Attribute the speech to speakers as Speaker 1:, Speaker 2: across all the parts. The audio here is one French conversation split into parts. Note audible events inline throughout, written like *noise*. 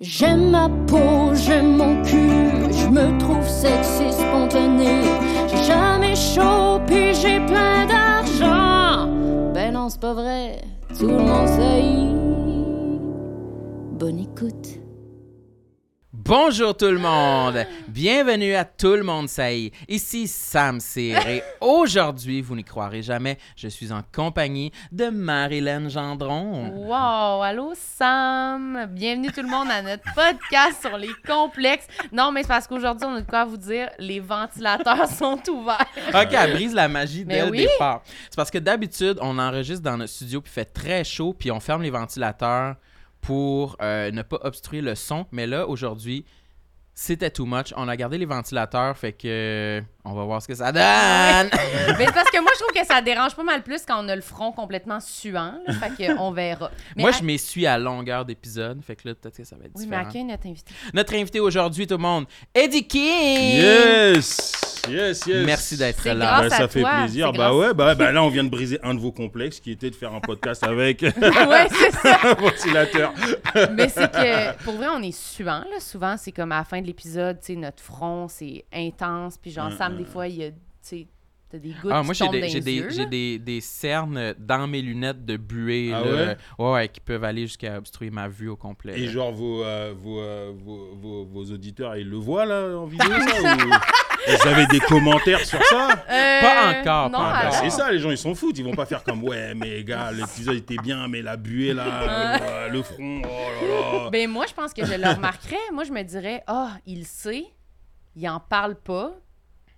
Speaker 1: J'aime ma peau, j'aime mon cul, je me trouve sexy spontané. J'ai jamais chaud, puis j'ai plein d'argent. Ben non, c'est pas vrai, tout le monde sait. Bonne écoute.
Speaker 2: Bonjour tout le monde! Bienvenue à Tout le monde saillit. Ici Sam Cyr
Speaker 3: *laughs*
Speaker 2: et aujourd'hui, vous n'y croirez jamais, je suis en compagnie de Marilyn Gendron.
Speaker 3: Wow! Allô, Sam! Bienvenue tout le monde à notre podcast sur les complexes. Non, mais c'est parce qu'aujourd'hui, on a de quoi vous dire. Les ventilateurs *laughs* sont ouverts.
Speaker 2: Ok, elle brise la magie
Speaker 3: Mais
Speaker 2: dès
Speaker 3: oui.
Speaker 2: le départ. C'est parce que d'habitude, on enregistre dans notre studio puis il fait très chaud puis on ferme les ventilateurs pour euh, ne pas obstruer le son. Mais là, aujourd'hui, c'était too much. On a gardé les ventilateurs, fait que on va voir ce que ça donne. *laughs*
Speaker 3: mais c'est parce que moi, je trouve que ça dérange pas mal plus quand on a le front complètement suant. là. fait qu'on verra. Mais
Speaker 2: Moi,
Speaker 3: à-
Speaker 2: je m'essuie à longueur d'épisode, fait que là, peut-être que ça va être
Speaker 3: Oui, mais
Speaker 2: différent.
Speaker 3: accueille notre invité. *laughs*
Speaker 2: Notre invité aujourd'hui, tout le monde, Eddie King!
Speaker 4: Yes! Yes, yes!
Speaker 2: Merci d'être
Speaker 3: C'est
Speaker 2: là.
Speaker 3: grave.
Speaker 4: Ben,
Speaker 3: Grâce à
Speaker 4: ça fait
Speaker 3: toi,
Speaker 4: plaisir.
Speaker 3: c'est
Speaker 4: Bah
Speaker 3: grâce.
Speaker 4: ouais, bah,
Speaker 3: *laughs*
Speaker 4: bah là, on vient de briser un de vos complexes qui était de faire un podcast avec *laughs*
Speaker 3: ouais, c'est ça.
Speaker 4: un ventilateur.
Speaker 3: Mais c'est que, pour vrai, on est suant. Là. Souvent, c'est comme à la fin de l'épisode, tu sais, notre front, c'est intense. Puis genre,
Speaker 4: Hum,
Speaker 3: Sam,
Speaker 4: hum.
Speaker 3: des fois, il y a, tu sais, t'as des gouttes
Speaker 2: Mm, Ah,
Speaker 3: qui
Speaker 2: moi, j'ai
Speaker 3: tombent dans
Speaker 2: des,
Speaker 3: les
Speaker 2: j'ai des,
Speaker 3: yeux,
Speaker 2: j'ai
Speaker 3: là.
Speaker 2: des, des cernes dans mes lunettes de buée
Speaker 4: Ah
Speaker 2: là. Ouais, ouais, qui peuvent aller jusqu'à obstruer ma vue au complet.
Speaker 4: Et
Speaker 2: là.
Speaker 4: genre, vos, euh, vos, euh, vos, vos- vos auditeurs, ils le voient là en vidéo,
Speaker 3: *laughs*
Speaker 4: ça? ou... Vous avez des commentaires sur ça?
Speaker 3: Euh,
Speaker 2: Pas encore,
Speaker 3: non,
Speaker 2: pas encore.
Speaker 4: Ah, bah,
Speaker 3: alors.
Speaker 4: c'est ça, les gens ils s'en foutent, ils vont pas faire comme ouais, mais les gars, l'épisode était bien, mais la buée là, euh, le front, oh là là.
Speaker 3: Ben moi, je pense que je le remarquerais. moi, je me dirais, ah, il sait, il en parle pas.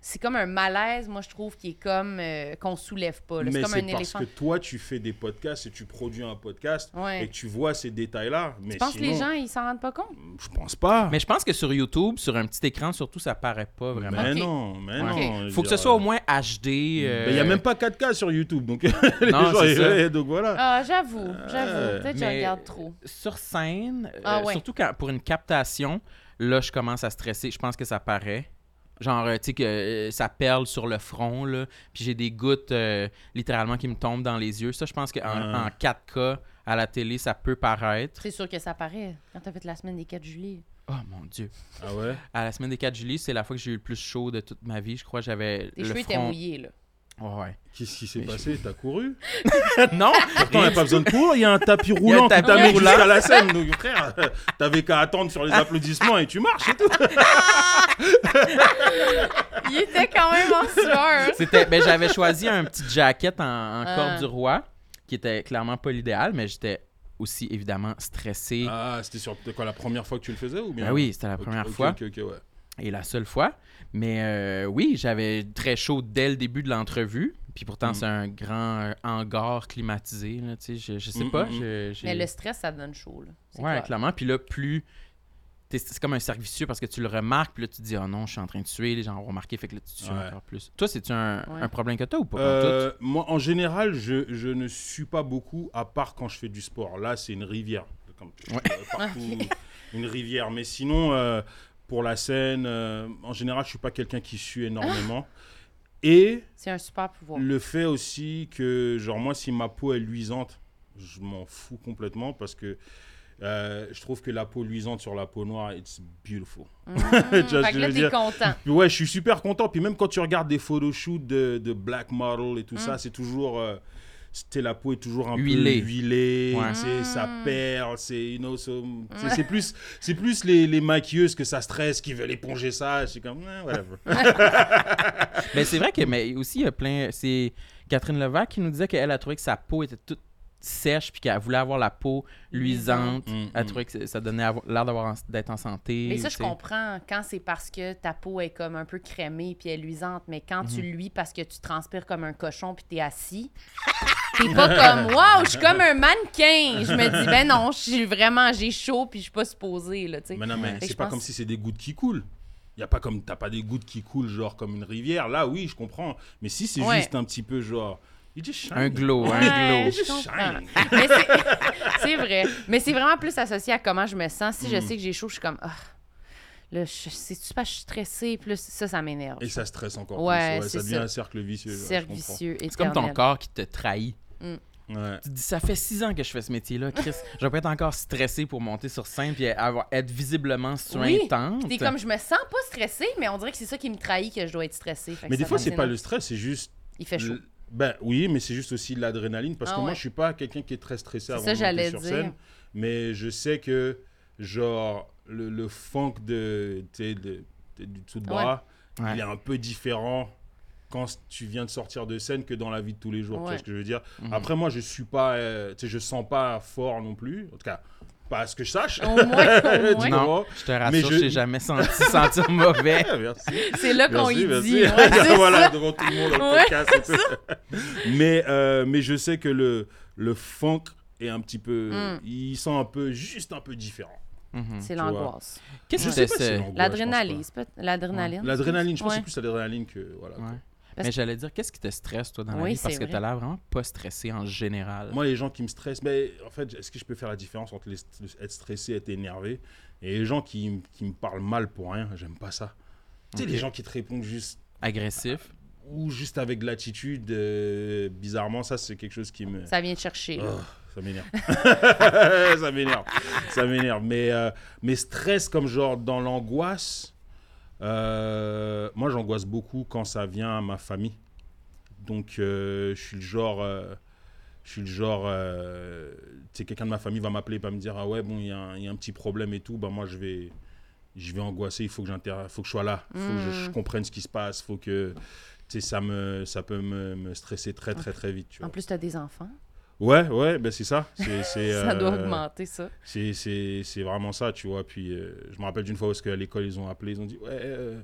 Speaker 3: C'est comme un malaise, moi, je trouve, qui est comme euh, qu'on soulève pas. là. C'est
Speaker 4: Mais
Speaker 3: comme
Speaker 4: c'est
Speaker 3: un
Speaker 4: parce
Speaker 3: éléphant.
Speaker 4: que toi, tu fais des podcasts et tu produis un podcast
Speaker 3: Ouais.
Speaker 4: et que tu vois ces détails-là. Mais
Speaker 3: Je pense que
Speaker 4: sinon,
Speaker 3: les gens, ils s'en rendent pas compte.
Speaker 4: je pense pas.
Speaker 2: Mais je pense que sur YouTube, sur un petit écran, surtout, ça paraît pas vraiment.
Speaker 4: Mais
Speaker 3: Ok.
Speaker 4: non, mais
Speaker 2: Ouais.
Speaker 4: non. je
Speaker 2: Faut que ce
Speaker 4: veux
Speaker 2: soit au
Speaker 4: dire,
Speaker 2: moins HD.
Speaker 4: euh, mais Il n'y a même pas 4K sur YouTube, donc *laughs* les
Speaker 2: Non,
Speaker 4: gens,
Speaker 2: c'est
Speaker 4: ils-
Speaker 2: ça.
Speaker 4: ouais, donc voilà.
Speaker 3: Ah, j'avoue,
Speaker 4: Euh,
Speaker 3: j'avoue. Peut-être que je
Speaker 2: mais-
Speaker 3: regarde trop.
Speaker 2: Sur scène, euh,
Speaker 3: Ah ouais.
Speaker 2: surtout quand, pour une captation, là, je commence à stresser. Je pense que ça paraît. Genre, euh, tu sais, que euh, ça perle sur le front, là. Puis j'ai des gouttes, euh, littéralement, qui me tombent dans les yeux. Ça, je pense qu'en
Speaker 4: Ah.
Speaker 2: en 4K, à la télé, ça peut paraître.
Speaker 3: C'est sûr que ça paraît quand t'as fait la semaine des 4 juillet.
Speaker 2: Oh mon Dieu.
Speaker 4: Ah ouais.
Speaker 2: À la semaine des 4 juillet, c'est la fois que j'ai eu le plus chaud de toute ma vie. Je crois que j'avais
Speaker 3: Tes
Speaker 2: le
Speaker 3: cheveux étaient
Speaker 2: front...
Speaker 3: mouillés, là.
Speaker 2: Ouais, ouais.
Speaker 4: Qu'est-ce qui s'est
Speaker 2: Mais je-
Speaker 4: passé T'as couru
Speaker 2: non!
Speaker 4: *laughs* Pourtant, il n'y a pas besoin de courir, il y a
Speaker 2: *laughs*
Speaker 4: un tapis
Speaker 2: y a un
Speaker 4: roulant qui
Speaker 2: tapis
Speaker 4: t'a mis
Speaker 2: roulant. Ah.
Speaker 4: jusqu'à la scène. Donc frère, *laughs* t'avais qu'à attendre sur les applaudissements et tu marches et tout.
Speaker 3: Il était quand même en
Speaker 4: *laughs*
Speaker 3: sueur.
Speaker 2: C'était, ben, j'avais choisi un petit jacket en, en
Speaker 3: Ah.
Speaker 2: corde du roi, qui était clairement pas l'idéal, mais j'étais aussi évidemment stressé.
Speaker 4: Ah, c'était sur peut-être quoi la première fois que tu le faisais ou bien
Speaker 2: Ben oui, c'était la
Speaker 4: Ok,
Speaker 2: première
Speaker 4: ok,
Speaker 2: fois
Speaker 4: ok, ok, ouais.
Speaker 2: et la seule fois. Mais euh, oui, j'avais très chaud dès le début de l'entrevue. Puis pourtant,
Speaker 4: Mm.
Speaker 2: c'est un grand euh, hangar climatisé. Là, tu sais, je, je sais
Speaker 4: Mm,
Speaker 2: pas.
Speaker 4: mm,
Speaker 2: je- j'ai-
Speaker 3: Mais le stress, ça donne chaud, là. C'est
Speaker 2: Ouais,
Speaker 3: clair.
Speaker 2: clairement. Puis là, plus. t'es- C'est comme un cercle vicieux parce que tu le remarques, puis là, tu te dis, oh non, je suis en train de tuer, les gens ont remarqué, fait que là, tu tues
Speaker 4: Ouais.
Speaker 2: encore plus. Toi, c'est-tu un,
Speaker 3: Ouais.
Speaker 2: un problème que t'as ou pas?
Speaker 4: Euh, moi, en général, je, je ne suis pas beaucoup, à part quand je fais du sport. Là, c'est une rivière. Comme,
Speaker 2: Ouais.
Speaker 4: euh,
Speaker 3: Ah,
Speaker 4: partout, une rivière. Mais sinon, euh, pour la scène, euh, en général, je suis pas quelqu'un qui sue énormément. Et
Speaker 3: C'est un super
Speaker 4: *laughs*
Speaker 3: pouvoir.
Speaker 4: le fait aussi que, genre, moi, si ma peau est luisante, je m'en fous complètement parce que euh, je trouve que la peau luisante sur la peau noire, it's beautiful.
Speaker 3: Mmh.
Speaker 4: ce que
Speaker 3: fait
Speaker 4: je
Speaker 3: que là,
Speaker 4: veux
Speaker 3: t'es
Speaker 4: dire?
Speaker 3: content.
Speaker 4: Puis ouais, je suis super content. Puis même quand tu regardes des photoshoots de, de black model et
Speaker 3: Mm.
Speaker 4: tout ça, c'est toujours. euh, c'était la peau est toujours un
Speaker 2: Huilée.
Speaker 4: peu huilée,
Speaker 2: Ouais.
Speaker 4: tu sais, ça
Speaker 3: Mm.
Speaker 4: perle, c'est you know, so- c'est- c'est plus c'est plus les, les maquilleuses que ça stresse qui veulent éponger ça, c'est comme eh, whatever.
Speaker 2: Mais Ben, c'est vrai que, mais aussi, il y a plein. C'est Catherine Levac qui nous disait qu'elle a trouvé que sa peau était toute sèche, puis qu'elle voulait avoir la peau luisante.
Speaker 4: Mm,
Speaker 2: Elle
Speaker 4: mm.
Speaker 2: trouvait que c'est- ça donnait avo- l'air d'avoir en- d'être en santé.
Speaker 3: Mais ça,
Speaker 2: ou, tu
Speaker 3: je
Speaker 2: sais.
Speaker 3: comprends quand c'est parce que ta peau est comme un peu crémée puis elle est luisante, mais quand tu
Speaker 4: Mhm.
Speaker 3: luis parce que tu transpires comme un cochon puis t'es assis, t'es pas comme
Speaker 4: *laughs*
Speaker 3: waouh, je suis comme un mannequin. Je me dis ben non, je suis vraiment j'ai chaud puis je suis pas supposée là, tu sais.
Speaker 4: Mais non, mais
Speaker 3: Fait que
Speaker 4: c'est
Speaker 3: je
Speaker 4: pas
Speaker 3: pense-
Speaker 4: comme si c'est des gouttes qui coulent. Y a pas comme t'as pas des gouttes qui coulent genre comme une rivière. Là, oui, je comprends. Mais si c'est
Speaker 3: Ouais.
Speaker 4: juste un petit peu genre, you just shine.
Speaker 2: Un glow, hein.
Speaker 3: Ouais,
Speaker 2: un glow.
Speaker 3: je
Speaker 4: Shine.
Speaker 3: comprends. Mais c'est- c'est *laughs* vrai. Mais c'est vraiment plus associé à comment je me sens. Si je
Speaker 4: Mhm.
Speaker 3: sais que j'ai chaud, je suis comme ah, là, je- c'est-tu parce que je suis stressée? Plus ça, ça m'énerve.
Speaker 4: Et ça stresse encore
Speaker 3: Ouais,
Speaker 4: plus. Ouais,
Speaker 3: c'est
Speaker 4: ça devient
Speaker 3: ça.
Speaker 4: un cercle vicieux. ouais, je
Speaker 3: Cercle
Speaker 4: comprends.
Speaker 3: vicieux.
Speaker 2: C'est comme ton corps qui te trahit.
Speaker 3: Mm.
Speaker 4: Ouais.
Speaker 2: Tu te dis, ça fait six ans que je fais ce métier-là, Chris. je vais pas être encore stressé pour monter sur scène puis avoir, être visiblement sur
Speaker 3: Oui.
Speaker 2: intense.
Speaker 3: T'es comme, je me sens pas stressée, mais on dirait que c'est ça qui me trahit que je dois être stressée. Fait que
Speaker 4: Mais des
Speaker 3: ça,
Speaker 4: fois,
Speaker 3: ça
Speaker 4: c'est
Speaker 3: me
Speaker 4: pas
Speaker 3: dénerve.
Speaker 4: le stress, c'est juste.
Speaker 3: Il fait
Speaker 4: *laughs*
Speaker 3: chaud.
Speaker 4: le- Ben oui, mais c'est juste aussi de l'adrénaline parce
Speaker 3: Ah
Speaker 4: que moi,
Speaker 3: ouais.
Speaker 4: je suis pas quelqu'un qui est très stressé avant
Speaker 3: ça,
Speaker 4: de monter
Speaker 3: j'allais
Speaker 4: sur
Speaker 3: dire.
Speaker 4: scène, mais je sais que genre le, le funk de, tu sais, de- de- du tout de
Speaker 3: Ouais.
Speaker 4: bras,
Speaker 2: Ouais.
Speaker 4: il est un peu différent quand tu viens de sortir de scène que dans la vie de tous les jours. Tu
Speaker 3: Ouais.
Speaker 4: vois ce que je veux dire
Speaker 2: Mhm.
Speaker 4: Après, moi, je suis pas, euh, tu sais, je sens pas fort non plus. En tout cas, pas à ce que je sache.
Speaker 3: Au moins, au
Speaker 4: *laughs*
Speaker 3: moins.
Speaker 4: Tu
Speaker 2: Non.
Speaker 4: vois
Speaker 2: Je te rassure,
Speaker 4: je-
Speaker 2: je t'ai jamais senti sentir
Speaker 4: *laughs*
Speaker 2: mauvais.
Speaker 4: Ah, merci.
Speaker 3: *laughs* C'est là qu'on y
Speaker 4: Merci, merci.
Speaker 3: dit. Ouais, *laughs*
Speaker 4: *laughs*
Speaker 3: c'est
Speaker 4: voilà,
Speaker 3: ça.
Speaker 4: devant tout le monde dans le
Speaker 3: Ouais,
Speaker 4: podcast. et tout. *laughs* mais, euh, mais je sais que le, le funk est un petit peu.
Speaker 3: Mm.
Speaker 4: Il sent un peu, juste un peu différent.
Speaker 2: Mhm.
Speaker 3: C'est
Speaker 4: Tu vois.
Speaker 3: l'angoisse.
Speaker 2: Qu'est-ce
Speaker 4: Je
Speaker 2: que c'est
Speaker 4: sais pas si c'est
Speaker 2: ce...
Speaker 4: l'angoisse,
Speaker 3: L'adrénaline,
Speaker 4: je pense
Speaker 3: c'est pas- L'adrénaline.
Speaker 4: pas. L'adrénaline, je pense
Speaker 3: Ouais.
Speaker 4: que c'est plus l'adrénaline que. Voilà.
Speaker 2: Ouais.
Speaker 3: Parce
Speaker 2: Mais
Speaker 3: que-
Speaker 2: j'allais dire, qu'est-ce qui te stresse, toi, dans la
Speaker 3: Oui,
Speaker 2: vie? Parce
Speaker 3: c'est
Speaker 2: que
Speaker 3: vrai.
Speaker 2: t'as l'air vraiment pas stressé en général.
Speaker 4: Moi, les gens qui me stressent, mais en fait, est-ce que je peux faire la différence entre les st- être stressé, être énervé et les gens qui, m- qui me parlent mal pour rien J'aime pas ça. Tu sais,
Speaker 2: Ok.
Speaker 4: les gens qui te répondent juste
Speaker 2: Agressif.
Speaker 4: ou juste avec de l'attitude, euh, bizarrement, ça, c'est quelque chose qui me.
Speaker 3: Ça vient te chercher. là.
Speaker 4: Oh, ça m'énerve. ça m'énerve. *laughs* Ça m'énerve. Mais, euh, mais stress comme genre dans l'angoisse, euh, moi j'angoisse beaucoup quand ça vient à ma famille. Donc euh, je suis le genre... euh, je suis le genre, euh, tu sais, quelqu'un de ma famille va m'appeler, va me dire ah ouais bon il y, a un- il y a un petit problème et tout, bah moi je vais, je vais angoisser, il faut que j'inter- faut que je sois là, faut que je, je
Speaker 3: Mm.
Speaker 4: comprenne ce qui se passe, faut que, tu sais, ça me, ça peut me, me stresser très très très vite. Tu vois.
Speaker 3: En plus, t'as des enfants.
Speaker 4: Ouais, ouais, ben c'est ça.
Speaker 3: *laughs*
Speaker 4: C'est, c'est,
Speaker 3: Ça doit
Speaker 4: euh,
Speaker 3: augmenter, ça.
Speaker 4: C'est, c'est, c'est vraiment ça, tu vois. Puis euh, je me rappelle d'une fois où est-ce que à l'école, ils ont appelé, ils ont dit Ouais, euh,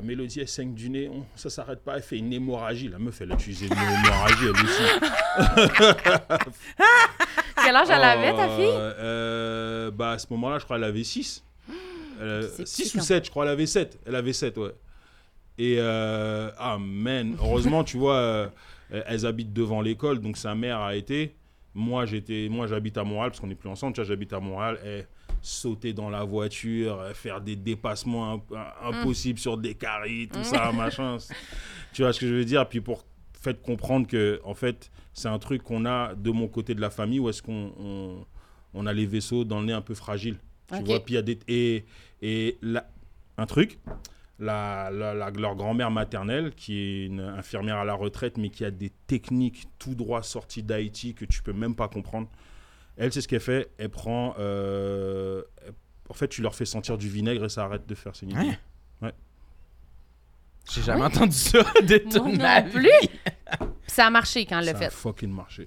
Speaker 4: Mélodie, elle saigne du nez, on- ça s'arrête pas, elle fait une hémorragie. La meuf, elle a utilisé une hémorragie, elle aussi.
Speaker 3: Quel âge elle avait, ta
Speaker 4: Euh,
Speaker 3: fille? Ah,
Speaker 4: euh, Bah à ce moment-là, je crois qu'elle avait 6.
Speaker 3: C'est petit,
Speaker 4: 6
Speaker 3: hein.
Speaker 4: ou
Speaker 3: quand
Speaker 4: 7, je crois, elle avait 7. Elle avait 7, ouais. Et euh, ah man, heureusement, tu vois, euh, elles habitent devant l'école, donc sa mère a été. Moi, j'étais, moi, j'habite à Montréal parce qu'on n'est plus ensemble. Tu vois, j'habite à Montréal. Et sauter dans la voiture, euh, faire des dépassements imp-
Speaker 3: Mmh.
Speaker 4: impossibles sur des carrés, tout
Speaker 3: *laughs*
Speaker 4: ça, machin. C'est- Tu vois ce que je veux dire Puis pour faire comprendre que, en fait, c'est un truc qu'on a de mon côté de la famille où est-ce qu'on on, on a les vaisseaux dans le nez un peu fragiles. Tu
Speaker 3: Ok.
Speaker 4: vois Puis il y a des et et la- un truc la, la- la- leur grand-mère maternelle, qui est une infirmière à la retraite, mais qui a des techniques tout droit sorties d'Haïti que tu peux même pas comprendre. Elle, c'est ce qu'elle fait. Elle prend. euh, elle- en fait, tu leur fais sentir du vinaigre et ça arrête de faire saigner. du
Speaker 2: Hein
Speaker 4: nez.
Speaker 2: J'ai jamais entendu ça *laughs* de
Speaker 3: Ah. Moi
Speaker 2: toute
Speaker 3: non
Speaker 2: ma
Speaker 3: plus.
Speaker 2: vie.
Speaker 3: Puis ça a marché quand elle l'a
Speaker 4: Ça a
Speaker 3: fait.
Speaker 4: fucking marché.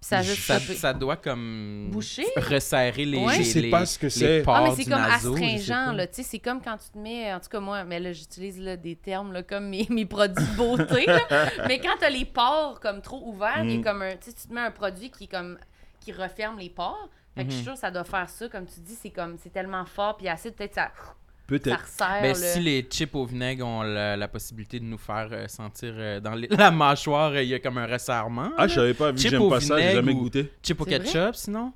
Speaker 3: Puis ça a juste
Speaker 2: ça,
Speaker 3: stoppé.
Speaker 2: ça doit comme
Speaker 3: Boucher?
Speaker 2: resserrer les
Speaker 3: Ouais.
Speaker 2: les-
Speaker 4: Je sais pas ce que
Speaker 2: les
Speaker 4: c'est.
Speaker 2: pores
Speaker 3: Ah, mais c'est
Speaker 2: du
Speaker 3: comme
Speaker 2: naso, je sais
Speaker 3: astringent,
Speaker 2: pas.
Speaker 3: là. Tu sais, c'est comme quand tu te mets. En tout cas, moi, mais là, j'utilise là, des termes là, comme mes, *laughs* mes produits
Speaker 2: *laughs*
Speaker 3: beauté. là. mais quand t'as les pores comme trop ouverts, il y a
Speaker 4: Mm.
Speaker 3: comme un, tu sais, tu te mets un produit qui, est comme, qui referme les pores. Fait
Speaker 2: Mm-hmm.
Speaker 3: que je suis sûre que ça doit faire ça. Comme tu dis, c'est comme c'est tellement fort. Puis acide, peut-être ça, ça
Speaker 4: Peut-être.
Speaker 3: resserre.
Speaker 2: Ben,
Speaker 3: là.
Speaker 2: si les chips au vinaigre ont la, la possibilité de nous faire euh, sentir euh, dans les- *laughs* la mâchoire, euh, il y a comme un resserrement.
Speaker 4: Ah,
Speaker 2: là.
Speaker 4: je savais pas, vu que
Speaker 2: Chip
Speaker 4: j'aime
Speaker 2: au
Speaker 4: pas ça, j'ai
Speaker 2: vinaigre
Speaker 4: jamais
Speaker 2: ou-
Speaker 4: goûté.
Speaker 2: Chip au
Speaker 3: C'est vrai?
Speaker 2: ketchup, sinon.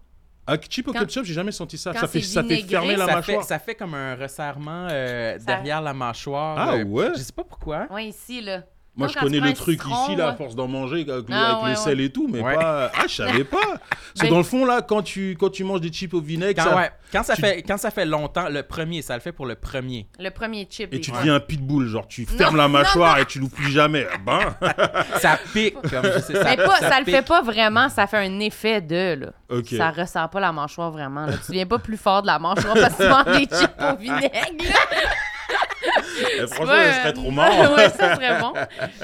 Speaker 4: Ah, chip au
Speaker 3: Quand-
Speaker 4: ketchup, j'ai jamais senti ça.
Speaker 3: quand
Speaker 4: Ça fait,
Speaker 3: c'est
Speaker 4: ça fait
Speaker 3: vinaigré,
Speaker 4: fermer la
Speaker 2: ça, fait,
Speaker 4: mâchoire.
Speaker 2: ça fait comme un resserrement euh,
Speaker 3: Ça-
Speaker 2: derrière la mâchoire.
Speaker 4: Ah,
Speaker 2: euh,
Speaker 4: ouais?
Speaker 2: Je sais pas pourquoi.
Speaker 3: Ouais, ici, là.
Speaker 4: Moi,
Speaker 3: Toi, quand
Speaker 4: je
Speaker 3: tu
Speaker 4: connais
Speaker 3: prends
Speaker 4: le
Speaker 3: un
Speaker 4: truc
Speaker 3: citron,
Speaker 4: ici, là, à
Speaker 3: ouais.
Speaker 4: force d'en manger avec, le-
Speaker 3: Ah,
Speaker 4: avec
Speaker 3: ouais,
Speaker 4: le sel et tout, mais
Speaker 2: Ouais.
Speaker 4: pas. Ah, je savais pas. Parce que
Speaker 3: Ben-
Speaker 4: dans le fond, là, quand tu, quand tu manges des chips au vinaigre,
Speaker 2: Quand,
Speaker 4: ça-
Speaker 2: ouais, quand ça
Speaker 4: tu-
Speaker 2: fait, quand ça fait longtemps, le premier, ça le fait pour le premier.
Speaker 3: Le premier chip.
Speaker 4: et
Speaker 3: des
Speaker 4: tu
Speaker 3: fois.
Speaker 4: deviens un pitbull, genre, tu fermes la mâchoire et tu l'ouvres plus jamais. Ah Ben,
Speaker 2: *laughs* Ça pique. comme je sais, ça,
Speaker 3: Mais pas, ça, le
Speaker 2: pique.
Speaker 3: fait pas vraiment, ça fait un effet de, là.
Speaker 4: Ok.
Speaker 3: Ça ressent pas la mâchoire vraiment, là. Tu viens pas plus fort de la mâchoire parce que tu manges des chips au vinaigre, là.
Speaker 4: eh,
Speaker 3: Tu
Speaker 4: franchement,
Speaker 3: vois, euh,
Speaker 4: ça serait trop
Speaker 3: *laughs*
Speaker 4: marrant.
Speaker 3: ouais, ça serait bon.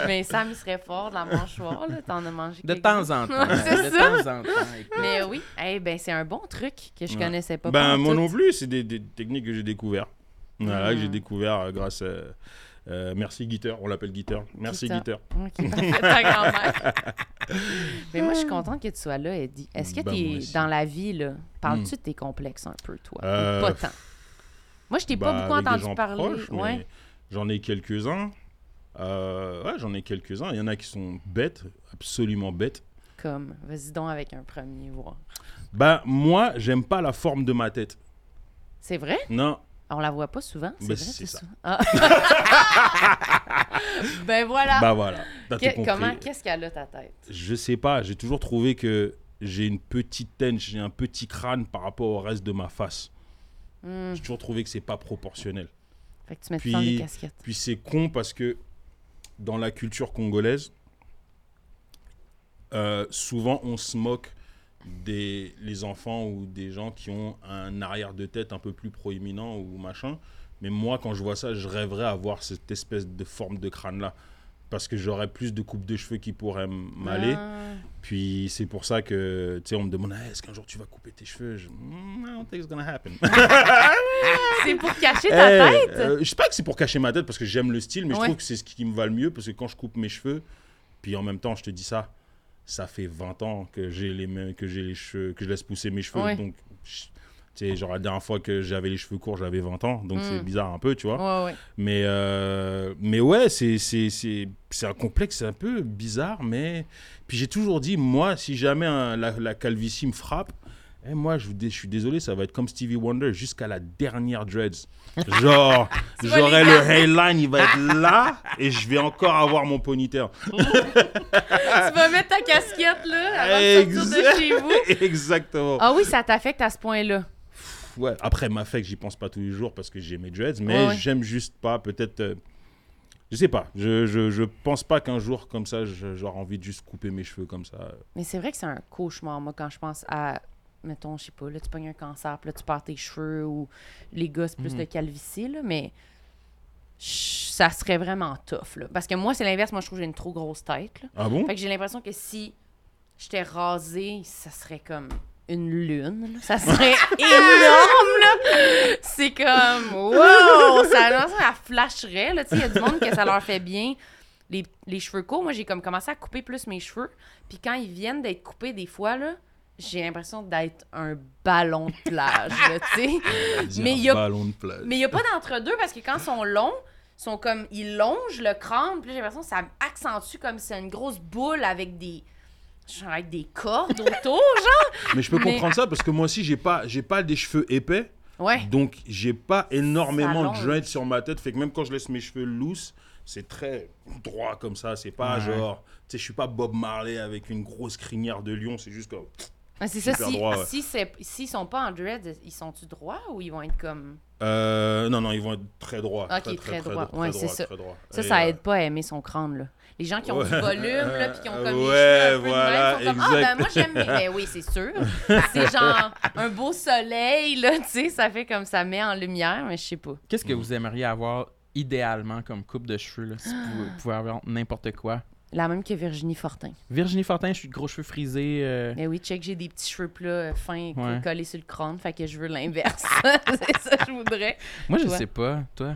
Speaker 3: Mais ça me serait fort de la mâchoire, là. T'en as mangé
Speaker 2: De
Speaker 3: quelques-
Speaker 2: temps en temps.
Speaker 3: Ouais, *laughs* c'est
Speaker 2: de
Speaker 3: ça.
Speaker 2: temps en temps. écoute.
Speaker 3: *laughs* Mais oui, Eh ben, c'est un bon truc que je
Speaker 4: Ouais.
Speaker 3: connaissais pas.
Speaker 4: Ben,
Speaker 3: pas
Speaker 4: moi
Speaker 3: tout.
Speaker 4: non plus, c'est des, des techniques que j'ai découvert. Voilà,
Speaker 3: Mm.
Speaker 4: que j'ai découvert euh, grâce à. euh, merci Guiteur, on l'appelle Guiteur. Merci
Speaker 3: Guiteur.
Speaker 4: Guiteur.
Speaker 3: Ok, parfait, ta
Speaker 4: *laughs*
Speaker 3: grand-mère. Mais moi, je suis contente que tu sois là, Eddie. Est-ce que
Speaker 4: Ben,
Speaker 3: t'es
Speaker 4: moi aussi. Hmm.
Speaker 3: dans la vie, là, parles-tu de tes complexes un peu, toi? ou
Speaker 4: Euh,
Speaker 3: Pas tant. Moi, je t'ai pas
Speaker 4: Bah,
Speaker 3: beaucoup
Speaker 4: avec des
Speaker 3: entendu
Speaker 4: gens
Speaker 3: parler.
Speaker 4: proches, mais
Speaker 3: ouais.
Speaker 4: J'en ai quelques-uns. Euh, ouais, j'en ai quelques-uns. Il y en a qui sont bêtes, absolument bêtes.
Speaker 3: Comme, vas-y donc avec un premier voir.
Speaker 4: Bah, moi, j'aime pas la forme de ma tête.
Speaker 3: C'est vrai?
Speaker 4: Non,
Speaker 3: On la voit pas souvent, c'est
Speaker 4: Ben,
Speaker 3: vrai, c'est
Speaker 4: c'est ça.
Speaker 3: souvent. Ah. *laughs* ben voilà.
Speaker 4: Bah voilà, t'as
Speaker 3: Que-
Speaker 4: tout compris.
Speaker 3: comment, qu'est-ce qu'elle a ta tête?
Speaker 4: Je sais pas, j'ai toujours trouvé que j'ai une petite tête, j'ai un petit crâne par rapport au reste de ma face.
Speaker 3: Hmm.
Speaker 4: J'ai toujours trouvé que c'est pas proportionnel.
Speaker 3: Fait que tu mets
Speaker 4: Puis-
Speaker 3: tout le temps des casquettes.
Speaker 4: Puis c'est con parce que dans la culture congolaise, euh, souvent on se moque des les enfants ou des gens qui ont un arrière de tête un peu plus proéminent ou machin. Mais moi, quand je vois ça, je rêverais avoir cette espèce de forme de crâne-là. Parce que j'aurais plus de coupe de cheveux qui pourraient m- m'aller.
Speaker 3: Ah.
Speaker 4: Puis c'est pour ça que, tu sais, on me demande Ah, est-ce qu'un jour tu vas couper tes cheveux Je- Mm, I don't think it's gonna happen.
Speaker 3: C'est pour cacher ta
Speaker 4: Hey,
Speaker 3: tête?
Speaker 4: euh, Je sais pas que c'est pour cacher ma tête parce que j'aime le style, mais je
Speaker 3: Ouais.
Speaker 4: trouve que c'est ce qui me va le mieux parce que quand je coupe mes cheveux, puis en même temps, je te dis ça, ça fait 20 ans que j'ai les mains, que j'ai les cheveux, que je laisse pousser mes cheveux.
Speaker 3: Ouais.
Speaker 4: Donc, je- tu sais, genre la dernière fois que j'avais les cheveux courts, j'avais 20 ans, donc
Speaker 3: Mm.
Speaker 4: c'est bizarre un peu, tu vois.
Speaker 3: Ouais, ouais.
Speaker 4: Mais, euh, mais ouais, c'est, c'est, c'est, c'est un complexe un peu bizarre, mais... Puis j'ai toujours dit, moi, si jamais un- la, la calvitie me frappe, eh, moi, je, vous dé- je suis désolé, ça va être comme Stevie Wonder jusqu'à la dernière dreads. Genre,
Speaker 3: vas
Speaker 4: j'aurai
Speaker 3: les
Speaker 4: le hairline, il va être là, et je vais encore avoir mon ponytail.
Speaker 3: tu vas mettre ta casquette, là, avant de sortir de
Speaker 4: Exact.
Speaker 3: chez vous.
Speaker 4: *laughs* Exactement.
Speaker 3: Ah oui, ça t'affecte à ce point-là.
Speaker 4: Ouais, après ma fête, j'y pense pas tous les jours parce que j'ai mes dreads, mais
Speaker 3: Ouais, ouais.
Speaker 4: j'aime juste pas, peut-être. euh, je sais pas, je, je, je pense pas qu'un jour comme ça, je- j'aurai envie de juste couper mes cheveux comme ça.
Speaker 3: Mais c'est vrai que c'est un cauchemar, moi, quand je pense à. Mettons, je sais pas, là, tu pognes un cancer, puis là, tu perds tes cheveux, ou les gars, c'est plus
Speaker 4: Mhm.
Speaker 3: de calvitie, là, mais ch- ça serait vraiment tough, là. Parce que moi, c'est l'inverse, moi, je trouve que j'ai une trop grosse tête, là.
Speaker 4: Ah bon
Speaker 3: Fait que j'ai l'impression que si j'étais rasée, ça serait comme une lune, là. Ça serait énorme, là. C'est comme, wow! Ça, non, ça flasherait, là. Tu sais, il y a du monde que ça leur fait bien. Les, les cheveux courts, moi, j'ai comme commencé à couper plus mes cheveux. Puis quand ils viennent d'être coupés, des fois, là, j'ai l'impression d'être un ballon de plage, là, tu sais. mais il y a-
Speaker 4: Ballon de plage.
Speaker 3: Mais il n'y a pas d'entre-deux parce que quand ils sont longs, ils sont comme ils longent le crâne, puis là, j'ai l'impression que ça accentue comme c'est une grosse boule avec des genre avec des cordes autour, genre.
Speaker 4: Mais je peux
Speaker 3: mais-
Speaker 4: comprendre ça parce que moi aussi, j'ai pas, j'ai pas des cheveux épais,
Speaker 3: *laughs* Ouais.
Speaker 4: donc j'ai pas énormément de
Speaker 3: longe.
Speaker 4: dreads sur ma tête. Fait que même quand je laisse mes cheveux loose, c'est très droit comme ça. C'est pas
Speaker 2: Ouais.
Speaker 4: genre, tu sais, je suis pas Bob Marley avec une grosse crinière de lion, c'est juste comme.
Speaker 3: c'est ça
Speaker 4: Super
Speaker 3: si
Speaker 4: droit, ouais.
Speaker 3: si c'est s'ils sont pas en dread, ils sont du droit ou ils vont être comme
Speaker 4: Euh, non, non, ils vont être très droits.
Speaker 3: Ok, très droits. Ouais, c'est ça.
Speaker 4: très droits.
Speaker 3: ça
Speaker 4: Et,
Speaker 3: ça
Speaker 4: euh,
Speaker 3: aide pas à aimer son crâne là. Les gens qui ont du
Speaker 4: Ouais.
Speaker 3: volume là puis qui ont comme les
Speaker 4: Ouais,
Speaker 3: cheveux un peu de même,
Speaker 4: voilà,
Speaker 3: ils sont comme ah ben
Speaker 4: exact.
Speaker 3: moi j'aime mes ben oui, c'est
Speaker 4: *laughs*
Speaker 3: sûr. C'est genre un beau soleil là, tu sais, ça fait comme ça met en lumière, mais je sais pas.
Speaker 2: Qu'est-ce que vous aimeriez avoir idéalement comme coupe de cheveux, là, si vous pouvez- pouvez avoir n'importe quoi?
Speaker 3: La même que Virginie Fortin.
Speaker 2: Virginie Fortin, je suis de gros cheveux frisés. euh,
Speaker 3: Mais Ben oui, check, j'ai des petits cheveux plats euh, fins co-
Speaker 2: Ouais.
Speaker 3: collés sur le crâne, fait que je veux l'inverse. *laughs* c'est ça que je voudrais.
Speaker 2: Moi, je
Speaker 3: Toi?
Speaker 2: sais pas, toi.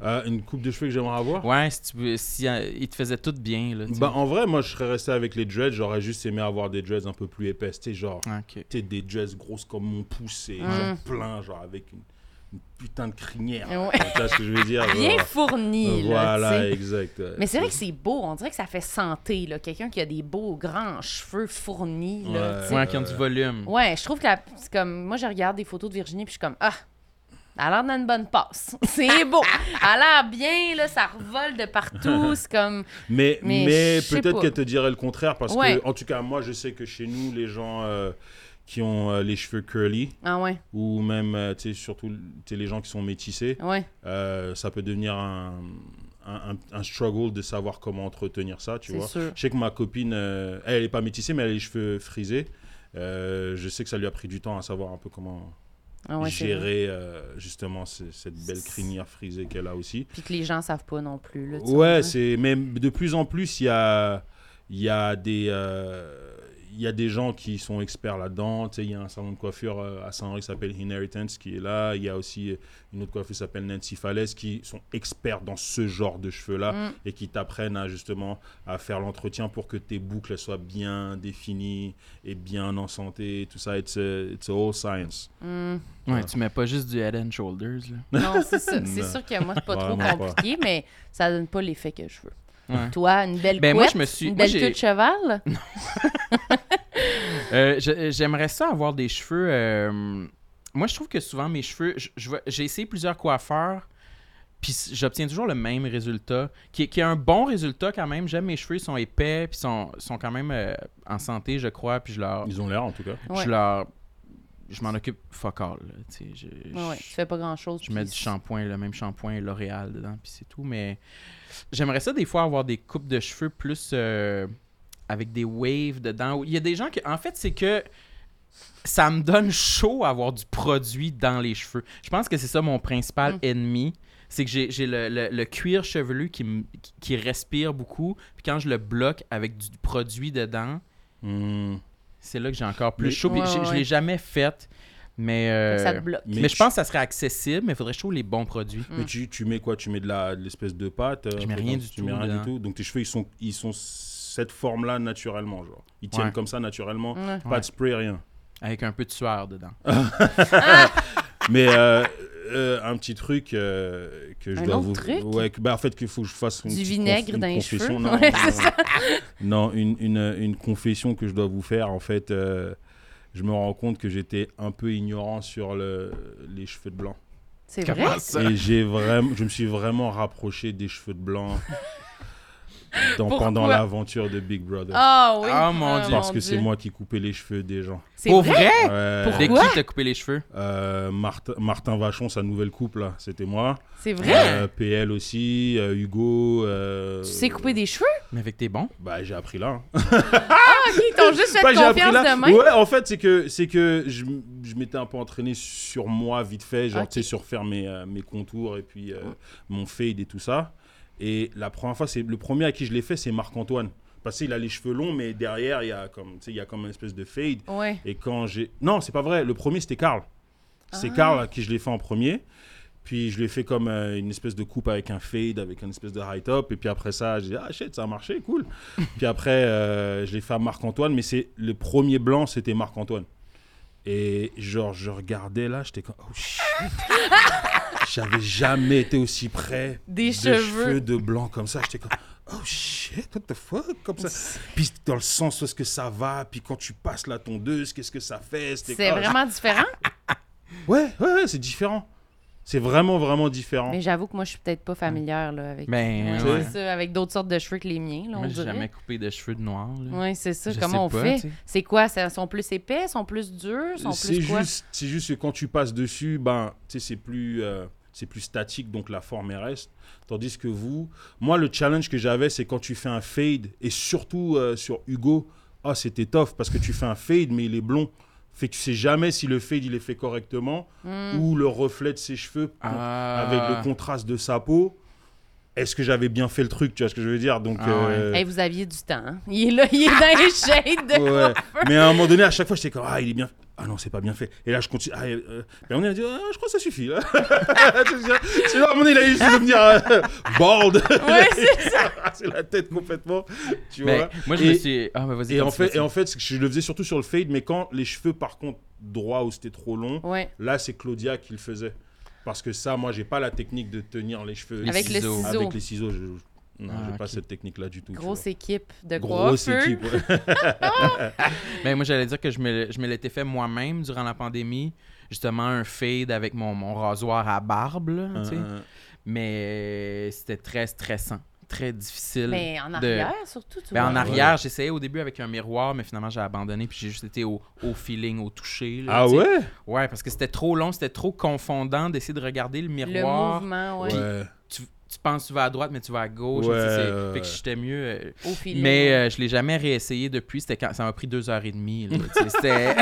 Speaker 4: euh, une coupe de cheveux que j'aimerais avoir
Speaker 2: Ouais, si tu veux- si euh, ils te faisaient tout bien, là. tu sais.
Speaker 4: Bah, en vrai, moi, je serais resté avec les dreads. J'aurais juste aimé avoir des dreads un peu plus épaisses. Tu sais, genre,
Speaker 2: Ah, Ok.
Speaker 4: tu sais, des dreads grosses comme mon pouce et
Speaker 3: Mm.
Speaker 4: genre plein, genre avec une, une putain de crinière.
Speaker 3: Ouais.
Speaker 4: Tu vois ce que je veux dire
Speaker 3: Bien
Speaker 4: genre.
Speaker 3: fourni, là,
Speaker 4: Ah. Voilà,
Speaker 3: tu sais.
Speaker 4: exact. ouais.
Speaker 3: Mais c'est vrai que c'est beau, on dirait que ça fait santé, là. Quelqu'un qui a des beaux, grands cheveux fournis, là,
Speaker 4: Ouais.
Speaker 3: tu sais.
Speaker 2: Ouais, qui ont
Speaker 4: Euh,
Speaker 2: du volume.
Speaker 3: Ouais, je trouve que la- c'est comme... Moi, je regarde des photos de Virginie, puis je suis comme... Ah! Elle a l'air d'une bonne passe. *laughs* C'est beau. Elle a l'air bien, là, ça revole de
Speaker 4: *laughs*
Speaker 3: partout. C'est comme...
Speaker 4: Mais,
Speaker 3: Mais
Speaker 4: mais,
Speaker 3: je sais
Speaker 4: peut-être
Speaker 3: pas.
Speaker 4: qu'elle te dirait le contraire parce
Speaker 3: Ouais.
Speaker 4: que, en tout cas, moi, je sais que chez nous, les gens euh, qui ont euh, les cheveux curly
Speaker 3: Ah ouais,
Speaker 4: ou même, euh, tu sais, surtout tu sais, les gens qui sont métissés,
Speaker 3: ouais.
Speaker 4: Euh, ça peut devenir un, un, un- un struggle de savoir comment entretenir ça, tu
Speaker 3: C'est
Speaker 4: vois.
Speaker 3: sûr.
Speaker 4: Je sais que ma copine, euh, elle n'est pas métissée, mais elle a les cheveux frisés. Euh, je sais que ça lui a pris du temps à savoir un peu comment
Speaker 3: Ah ouais, c'est vrai.
Speaker 4: gérer euh, justement ce- cette belle crinière frisée qu'elle a aussi.
Speaker 3: Puis que les gens savent pas non plus, là. tu
Speaker 4: Ouais,
Speaker 3: vois.
Speaker 4: c'est mais de plus en plus il y a il y a des euh, il y a des gens qui sont experts là-dedans. Tu sais, il y a un salon de coiffure euh, à Saint-Henri qui s'appelle Inheritance qui est là. Il y a aussi euh, une autre coiffure qui s'appelle Nancy Falaise qui sont experts dans ce genre de cheveux-là
Speaker 3: Mm.
Speaker 4: et qui t'apprennent à justement à faire l'entretien pour que tes boucles elles soient bien définies et bien en santé. Tout ça, it's, a- it's a all science.
Speaker 3: Hmm.
Speaker 2: Ouais, tu mets pas juste du head and shoulders, là.
Speaker 3: Non, c'est ça. C'est
Speaker 4: Non.
Speaker 3: sûr que moi, c'est pas trop
Speaker 4: Vraiment pas.
Speaker 3: compliqué, mais ça donne pas l'effet que je veux.
Speaker 2: Ouais.
Speaker 3: Toi, une belle
Speaker 2: Ben, moi,
Speaker 3: couette,
Speaker 2: je me suis-
Speaker 3: une
Speaker 2: moi,
Speaker 3: belle
Speaker 2: j'ai-
Speaker 3: queue
Speaker 2: *laughs*
Speaker 3: de cheval.
Speaker 2: Euh, je- J'aimerais ça avoir des cheveux. euh, moi, je trouve que souvent, mes cheveux, je- je vais- j'ai essayé plusieurs coiffeurs, puis s- j'obtiens toujours le même résultat, qui est, qui est un bon résultat quand même. J'aime mes cheveux, ils sont épais, puis sont, sont quand même euh, en santé, je crois, puis je leur...
Speaker 4: Ils ont l'air, en tout cas.
Speaker 3: Ouais.
Speaker 2: Je leur... Je m'en occupe fuck all, là, tu sais, je,
Speaker 3: Ouais, ouais,
Speaker 2: je-
Speaker 3: tu fais pas grand-chose.
Speaker 2: je mets
Speaker 3: puis
Speaker 2: du shampoing, le même shampoing L'Oréal dedans, puis c'est tout. Mais j'aimerais ça des fois avoir des coupes de cheveux plus euh, avec des waves dedans. Il y a des gens qui, en fait, c'est que ça me donne chaud à avoir du produit dans les cheveux. Je pense que c'est ça mon principal
Speaker 3: Mm.
Speaker 2: ennemi. C'est que j'ai j'ai le, le- le cuir chevelu qui, me- qui- qui respire beaucoup. Puis quand je le bloque avec du produit dedans,
Speaker 4: Hmm.
Speaker 2: c'est là que j'ai encore plus
Speaker 4: Mais-
Speaker 2: chaud. Puis
Speaker 3: Ouais,
Speaker 2: je-
Speaker 3: ouais,
Speaker 2: je
Speaker 3: ouais.
Speaker 2: l'ai jamais fait. Mais,
Speaker 3: Fait que Ça te
Speaker 2: euh,
Speaker 3: bloque.
Speaker 2: mais,
Speaker 4: Mais
Speaker 2: je
Speaker 4: tu-
Speaker 2: pense que ça serait accessible, mais il faudrait trouver les bons produits.
Speaker 3: Mm.
Speaker 4: Mais tu, tu mets quoi Tu mets de la- de l'espèce de pâte euh,
Speaker 2: Je mets
Speaker 4: après,
Speaker 2: rien
Speaker 4: donc,
Speaker 2: du
Speaker 4: tu
Speaker 2: tout
Speaker 4: mets rien
Speaker 2: dedans.
Speaker 4: du tout. Donc tes cheveux, ils sont, ils sont cette forme-là naturellement. genre. Ils tiennent
Speaker 2: Ouais. Mm.
Speaker 4: comme ça naturellement.
Speaker 3: Ouais.
Speaker 4: Pas de spray, rien.
Speaker 2: Avec un peu de sueur dedans.
Speaker 4: Mais euh, euh, un petit truc euh, que je
Speaker 3: Un
Speaker 4: dois
Speaker 3: autre
Speaker 4: vous.
Speaker 3: truc
Speaker 4: ouais, que- bah, en fait, qu'il faut que je fasse une
Speaker 3: Du
Speaker 4: petite
Speaker 3: vinaigre
Speaker 4: une
Speaker 3: dans les
Speaker 4: confession.
Speaker 3: cheveux.
Speaker 4: Non,
Speaker 3: *laughs* Ouais,
Speaker 4: non, non, une, une- une confession que je dois vous faire. En fait, euh, je me rends compte que j'étais un peu ignorant sur le, les cheveux de blanc.
Speaker 3: C'est vrai?
Speaker 2: ça?
Speaker 4: Et j'ai vraiment, je me suis vraiment rapproché des cheveux de blanc dans- pendant
Speaker 3: Pourquoi
Speaker 4: l'aventure de Big Brother.
Speaker 3: Ah oui.
Speaker 2: Ah, mon Dieu.
Speaker 4: parce que c'est moi qui coupais les cheveux des gens.
Speaker 3: C'est
Speaker 2: Pour
Speaker 3: vrai?
Speaker 2: vrai?
Speaker 4: Ouais.
Speaker 2: De
Speaker 3: Eh, Pourquoi?
Speaker 2: qui t'as coupé les cheveux?
Speaker 4: Euh, Martin, Martin Vachon, sa nouvelle coupe là, c'était moi.
Speaker 3: C'est vrai?
Speaker 2: Hein
Speaker 4: Euh, PL aussi, euh, Hugo. euh,
Speaker 3: Tu sais couper des
Speaker 4: *laughs*
Speaker 3: cheveux?
Speaker 2: Mais avec tes bons?
Speaker 4: Bah j'ai appris là. hein.
Speaker 3: Ah, ok, ils t'ont juste fait
Speaker 4: Pas Ben, j'ai
Speaker 3: confiance
Speaker 4: appris là.
Speaker 3: demain.
Speaker 4: Ouais, en fait c'est que c'est que je, m- je m'étais un peu entraîné sur moi vite fait, genre
Speaker 3: Ok.
Speaker 4: tu sais sur faire mes, euh, mes contours et puis euh, mon fade et tout ça. Et la première fois, c'est le premier à qui je l'ai fait, c'est Marc Antoine. Parce qu'il a les cheveux longs, mais derrière il y a comme tu sais il y a comme une espèce de fade.
Speaker 3: Ouais.
Speaker 4: Et quand j'ai. Non, c'est pas vrai. Le premier, c'était Karl. C'est
Speaker 3: Ah.
Speaker 4: Karl à qui je l'ai fait en premier. Puis je l'ai fait comme euh, une espèce de coupe avec un fade, avec une espèce de high top. Et puis après ça, j'ai dit, ah shit, ça a marché,
Speaker 3: *laughs*
Speaker 4: cool. puis après, euh, je l'ai fait à Marc-Antoine, mais c'est le premier blanc, c'était Marc-Antoine. Et genre, je regardais là, j'étais comme, oh
Speaker 3: *laughs*
Speaker 4: shit. J'avais jamais été aussi près
Speaker 3: Des
Speaker 4: de
Speaker 3: cheveux.
Speaker 4: de blanc comme ça. J'étais comme, oh shit, what the fuck, comme *laughs* ça. Puis dans le sens où est-ce que ça va, puis quand tu passes la tondeuse, qu'est-ce que ça fait c'était-
Speaker 3: C'est
Speaker 4: ah,
Speaker 3: vraiment différent,
Speaker 4: je- Ouais, ouais, ouais, c'est différent. C'est vraiment, vraiment différent.
Speaker 3: mais j'avoue que moi, je suis peut-être pas familière là, avec,
Speaker 2: Ben,
Speaker 3: Ouais,
Speaker 2: ouais.
Speaker 3: c'est ça, avec d'autres sortes de cheveux que les miens, là, on
Speaker 2: Moi, j'ai
Speaker 3: dirait.
Speaker 2: jamais coupé de cheveux de noir. là.
Speaker 3: Oui, c'est ça.
Speaker 2: Je sais
Speaker 3: Comment on
Speaker 2: pas,
Speaker 3: fait?
Speaker 2: tu sais.
Speaker 3: C'est quoi? Ça- sont plus épais? Sont plus durs? Sont
Speaker 4: C'est
Speaker 3: plus quoi?
Speaker 4: juste, c'est juste que quand tu passes dessus, ben, tu sais, c'est plus, euh, c'est plus statique, donc la forme elle reste. Tandis que vous, moi, le challenge que j'avais, c'est quand tu fais un fade, et surtout euh, sur Hugo, ah, c'était tough parce que tu fais un fade, mais il est blond. Fait que tu sais jamais si le fade il est fait correctement
Speaker 3: Hmm.
Speaker 4: ou le reflet de ses cheveux
Speaker 2: Ah.
Speaker 4: avec le contraste de sa peau. Est-ce que j'avais bien fait le truc, tu vois ce que je veux dire Donc,
Speaker 2: Ah ouais.
Speaker 4: euh,
Speaker 3: Hey, vous aviez du temps. hein. Il est là, il est dans les shades de
Speaker 4: Ouais.
Speaker 3: coiffeur.
Speaker 4: Mais à un moment donné, à chaque fois, j'étais comme ah il est bien. Ah non, c'est pas bien fait. Et là, je continue. Ah, euh, et on a dit ah, je crois que ça suffit. Là. *laughs* c'est là, à un moment donné, il a juste de me dire euh, bald.
Speaker 3: *laughs* Ouais, c'est ça.
Speaker 4: *laughs* c'est la tête complètement. Tu
Speaker 2: Ben,
Speaker 4: vois.
Speaker 2: moi, je me
Speaker 4: Et-
Speaker 2: suis. Ah, ben, vas-y.
Speaker 4: Et en,
Speaker 2: continue,
Speaker 4: fait, et
Speaker 2: continue.
Speaker 4: en fait, c'est que je le faisais surtout sur le fade, mais quand les cheveux, par contre, droits ou c'était trop long,
Speaker 3: Ouais.
Speaker 4: là, c'est Claudia qui le faisait. Parce que ça, moi, j'ai pas la technique de tenir les cheveux
Speaker 2: Les
Speaker 3: Avec
Speaker 4: ici.
Speaker 3: le
Speaker 2: ciseaux.
Speaker 3: ciseau.
Speaker 4: Avec les ciseaux. Je... Non,
Speaker 2: Ah,
Speaker 4: j'ai pas
Speaker 2: ok.
Speaker 4: cette technique-là du tout. tu
Speaker 3: Grosse
Speaker 4: vois.
Speaker 3: équipe Hein, de
Speaker 4: Grosse
Speaker 3: coiffeurs.
Speaker 4: équipe. ouais.
Speaker 2: Ben, moi, j'allais dire que je me, je me l'étais fait moi-même durant la pandémie. Justement, un fade avec mon, mon rasoir à barbe, là, tu sais.
Speaker 4: Euh,
Speaker 2: Mais c'était très stressant, très difficile.
Speaker 3: Mais en
Speaker 2: de-
Speaker 3: arrière, surtout. tu
Speaker 2: Ben, en
Speaker 3: vois.
Speaker 2: arrière, j'essayais au début avec un miroir, mais finalement j'ai abandonné, puis j'ai juste été au, au feeling, au toucher. là,
Speaker 4: Ah
Speaker 2: tu sais.
Speaker 4: ouais
Speaker 2: Ouais, parce que c'était trop long, c'était trop confondant d'essayer de regarder le
Speaker 3: Le
Speaker 2: miroir.
Speaker 3: mouvement, ouais.
Speaker 4: Ouais.
Speaker 2: tu, tu penses que tu vas à droite, mais tu vas à gauche.
Speaker 4: Ouais,
Speaker 2: tu sais, c'est-
Speaker 4: ouais,
Speaker 2: fait que
Speaker 4: ouais.
Speaker 2: j'étais mieux. euh,
Speaker 3: Au filet.
Speaker 2: mais euh, je l'ai jamais réessayé depuis. C'était quand ça m'a pris deux heures et demie. là, tu sais,
Speaker 3: *laughs*
Speaker 2: c'était.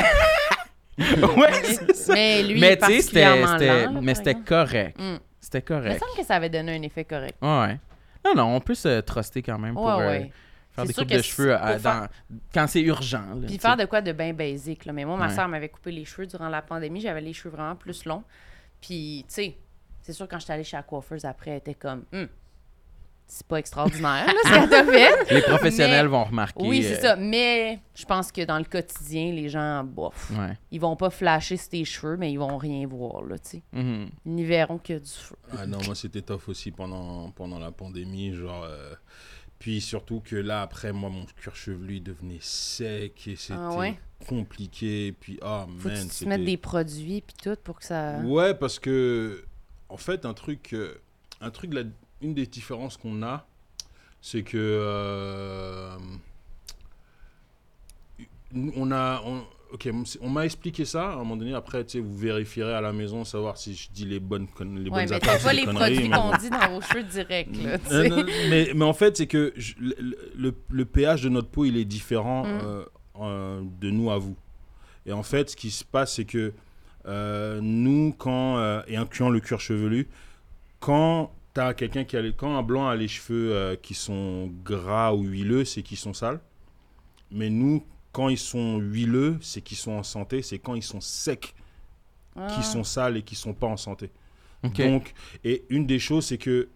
Speaker 2: ouais, c'est ça.
Speaker 3: mais lui,
Speaker 2: mais
Speaker 3: il
Speaker 2: tu sais,
Speaker 3: est
Speaker 2: c'était-
Speaker 3: particulièrement
Speaker 2: c'était.
Speaker 3: lent, là,
Speaker 2: Mais
Speaker 3: par
Speaker 2: c'était
Speaker 3: exemple.
Speaker 2: correct.
Speaker 3: Mm.
Speaker 2: C'était
Speaker 3: Il me
Speaker 2: correct.
Speaker 3: semble que ça avait donné un effet correct.
Speaker 2: Ouais, ouais. Non, non, on peut se truster quand même
Speaker 3: Ouais,
Speaker 2: pour euh,
Speaker 3: ouais.
Speaker 2: faire
Speaker 3: C'est
Speaker 2: des
Speaker 3: sûr
Speaker 2: coupes
Speaker 3: que
Speaker 2: de
Speaker 3: si-
Speaker 2: cheveux
Speaker 3: pour
Speaker 2: euh, dans- quand c'est urgent. là, tu
Speaker 3: Puis
Speaker 2: sais.
Speaker 3: faire de quoi de bien basique. Là. Mais moi, ma
Speaker 2: Ouais.
Speaker 3: soeur m'avait coupé les cheveux durant la pandémie. J'avais les cheveux vraiment plus longs. Puis, tu sais, c'est sûr, quand j'étais allée chez la coiffeuse après, elle était comme, Hum, c'est pas extraordinaire, là, ce qu'elle t'a
Speaker 4: *laughs*
Speaker 3: fait.
Speaker 2: Les professionnels
Speaker 3: Mais-
Speaker 2: vont remarquer.
Speaker 3: Oui, c'est
Speaker 2: euh,
Speaker 3: ça. Mais je pense que dans le quotidien, les gens, bof,
Speaker 2: euh, Ouais.
Speaker 3: ils vont pas flasher sur tes cheveux, mais ils vont rien voir, là, tu sais.
Speaker 2: Mhm.
Speaker 3: Ils n'y verront que du feu.
Speaker 4: Ah non, moi c'était tough aussi pendant, pendant la pandémie. Genre, euh, Puis surtout que là, après, moi, mon cuir chevelu il devenait sec et c'était
Speaker 3: Ah ouais?
Speaker 4: compliqué. Puis, ah,
Speaker 3: Faut que
Speaker 4: man,
Speaker 3: tu te mettes
Speaker 4: c'était-
Speaker 3: des produits puis tout pour que ça.
Speaker 4: Ouais, parce que en fait, un truc, euh, un truc, la- une des différences qu'on a, c'est que euh, nous, on a, on, ok, on m'a expliqué ça à un moment donné. Après, tu sais, vous vérifierez à la maison savoir si je dis les bonnes, con- les
Speaker 3: Ouais,
Speaker 4: bonnes
Speaker 3: mais
Speaker 4: attaques
Speaker 3: t'as
Speaker 4: ou
Speaker 3: pas
Speaker 4: des
Speaker 3: les
Speaker 4: conneries,
Speaker 3: produits
Speaker 4: mais
Speaker 3: qu'on
Speaker 4: bon.
Speaker 3: dit dans vos cheveux direct, *laughs* là. tu sais.
Speaker 4: Non, non, mais, mais en fait, c'est que je- le, le- le pH de notre peau, il est différent
Speaker 3: Mm.
Speaker 4: euh, euh, de nous à vous. Et en fait, ce qui se passe, c'est que euh, nous, quand, euh, et incluant le cuir chevelu, quand t'as quelqu'un qui a les- quand un blanc a les cheveux euh, qui sont gras ou huileux, c'est qu'ils sont sales. Mais nous, quand ils sont huileux, c'est qu'ils sont en santé. C'est quand ils sont secs
Speaker 3: Ah.
Speaker 4: qui sont sales et qui sont pas en santé.
Speaker 2: Ok.
Speaker 4: Donc, et une des choses, c'est que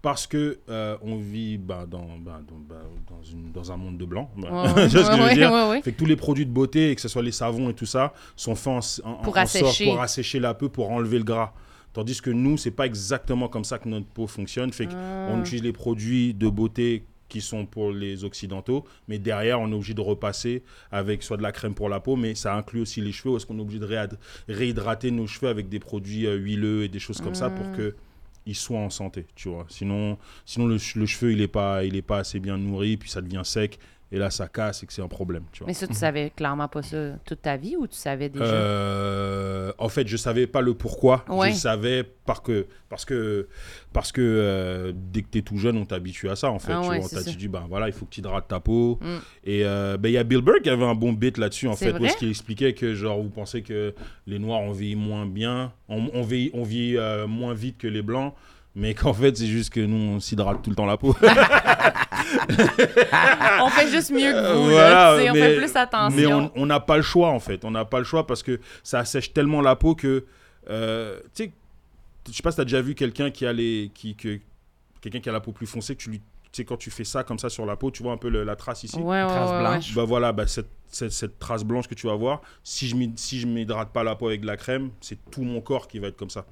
Speaker 4: parce que euh, on vit bah, dans, bah, dans, bah, dans une- dans un monde de blanc, bah,
Speaker 3: Ouais,
Speaker 4: *laughs* tu vois ce que je veux
Speaker 3: ouais,
Speaker 4: dire
Speaker 3: ouais, ouais.
Speaker 4: fait que tous les produits de beauté, et que ce soit les savons et tout ça, sont faits en, en-
Speaker 3: Pour
Speaker 4: en sorte
Speaker 3: assécher.
Speaker 4: pour assécher la peau, pour enlever le gras. Tandis que nous, c'est pas exactement comme ça que notre peau fonctionne. Fait
Speaker 3: Ah. Euh.
Speaker 4: qu'on utilise les produits de beauté qui sont pour les occidentaux, mais derrière, on est obligé de repasser avec soit de la crème pour la peau, mais ça inclut aussi les cheveux. Est-ce qu'on est obligé de réhad- réhydrater nos cheveux avec des produits euh, huileux et des choses comme ça pour que ils soient en santé, tu vois. Sinon, sinon le, che- le cheveu, il est pas, il est pas assez bien nourri, puis ça devient sec, et là, ça casse et que c'est un problème, tu vois.
Speaker 3: Mais ça, tu savais clairement pas ça toute ta vie ou tu savais déjà?
Speaker 4: Euh, en fait, je savais pas le pourquoi.
Speaker 3: Ouais.
Speaker 4: Je savais par que, parce que, parce que euh, dès que tu es tout jeune, on t'habitue à ça. En fait,
Speaker 3: Ah
Speaker 4: tu
Speaker 3: ouais,
Speaker 4: vois, on
Speaker 3: c'est
Speaker 4: t'a
Speaker 3: ça.
Speaker 4: dit, ben voilà, il faut que tu hydrates ta peau.
Speaker 3: Mm.
Speaker 4: Et euh, ben, il y a Bill Burr qui avait un bon bit là-dessus, en
Speaker 3: C'est
Speaker 4: fait,
Speaker 3: vrai
Speaker 4: où ce qui expliquait que, genre, vous pensez que les Noirs, on vieillit moins bien, on, on vieillit, on vieillit, euh, moins vite que les Blancs. Mais *laughs* qu'en fait, c'est juste que nous, on s'hydrate tout le temps la peau.
Speaker 3: On fait juste mieux que vous, là,
Speaker 4: Voilà,
Speaker 3: tu sais, on
Speaker 4: mais-
Speaker 3: fait plus
Speaker 4: Mais
Speaker 3: attention.
Speaker 4: on on n'a pas le choix, en fait. On n'a pas le choix parce que ça sèche tellement la peau que. euh, tu sais, je sais pas si tu as déjà vu quelqu'un qui a les. Qui, que, quelqu'un qui a la peau plus foncée, que tu lui. Tu sais, quand tu fais ça comme ça sur la peau, tu vois un peu le- la trace ici.
Speaker 3: Ouais, ouais,
Speaker 2: trace
Speaker 3: ouais,
Speaker 2: blanche.
Speaker 4: Bah voilà, bah cette, cette, cette trace blanche que tu vas voir, si je m'hy- si je m'hydrate pas la peau avec de la crème, c'est tout mon corps qui va être comme ça.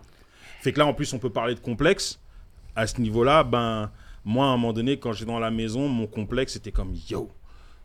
Speaker 4: Fait que là, en plus, on peut parler de complexe. À ce niveau-là, ben, moi, à un moment donné, quand j'étais dans la maison, mon complexe était comme yo.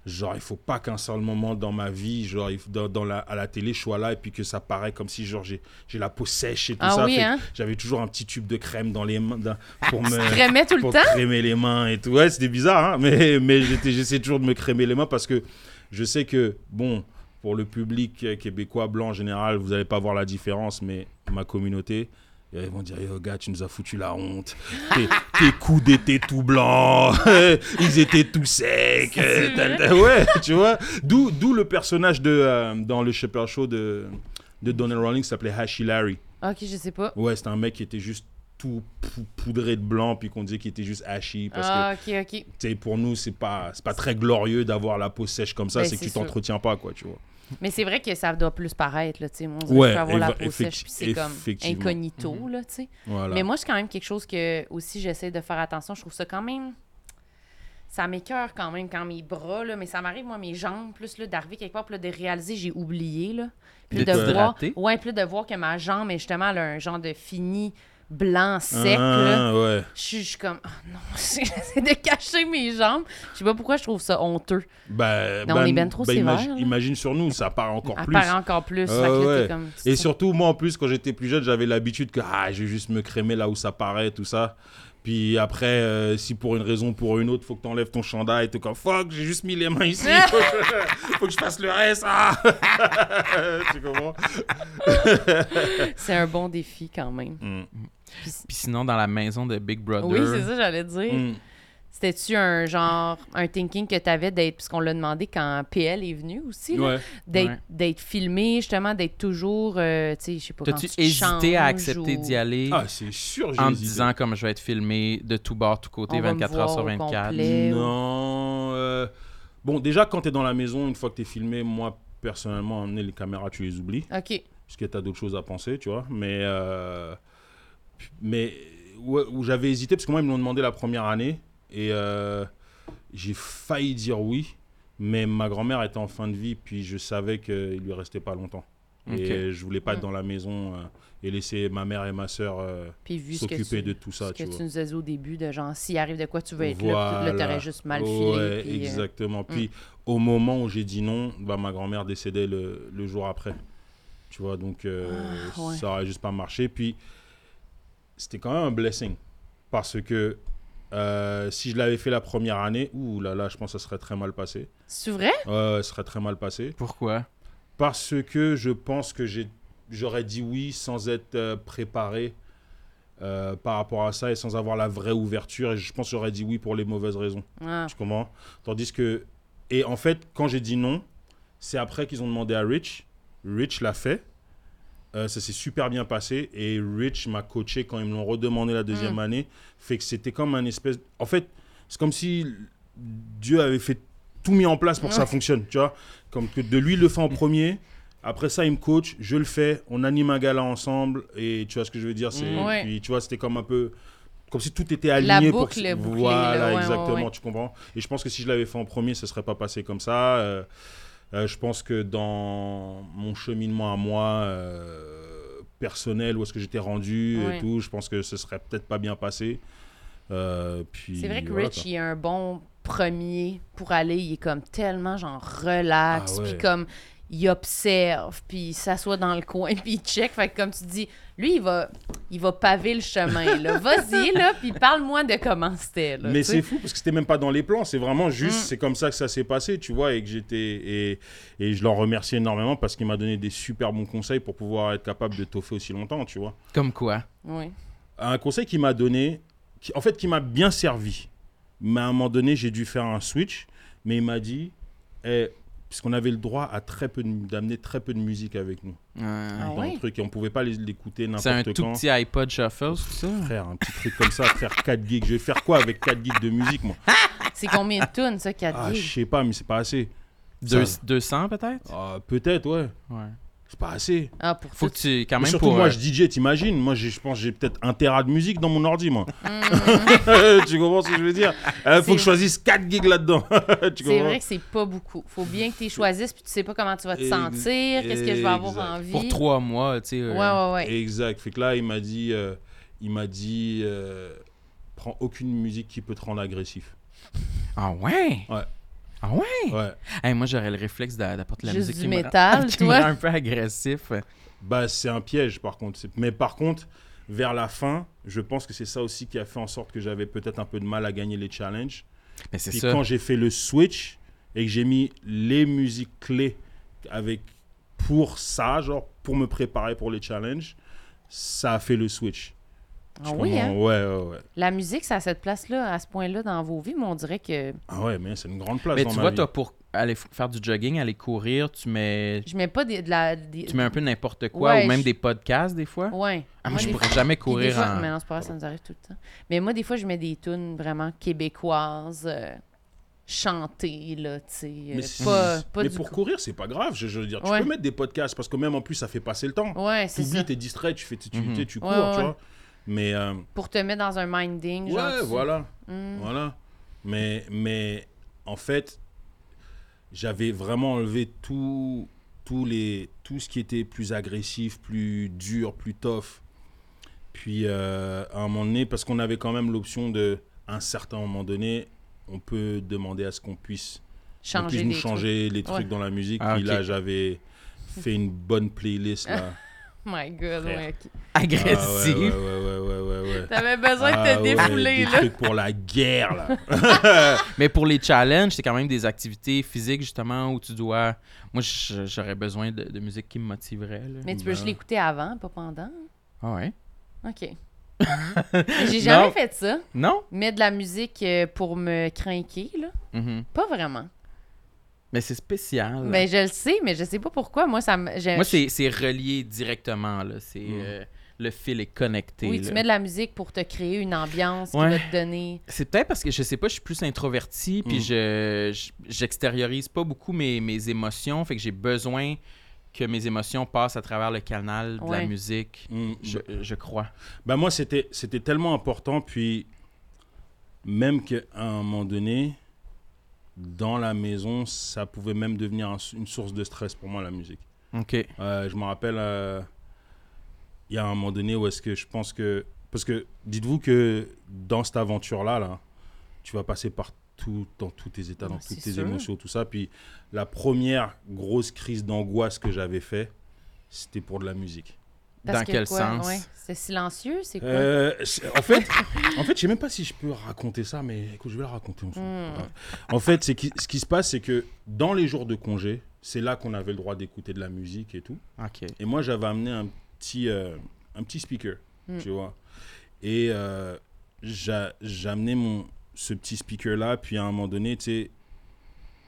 Speaker 4: Genre, il faut pas qu'un seul moment dans ma vie, genre, il faut- dans, dans la, à la télé, je sois là et puis que ça paraît comme si, genre, j'ai j'ai la peau sèche et tout
Speaker 3: Ah
Speaker 4: ça.
Speaker 3: oui,
Speaker 4: Fait que
Speaker 3: hein?
Speaker 4: J'avais toujours un petit tube de crème dans les mains d'un-
Speaker 3: *laughs*
Speaker 4: pour
Speaker 3: Tu
Speaker 4: me
Speaker 3: te crémais tout le
Speaker 4: pour
Speaker 3: temps?
Speaker 4: crémer les mains et tout. Ouais, c'était bizarre, hein, mais, mais j'étais- j'essaie toujours de me crémer les mains parce que je sais que, bon, pour le public euh, québécois blanc en général, vous n'allez pas voir la différence, mais ma communauté, euh, ils vont dire, Yo, gars, tu nous as foutu
Speaker 3: *laughs*
Speaker 4: la honte. Tes, tes coudes étaient tout blancs, *laughs* ils étaient tout secs.
Speaker 3: C'est
Speaker 4: Euh, t'as- ouais, tu vois. D'où d'où le personnage de, euh, dans le Shepherd Show de, de Donald Rawlings s'appelait Hashi Larry.
Speaker 3: Ok, je sais pas.
Speaker 4: Ouais, c'était un mec qui était juste tout pou- poudré de blanc, puis qu'on disait qu'il était juste hachi. Parce
Speaker 3: Ah, ok, ok.
Speaker 4: que t'sais, pour nous, c'est pas, c'est pas très glorieux d'avoir la peau sèche comme ça,
Speaker 3: Ben,
Speaker 4: c'est que
Speaker 3: c'est
Speaker 4: tu
Speaker 3: sûr.
Speaker 4: t'entretiens pas, quoi, tu vois.
Speaker 3: Mais c'est vrai que ça doit plus paraître, là, tu sais. On dirait
Speaker 4: Ouais,
Speaker 3: que je peux avoir la
Speaker 4: effe-
Speaker 3: peau sèche, puis c'est comme
Speaker 4: effectivement. Mhm.
Speaker 3: incognito, là, tu sais.
Speaker 4: Voilà.
Speaker 3: Mais moi, c'est quand même quelque chose que aussi j'essaie de faire attention. Je trouve ça quand même. Ça m'écœure quand même quand mes bras, là, mais ça m'arrive, moi, mes jambes, plus là, d'arriver quelque part, puis là, de réaliser j'ai oublié. Là, plus
Speaker 2: D'être
Speaker 3: de voir,
Speaker 2: hydraté.
Speaker 3: ouais, plus de voir que ma jambe est justement elle a un genre de fini blanc sec. là.
Speaker 4: Ah, ouais.
Speaker 3: Je suis- je suis comme, oh non, *laughs* j'essaie de cacher mes jambes. Je sais pas pourquoi je trouve ça honteux.
Speaker 4: Bah,
Speaker 3: Non, on est ben trop sévère,
Speaker 4: imagine,
Speaker 3: là.
Speaker 4: imagine sur nous, ça part encore plus.
Speaker 3: Apparaît encore plus. Fait que
Speaker 4: Ah
Speaker 3: là, t'es
Speaker 4: ouais.
Speaker 3: comme,
Speaker 4: Et surtout, moi, en plus, quand j'étais plus jeune, j'avais l'habitude que ah, je vais juste me crémer là où ça paraît, tout ça. Puis après, euh, si pour une raison ou pour une autre, faut que t'enlèves ton chandail, t'es comme fuck, j'ai juste mis les
Speaker 3: *laughs*
Speaker 4: mains ici, faut que je, faut que je fasse le reste. ah. *laughs* tu comprends
Speaker 3: c'est un bon défi quand même.
Speaker 4: Mm.
Speaker 2: Puis sinon, dans la maison de Big Brother.
Speaker 3: Oui, c'est ça, j'allais dire.
Speaker 4: Mm.
Speaker 3: C'était-tu un genre, un thinking que tu avais d'être, puisqu'on l'a demandé quand PL est venu aussi, là,
Speaker 4: Ouais.
Speaker 3: d'être,
Speaker 2: Ouais.
Speaker 3: d'être filmé, justement, d'être toujours, euh, tu sais, je sais pas quand
Speaker 2: T'as-tu
Speaker 3: tu
Speaker 2: hésité à
Speaker 3: changes
Speaker 2: accepter
Speaker 3: ou-
Speaker 2: d'y aller
Speaker 4: Ah, c'est sûr, j'ai
Speaker 2: en te
Speaker 4: hésité.
Speaker 2: disant comme je vais être filmé de tout bord, tout côté,
Speaker 3: On va me
Speaker 2: 24 heures
Speaker 3: voir
Speaker 2: sur
Speaker 3: au
Speaker 2: 24?
Speaker 3: complet. Play ou-
Speaker 4: Non. euh, Bon, déjà, quand t'es dans la maison, une fois que t'es filmé, moi, personnellement, emmener les caméras, tu les oublies.
Speaker 3: OK.
Speaker 4: parce que tu as d'autres choses à penser, tu vois. Mais, euh, mais ouais, où j'avais hésité, parce que moi, ils me l'ont demandé la première année, et euh, j'ai failli dire oui, mais ma grand-mère était en fin de vie, puis je savais qu'il lui restait pas longtemps. Et je voulais pas être
Speaker 3: Mm.
Speaker 4: dans la maison euh, et laisser ma mère et ma soeur
Speaker 3: Puis vu ce que,
Speaker 4: s'occuper
Speaker 3: tu,
Speaker 4: de tout ça,
Speaker 3: ce que
Speaker 4: tu vois.
Speaker 3: tu nous as dit au début, de genre, s'il arrive de quoi, tu veux être là, puis là,
Speaker 4: Voilà.
Speaker 3: t'aurais juste mal filé.
Speaker 4: Ouais,
Speaker 3: puis, euh, hmm.
Speaker 4: exactement. Puis au moment où j'ai dit non, bah, ma grand-mère décédait le, le jour après. Tu vois, donc euh,
Speaker 3: Ah, ouais.
Speaker 4: ça aurait juste pas marché. Puis c'était quand même un blessing. Parce que euh, si je l'avais fait la première année, ouh là là, je pense que ça serait très mal passé.
Speaker 3: C'est vrai?
Speaker 4: Euh, ça serait très mal passé.
Speaker 2: Pourquoi
Speaker 4: Parce que je pense que j'ai- j'aurais dit oui sans être euh, préparé euh, par rapport à ça et sans avoir la vraie ouverture. Et je pense que j'aurais dit oui pour les mauvaises raisons.
Speaker 3: Ah.
Speaker 4: Tu comprends Tandis que. Et en fait, quand j'ai dit non, c'est après qu'ils ont demandé à Rich. Rich l'a fait. Euh, ça s'est super bien passé. Et Rich m'a coaché quand ils me l'ont redemandé la deuxième année. Fait que c'était comme un espèce. En fait, c'est comme si Dieu avait fait tout mis en place pour que ça fonctionne. Tu vois Comme que de lui, il le fait en premier. Après ça, il me coach, je le fais, on anime un gala ensemble, et tu vois ce que je veux dire, c'est,
Speaker 2: Mm.
Speaker 3: Ouais.
Speaker 4: puis, tu vois, c'était comme un peu, comme si tout était aligné pour que-
Speaker 3: boucle est bouclée,
Speaker 4: voilà,
Speaker 3: là, ouais,
Speaker 4: exactement,
Speaker 3: ouais, ouais.
Speaker 4: tu comprends. Et je pense que si je l'avais fait en premier, ça serait pas passé comme ça. Euh, euh, je pense que dans mon cheminement à moi euh, personnel, où est-ce que j'étais rendu
Speaker 3: Ouais.
Speaker 4: et tout, je pense que ce serait peut-être pas bien passé. Euh, puis
Speaker 3: C'est vrai que
Speaker 4: voilà,
Speaker 3: Rich, il est un bon premier pour aller. Il est comme tellement genre relax,
Speaker 4: Ah ouais.
Speaker 3: puis comme il observe, puis il s'assoit dans le coin, *laughs* puis il check. Fait que comme tu dis, lui, il va, il va paver le chemin.
Speaker 4: *laughs*
Speaker 3: là. Vas-y, là, puis parle-moi de comment c'était. là,
Speaker 4: Mais
Speaker 3: tu sais.
Speaker 4: c'est fou parce que c'était même pas dans les plans, c'est vraiment juste,
Speaker 3: Mm.
Speaker 4: c'est comme ça que ça s'est passé, tu vois, et que j'étais. Et, et je l'en remercie énormément parce qu'il m'a donné des super bons conseils pour pouvoir être capable de toffer aussi longtemps, tu vois.
Speaker 2: Comme quoi
Speaker 3: Oui.
Speaker 4: Un conseil qu'il m'a donné, qui, en fait, qui m'a bien servi. Mais à un moment donné, j'ai dû faire un switch, mais il m'a dit, eh, puisqu'on avait le droit à très peu de- d'amener très peu de musique avec nous
Speaker 2: Euh,
Speaker 3: Ah
Speaker 4: dans
Speaker 3: ouais?
Speaker 4: le truc, et on pouvait pas les- l'écouter
Speaker 2: C'est un
Speaker 4: n'importe quand.
Speaker 2: tout petit iPod Shuffle, c'est ça
Speaker 4: Frère, un petit truc comme ça, faire 4 gigs. Je vais faire quoi avec 4 gigs de musique, moi
Speaker 3: C'est combien de tunes, ça, qu'elle
Speaker 4: Ah,
Speaker 3: dit?
Speaker 4: je sais pas, mais c'est pas assez.
Speaker 2: Deux-
Speaker 4: Ça-
Speaker 2: 200 peut-être
Speaker 4: Ah, Peut-être, ouais.
Speaker 2: Ouais.
Speaker 4: C'est pas assez.
Speaker 3: Ah, pour
Speaker 2: Faut
Speaker 3: tout.
Speaker 2: que tu quand
Speaker 4: Mais
Speaker 2: même
Speaker 4: surtout,
Speaker 2: pour
Speaker 4: moi,
Speaker 2: euh,
Speaker 4: je DJ, t'imagines Moi, j'ai- je pense que j'ai peut-être un téra de musique dans mon ordi, moi.
Speaker 3: Mm.
Speaker 4: *laughs* tu comprends ce que je veux dire Euh, Faut que je choisisse 4 gigs là-dedans. *laughs*
Speaker 3: C'est
Speaker 4: tu comprends
Speaker 3: vrai que c'est pas beaucoup. Faut bien que tu choisisses, puis tu sais pas comment tu vas te
Speaker 4: Ex-
Speaker 3: sentir, qu'est-ce que je vais avoir
Speaker 4: exact.
Speaker 3: envie.
Speaker 2: pour trois mois, tu sais. euh,
Speaker 3: Ouais, ouais, ouais.
Speaker 4: Exact. Fait que là, il m'a dit, euh, il m'a dit, euh, prends aucune musique qui peut te rendre agressif.
Speaker 2: Ah ouais
Speaker 4: Ouais.
Speaker 2: Ah ouais
Speaker 4: Ouais.
Speaker 2: Hey, Moi, j'aurais le réflexe d'a- d'apporter la
Speaker 3: Juste
Speaker 2: musique
Speaker 3: du
Speaker 2: qui me rend-
Speaker 3: métal,
Speaker 2: *laughs* qui me
Speaker 3: toi.
Speaker 2: rend un peu agressif.
Speaker 4: Bah, c'est un piège, par contre. C'est- Mais par contre, vers la fin, je pense que c'est ça aussi qui a fait en sorte que j'avais peut-être un peu de mal à gagner les challenges.
Speaker 2: Mais c'est
Speaker 4: Puis
Speaker 2: ça.
Speaker 4: quand j'ai fait le switch et que j'ai mis les musiques clés avec pour ça, genre pour me préparer pour les challenges, ça a fait le switch.
Speaker 3: Ah
Speaker 4: Tu
Speaker 3: oui,
Speaker 4: comprends?
Speaker 3: hein?
Speaker 4: Ouais, ouais, ouais.
Speaker 3: La musique, ça a cette place-là, à ce point-là, dans vos vies, mais on dirait que
Speaker 4: Ah ouais, mais c'est une grande place
Speaker 2: Mais
Speaker 4: dans
Speaker 2: tu
Speaker 4: ma
Speaker 2: vois,
Speaker 4: vie.
Speaker 2: toi, pour aller f- faire du jogging, aller courir, tu mets,
Speaker 3: je mets pas des- de la. des-
Speaker 2: tu mets un peu n'importe quoi,
Speaker 3: Ouais,
Speaker 2: ou même
Speaker 3: je-
Speaker 2: des podcasts des fois.
Speaker 3: Ouais.
Speaker 2: Ah, moi, je
Speaker 3: des
Speaker 2: pourrais
Speaker 3: fois-
Speaker 2: jamais
Speaker 3: puis des
Speaker 2: courir
Speaker 3: fois-
Speaker 2: en- *laughs*
Speaker 4: Ah,
Speaker 3: Mais non, c'est pas grave, ça nous arrive tout le temps. Mais moi, des fois, je mets des tunes vraiment québécoises, euh, chantées, là, tu sais. euh,
Speaker 4: Mais, c'est-
Speaker 3: pas, pas
Speaker 4: mais
Speaker 3: du
Speaker 4: pour
Speaker 3: coup-
Speaker 4: courir, c'est pas grave. Je, je veux dire, tu
Speaker 3: Ouais.
Speaker 4: peux mettre des podcasts parce que même en plus, ça fait passer le temps.
Speaker 3: Ouais, c'est ça.
Speaker 4: T'oublies, t'es distrait, tu fais, tu, tu-
Speaker 2: Mhm.
Speaker 4: tu sais, tu
Speaker 3: Ouais,
Speaker 4: cours,
Speaker 3: ouais,
Speaker 4: tu
Speaker 3: ouais.
Speaker 4: vois. Mais euh,
Speaker 3: Pour te mettre dans un minding, genre.
Speaker 4: ouais,
Speaker 3: tu-
Speaker 4: voilà,
Speaker 3: Hmm.
Speaker 4: voilà. Mais mais en fait, j'avais vraiment enlevé tout tous les tout ce qui était plus agressif, plus dur, plus tough. Puis euh, à un moment donné, parce qu'on avait quand même l'option de, à un certain moment donné, on peut demander à ce qu'on puisse en
Speaker 3: Changer
Speaker 4: plus, nous
Speaker 3: des
Speaker 4: changer les trucs
Speaker 3: Ouais.
Speaker 4: dans la musique.
Speaker 2: Ah,
Speaker 4: puis
Speaker 2: ok.
Speaker 4: là, j'avais fait une bonne playlist. Là.
Speaker 3: trucs. My God,
Speaker 4: Frère.
Speaker 3: ouais. ok.
Speaker 4: Ah, ouais, ouais,
Speaker 2: *laughs* Agressif.
Speaker 4: ouais, ouais, ouais, ouais, ouais.
Speaker 3: T'avais besoin de te
Speaker 4: Ah, ouais,
Speaker 3: défouler,
Speaker 4: des
Speaker 3: là.
Speaker 4: trucs pour la guerre, là.
Speaker 2: Mais pour les challenges, c'est quand même des activités physiques, justement, où tu dois. Moi, je- j'aurais besoin de, de musique qui me motiverait. là.
Speaker 3: Mais tu peux juste l'écouter avant, pas pendant.
Speaker 2: Ah ouais?
Speaker 3: OK.
Speaker 4: *laughs*
Speaker 3: J'ai jamais
Speaker 2: Non.
Speaker 3: fait ça.
Speaker 2: Non?
Speaker 3: Mettre de la musique euh, pour me craquer, là.
Speaker 2: Mhm.
Speaker 3: Pas vraiment.
Speaker 2: Mais c'est spécial.
Speaker 3: Mais euh, je le sais, mais je sais pas pourquoi. Moi, ça me. j'ai-
Speaker 2: Moi, c'est c'est relié directement. Là. C'est,
Speaker 4: Mm.
Speaker 2: euh, le fil est connecté.
Speaker 3: Oui, tu
Speaker 2: là.
Speaker 3: mets de la musique pour te créer une ambiance
Speaker 2: Ouais.
Speaker 3: qui va te donner.
Speaker 2: C'est peut-être parce que je sais pas, je suis plus introverti, puis
Speaker 4: Mm.
Speaker 2: je je- j'extériorise pas beaucoup mes, mes émotions, fait que j'ai besoin que mes émotions passent à travers le canal de la
Speaker 3: Ouais.
Speaker 2: musique.
Speaker 4: Mm.
Speaker 2: Je, je crois.
Speaker 4: Bah, moi, c'était c'était tellement important. Puis, même qu'à un moment donné, dans la maison, ça pouvait même devenir un- une source de stress pour moi, la musique.
Speaker 2: OK.
Speaker 4: Euh, je me rappelle, euh, il y a un moment donné où est-ce que je pense que. Parce que dites-vous que dans cette aventure-là, là, tu vas passer par tout, dans tous tes états, dans
Speaker 3: Ah,
Speaker 4: toutes
Speaker 3: c'est
Speaker 4: tes
Speaker 3: sûr.
Speaker 4: émotions, tout ça. Puis la première grosse crise d'angoisse que j'avais fait, c'était pour de la musique.
Speaker 3: Parce
Speaker 2: Dans
Speaker 3: que
Speaker 2: quel
Speaker 3: quoi,
Speaker 2: sens?
Speaker 3: ouais, C'est silencieux, c'est quoi?
Speaker 4: Euh, c'est- en fait, *laughs* en fait, je sais même pas si je peux raconter ça, mais écoute, je vais le raconter. on s'en
Speaker 3: Hmm.
Speaker 4: fout. En fait, c'est qui- ce qui se passe, c'est que dans les jours de congé, c'est là qu'on avait le droit d'écouter de la musique et tout.
Speaker 2: OK.
Speaker 4: Et moi, j'avais amené un petit, euh, un petit speaker,
Speaker 3: Mm.
Speaker 4: tu vois. Et euh, j'a- j'amenais mon, ce petit speaker-là, puis à un moment donné, tu sais,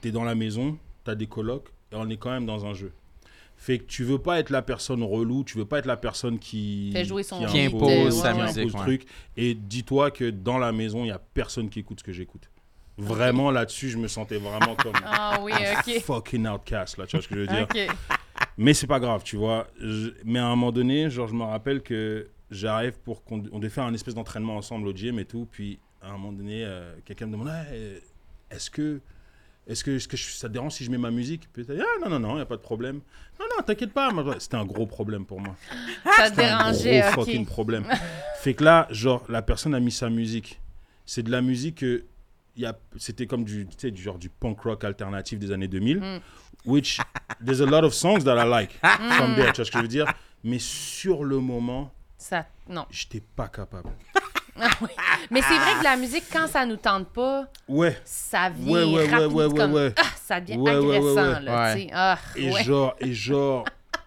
Speaker 4: t'es dans la maison, t'as des colocs, et on est quand même dans un jeu. Fait que tu veux pas être la personne relou, tu veux pas être la personne qui...
Speaker 3: Fait jouer son
Speaker 2: Qui
Speaker 3: rythme,
Speaker 2: impose
Speaker 3: ouais,
Speaker 2: sa
Speaker 3: ouais.
Speaker 4: qui
Speaker 2: musique,
Speaker 4: impose
Speaker 2: ouais.
Speaker 4: truc. Et dis-toi que dans la maison, il y a personne qui écoute ce que j'écoute. Vraiment, là-dessus, je me sentais
Speaker 3: *laughs*
Speaker 4: vraiment comme...
Speaker 3: Ah oui,
Speaker 4: un
Speaker 3: ok.
Speaker 4: Fucking outcast, là, tu vois ce que je veux dire.
Speaker 3: Ok.
Speaker 4: Mais c'est pas grave, tu vois. Je- Mais à un moment donné, genre, je me rappelle que j'arrive pour qu'on on devait faire un espèce d'entraînement ensemble au gym et tout. Puis à un moment donné, euh, quelqu'un me demande Ouais, euh, Est-ce que, est que, est que je- ça te dérange si je mets ma musique Puis t'as dit, Ah non, non, non, y a pas de problème. Non, non, t'inquiète pas. ma- C'était un gros problème pour moi.
Speaker 3: Ça te
Speaker 4: C'était un
Speaker 3: dérangeait,
Speaker 4: gros
Speaker 3: ok.
Speaker 4: fucking problème. *laughs* fait que là, genre, la personne a mis sa musique. C'est de la musique que. y a- C'était comme du, tu sais, du genre du punk rock alternatif des années 2000,
Speaker 3: Mm.
Speaker 4: which there's a lot of songs that I *laughs* like from there, tu vois ce que je veux dire. Mais sur le moment,
Speaker 3: Ça, non.
Speaker 4: j'étais pas capable.
Speaker 3: Ah oui. Mais c'est vrai que la musique, quand ça nous tente pas,
Speaker 4: Ouais.
Speaker 3: ça vient
Speaker 4: Ouais, ouais, ouais,
Speaker 3: rapide
Speaker 4: ouais, ouais,
Speaker 3: comme...
Speaker 4: ouais.
Speaker 3: Ah, ça devient
Speaker 4: Ouais, ouais, ouais,
Speaker 3: agressant,
Speaker 4: ouais.
Speaker 2: Ouais.
Speaker 3: là, tu sais. Ah, *laughs*
Speaker 4: Et
Speaker 3: ouais.
Speaker 4: genre, et genre,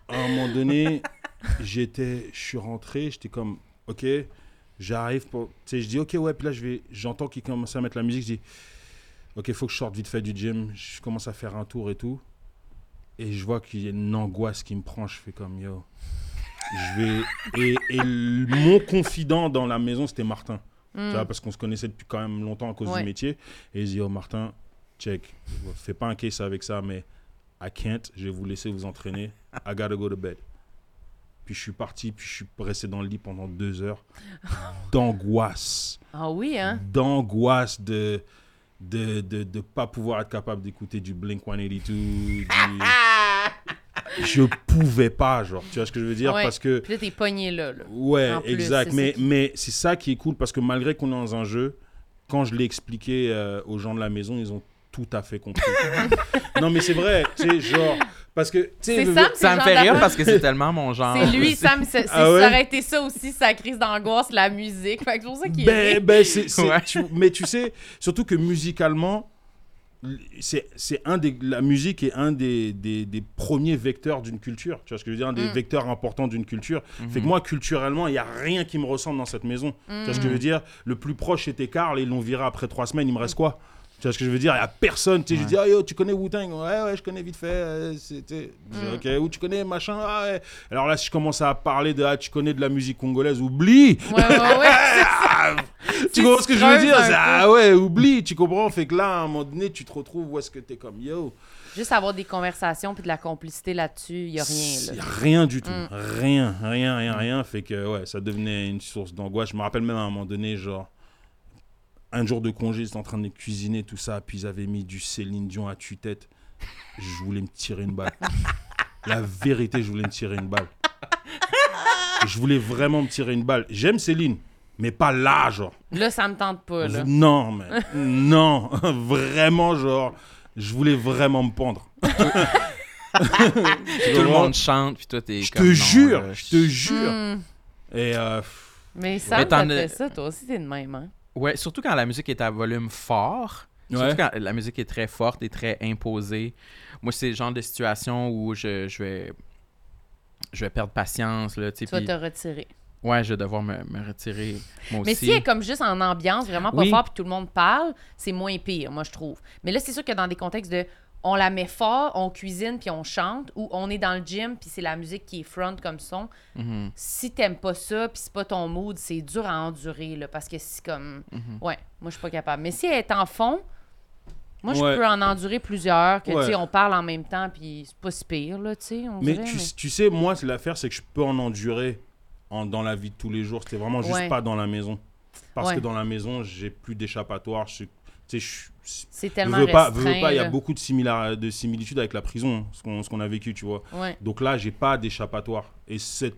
Speaker 4: à un moment donné, j'étais, je suis rentré, j'étais comme, ok, j'arrive pour, tu sais, je dis ok ouais, puis là je vais, j'entends qu'il commence à mettre la musique, je dis, ok, faut que je sorte vite fait du gym, je commence à faire un tour et tout, et je vois qu'il y a une angoisse qui me prend, je fais comme yo, je vais, et, et le- mon confident dans la maison c'était Martin, tu vois, parce qu'on se connaissait depuis quand même longtemps à cause
Speaker 3: Ouais.
Speaker 4: du métier, et je dis oh Martin, check, fais pas un case avec ça, mais I can't, je vais vous laisser vous entraîner. I gotta go to bed. Puis je suis parti, puis je suis resté dans le lit pendant deux heures d'angoisse.
Speaker 3: Ah oui, hein?
Speaker 4: D'angoisse de de, de, de pas pouvoir être capable d'écouter du Blink 182. du- Je pouvais pas, genre. Tu vois ce que je veux dire?
Speaker 3: Ouais.
Speaker 4: Parce que.
Speaker 3: Puis là, t'es pogné là, là.
Speaker 4: Ouais,
Speaker 3: En plus,
Speaker 4: exact.
Speaker 3: c'est
Speaker 4: Mais,
Speaker 3: ça qui-
Speaker 4: mais c'est ça qui est cool parce que malgré qu'on est dans un jeu, quand je l'ai expliqué euh, aux gens de la maison, ils ont tout à fait
Speaker 3: *laughs*
Speaker 4: compris. non, mais c'est vrai, tu sais, genre, parce que, tu sais,
Speaker 3: C'est
Speaker 4: le-
Speaker 3: Sam,
Speaker 2: Ça
Speaker 3: c'est
Speaker 2: me
Speaker 3: le
Speaker 2: fait
Speaker 3: genre
Speaker 2: rire
Speaker 3: d'affaire-
Speaker 2: parce que c'est tellement
Speaker 3: *laughs*
Speaker 2: mon genre.
Speaker 3: C'est lui,
Speaker 2: aussi.
Speaker 3: Sam, c'est- c'est-
Speaker 4: Ah ouais?
Speaker 3: ça aurait été ça aussi, sa crise d'angoisse, la musique. Fait que c'est pour ça qu'il
Speaker 4: ben,
Speaker 3: rit.
Speaker 4: ben, c'est- c'est-
Speaker 2: Ouais.
Speaker 4: tu- mais tu sais, surtout que musicalement, c'est c'est un des, la musique est un des, des, des premiers vecteurs d'une culture. Tu vois ce que je veux dire Un des
Speaker 3: Mm.
Speaker 4: vecteurs importants d'une culture. Fait que moi, culturellement, il n'y a rien qui me ressemble dans cette maison. Tu vois ce que je veux
Speaker 3: Mm.
Speaker 4: dire Le plus proche, c'était Carl et ils l'ont viré après trois semaines. Il me reste quoi tu vois ce que je veux dire Il n'y a personne. Tu sais, Je dis, ah yo, tu connais Wu-Tang Ouais, ouais, je connais vite fait. euh, c'était- je
Speaker 3: Mm.
Speaker 4: dis, Ok, ou tu connais machin Ah ouais. Alors là, si je commence à parler de, ah, tu connais de la musique congolaise, oublie
Speaker 3: Ouais, ouais, ouais.
Speaker 4: ah,
Speaker 3: Tu
Speaker 4: *laughs* tu comprends ce que je veux
Speaker 3: creuses
Speaker 4: dire
Speaker 3: un
Speaker 4: c'est-
Speaker 3: peu.
Speaker 4: Ah ouais, oublie, tu comprends Fait que là, à un moment donné, tu te retrouves où est-ce que t'es comme yo
Speaker 3: Juste avoir des conversations puis de la complicité là-dessus, il n'y a rien,
Speaker 4: C'est
Speaker 3: là.
Speaker 4: Rien du tout.
Speaker 3: Mm.
Speaker 4: Rien, rien, rien, rien. Fait que ouais, ça devenait une source d'angoisse. Je me rappelle même à un moment donné, genre, un jour de congé, j'étais en train de cuisiner tout ça, puis ils avaient mis du Céline Dion à tue-tête. Je voulais me tirer une
Speaker 3: *laughs*
Speaker 4: balle. La vérité, je voulais me tirer une balle. Je voulais vraiment me tirer une balle. J'aime Céline, mais pas là, genre.
Speaker 3: Là, ça me tente pas, là.
Speaker 4: Non, mais non, *laughs* vraiment, genre, je voulais vraiment me pendre.
Speaker 2: Tout le monde chante, puis toi, t'es
Speaker 4: Je
Speaker 2: comme,
Speaker 4: te
Speaker 2: non, euh,
Speaker 4: jure,
Speaker 2: là,
Speaker 4: je te jure.
Speaker 3: Hmm.
Speaker 4: Et euh, pff,
Speaker 3: Mais ça,
Speaker 2: Mais t'en
Speaker 3: t'as
Speaker 2: as-
Speaker 3: fait ça, toi aussi, t'es de même, hein?
Speaker 2: Ouais, surtout quand la musique est à volume fort.
Speaker 4: Ouais.
Speaker 2: Surtout quand la musique est très forte et très imposée. Moi, c'est le genre de situation où je, je vais je vais perdre patience. Là, tu sais,
Speaker 3: Tu vas
Speaker 2: puis-
Speaker 3: te retirer.
Speaker 2: Ouais, je vais devoir me, me retirer moi
Speaker 3: Mais
Speaker 2: aussi.
Speaker 3: si elle est comme juste en ambiance, vraiment pas
Speaker 2: Oui.
Speaker 3: fort, puis tout le monde parle, c'est moins pire, moi, je trouve. Mais là, c'est sûr que dans des contextes de on la met fort, on cuisine, puis on chante, ou on est dans le gym, puis c'est la musique qui est front comme son,
Speaker 4: Mm-hmm.
Speaker 2: Mhm,
Speaker 3: si t'aimes pas ça, puis c'est pas ton mood, c'est dur à endurer, là, parce que c'est comme...
Speaker 4: Mm-hmm.
Speaker 2: mhm.
Speaker 3: Ouais, moi, je suis pas capable. Mais si elle est en fond, moi, je
Speaker 4: Ouais.
Speaker 3: peux en endurer plusieurs, que,
Speaker 4: Ouais.
Speaker 3: tu sais, on parle en même temps, puis c'est pas si pire, là, tu sais, on
Speaker 4: mais,
Speaker 3: dirait,
Speaker 4: tu, tu sais, moi, c'est l'affaire, c'est que je peux en endurer en, dans la vie de tous les jours. C'était vraiment juste
Speaker 3: Ouais.
Speaker 4: pas dans la maison. Parce
Speaker 3: Ouais.
Speaker 4: que dans la maison, j'ai plus d'échappatoire. Je suis Tu sais, je- je-
Speaker 3: C'est
Speaker 4: veux,
Speaker 3: tellement
Speaker 4: veux pas, veux
Speaker 3: restreint.
Speaker 4: pas, il y a
Speaker 3: là.
Speaker 4: beaucoup de, similar- de similitudes avec la prison, hein, ce qu'on ce qu'on a vécu, tu vois.
Speaker 3: Ouais.
Speaker 4: Donc là, j'ai pas d'échappatoire. Et cette,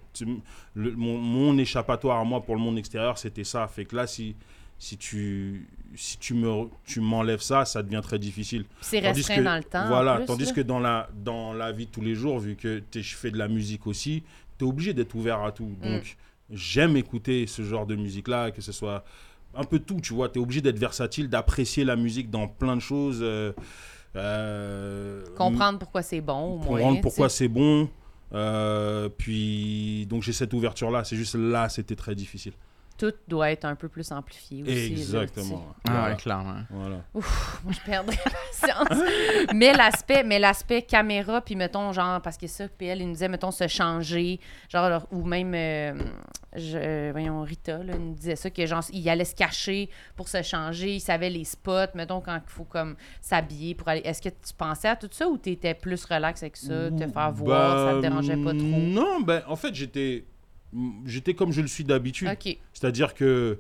Speaker 4: le- mon, mon échappatoire à moi pour le monde extérieur, c'était ça. Fait que là, si, si tu, si tu me, tu m'enlèves ça, ça devient très difficile.
Speaker 3: Puis C'est
Speaker 4: Tandis
Speaker 3: restreint
Speaker 4: que-
Speaker 3: dans le temps. en
Speaker 4: Voilà,
Speaker 3: plus,
Speaker 4: tandis
Speaker 3: là.
Speaker 4: que dans la, dans la vie de tous les jours, vu que t'es- je fais de la musique aussi, tu es obligé d'être ouvert à
Speaker 3: Mm.
Speaker 4: tout. Donc, j'aime écouter ce genre de musique-là, que ce soit un peu tout, tu vois. Tu es obligé d'être versatile, d'apprécier la musique dans plein de choses. euh, euh,
Speaker 3: Comprendre pourquoi c'est bon, au moins.
Speaker 4: comprendre
Speaker 3: tu
Speaker 4: pourquoi
Speaker 3: sais.
Speaker 4: c'est bon. Euh, puis, donc, j'ai cette ouverture-là. C'est juste là, c'était très difficile.
Speaker 3: Tout doit être un peu plus amplifié aussi. là, tu sais.
Speaker 4: Exactement.
Speaker 2: Ah,
Speaker 4: Voilà.
Speaker 2: ouais, clairement.
Speaker 4: Voilà.
Speaker 3: Moi, je perdrais patience. *laughs* mais l'aspect, mais l'aspect caméra, puis mettons, genre, parce que ça, PL, il nous disait, mettons, se changer, genre, alors, ou même, euh, je- voyons, Rita, là, il nous disait ça, que genre, il allait se cacher pour se changer, il savait les spots, mettons, quand il faut comme s'habiller pour aller. Est-ce que tu pensais à tout ça ou t'étais plus relax avec ça, te faire voir, ça te
Speaker 4: Bah,
Speaker 3: dérangeait pas trop?
Speaker 4: Non, ben, en fait, j'étais j'étais comme je le suis d'habitude.
Speaker 3: Ok.
Speaker 4: C'est-à-dire que,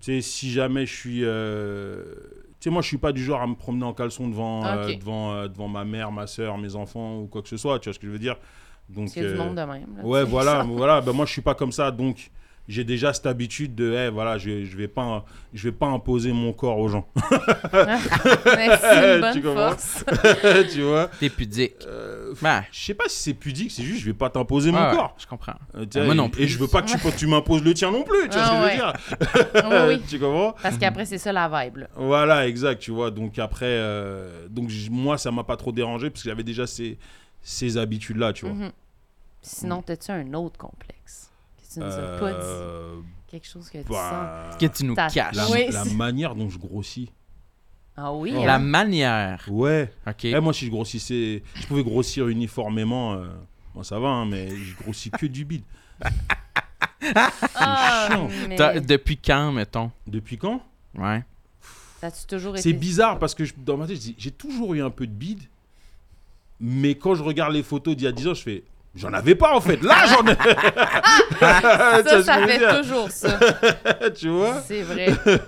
Speaker 4: tu sais, si jamais je suis... euh, Tu sais, moi, je suis pas du genre à me promener en caleçon devant,
Speaker 3: Ah,
Speaker 4: euh,
Speaker 3: ok.
Speaker 4: devant, euh, devant ma mère, ma soeur, mes enfants ou quoi que ce soit, tu vois ce que je veux dire Donc,
Speaker 3: Parce qu'il y a du
Speaker 4: euh,
Speaker 3: monde de même. là,
Speaker 4: Ouais,
Speaker 3: tu sais. *laughs*
Speaker 4: voilà, voilà. Ben, moi, je suis pas comme ça, donc j'ai déjà cette habitude de, eh, voilà, je, je vais pas, je vais pas imposer mon corps aux gens,
Speaker 3: Mais c'est une
Speaker 4: *laughs* Tu
Speaker 3: bonne
Speaker 4: comprends?
Speaker 3: force. *laughs*
Speaker 4: tu vois.
Speaker 2: T'es pudique.
Speaker 4: Euh, f-
Speaker 2: Ben,
Speaker 4: je sais pas si c'est pudique, c'est juste, je vais pas t'imposer mon
Speaker 2: Ah ouais, ouais,
Speaker 4: corps.
Speaker 2: je comprends.
Speaker 4: Euh, tu sais,
Speaker 2: Moi
Speaker 4: et-
Speaker 2: non plus.
Speaker 4: Et je veux pas que tu, tu m'imposes le tien non plus, tu vois
Speaker 3: Ah,
Speaker 4: ce que je veux
Speaker 3: ouais. Ah
Speaker 4: dire. Euh,
Speaker 3: oui, oui.
Speaker 4: tu comprends
Speaker 3: Parce qu'après, c'est ça la vibe. là.
Speaker 4: Voilà, exact, tu vois. Donc après, euh, donc j- moi, ça m'a pas trop dérangé parce que j'avais déjà ces, ces habitudes-là, tu vois.
Speaker 3: Mhm. Sinon, t'as-tu un autre complexe que tu nous as pas dit?
Speaker 4: Euh,
Speaker 3: Quelque chose que tu sens?
Speaker 4: bah,
Speaker 2: Que tu nous
Speaker 3: Ta-
Speaker 2: caches.
Speaker 4: la,
Speaker 2: La,
Speaker 3: Oui,
Speaker 4: la
Speaker 3: c'est-
Speaker 4: manière dont je grossis.
Speaker 3: Ah oui?
Speaker 4: Oh.
Speaker 3: hein?
Speaker 2: manière.
Speaker 4: Ouais.
Speaker 2: OK.
Speaker 4: Eh, moi, si je grossissais, je pouvais grossir uniformément. euh, bon, ça va, hein, mais je grossis que du bide.
Speaker 3: Ah,
Speaker 4: chiant.
Speaker 3: mais
Speaker 2: T'as- Depuis quand, mettons?
Speaker 4: Depuis quand
Speaker 2: Ouais.
Speaker 3: T'as-tu toujours été...
Speaker 4: C'est bizarre parce que je- dans ma tête, je dis, j'ai toujours eu un peu de bide, mais quand je regarde les photos d'il y a 10 ans, je fais, j'en avais pas en fait. Là, j'en ai.
Speaker 3: *laughs*
Speaker 4: *laughs*
Speaker 3: Ah, Ça,
Speaker 4: Tu vois ce que je
Speaker 3: ça
Speaker 4: veux
Speaker 3: fait
Speaker 4: dire
Speaker 3: toujours
Speaker 4: *laughs*
Speaker 3: ça.
Speaker 4: tu vois
Speaker 3: C'est vrai.
Speaker 2: Ouais,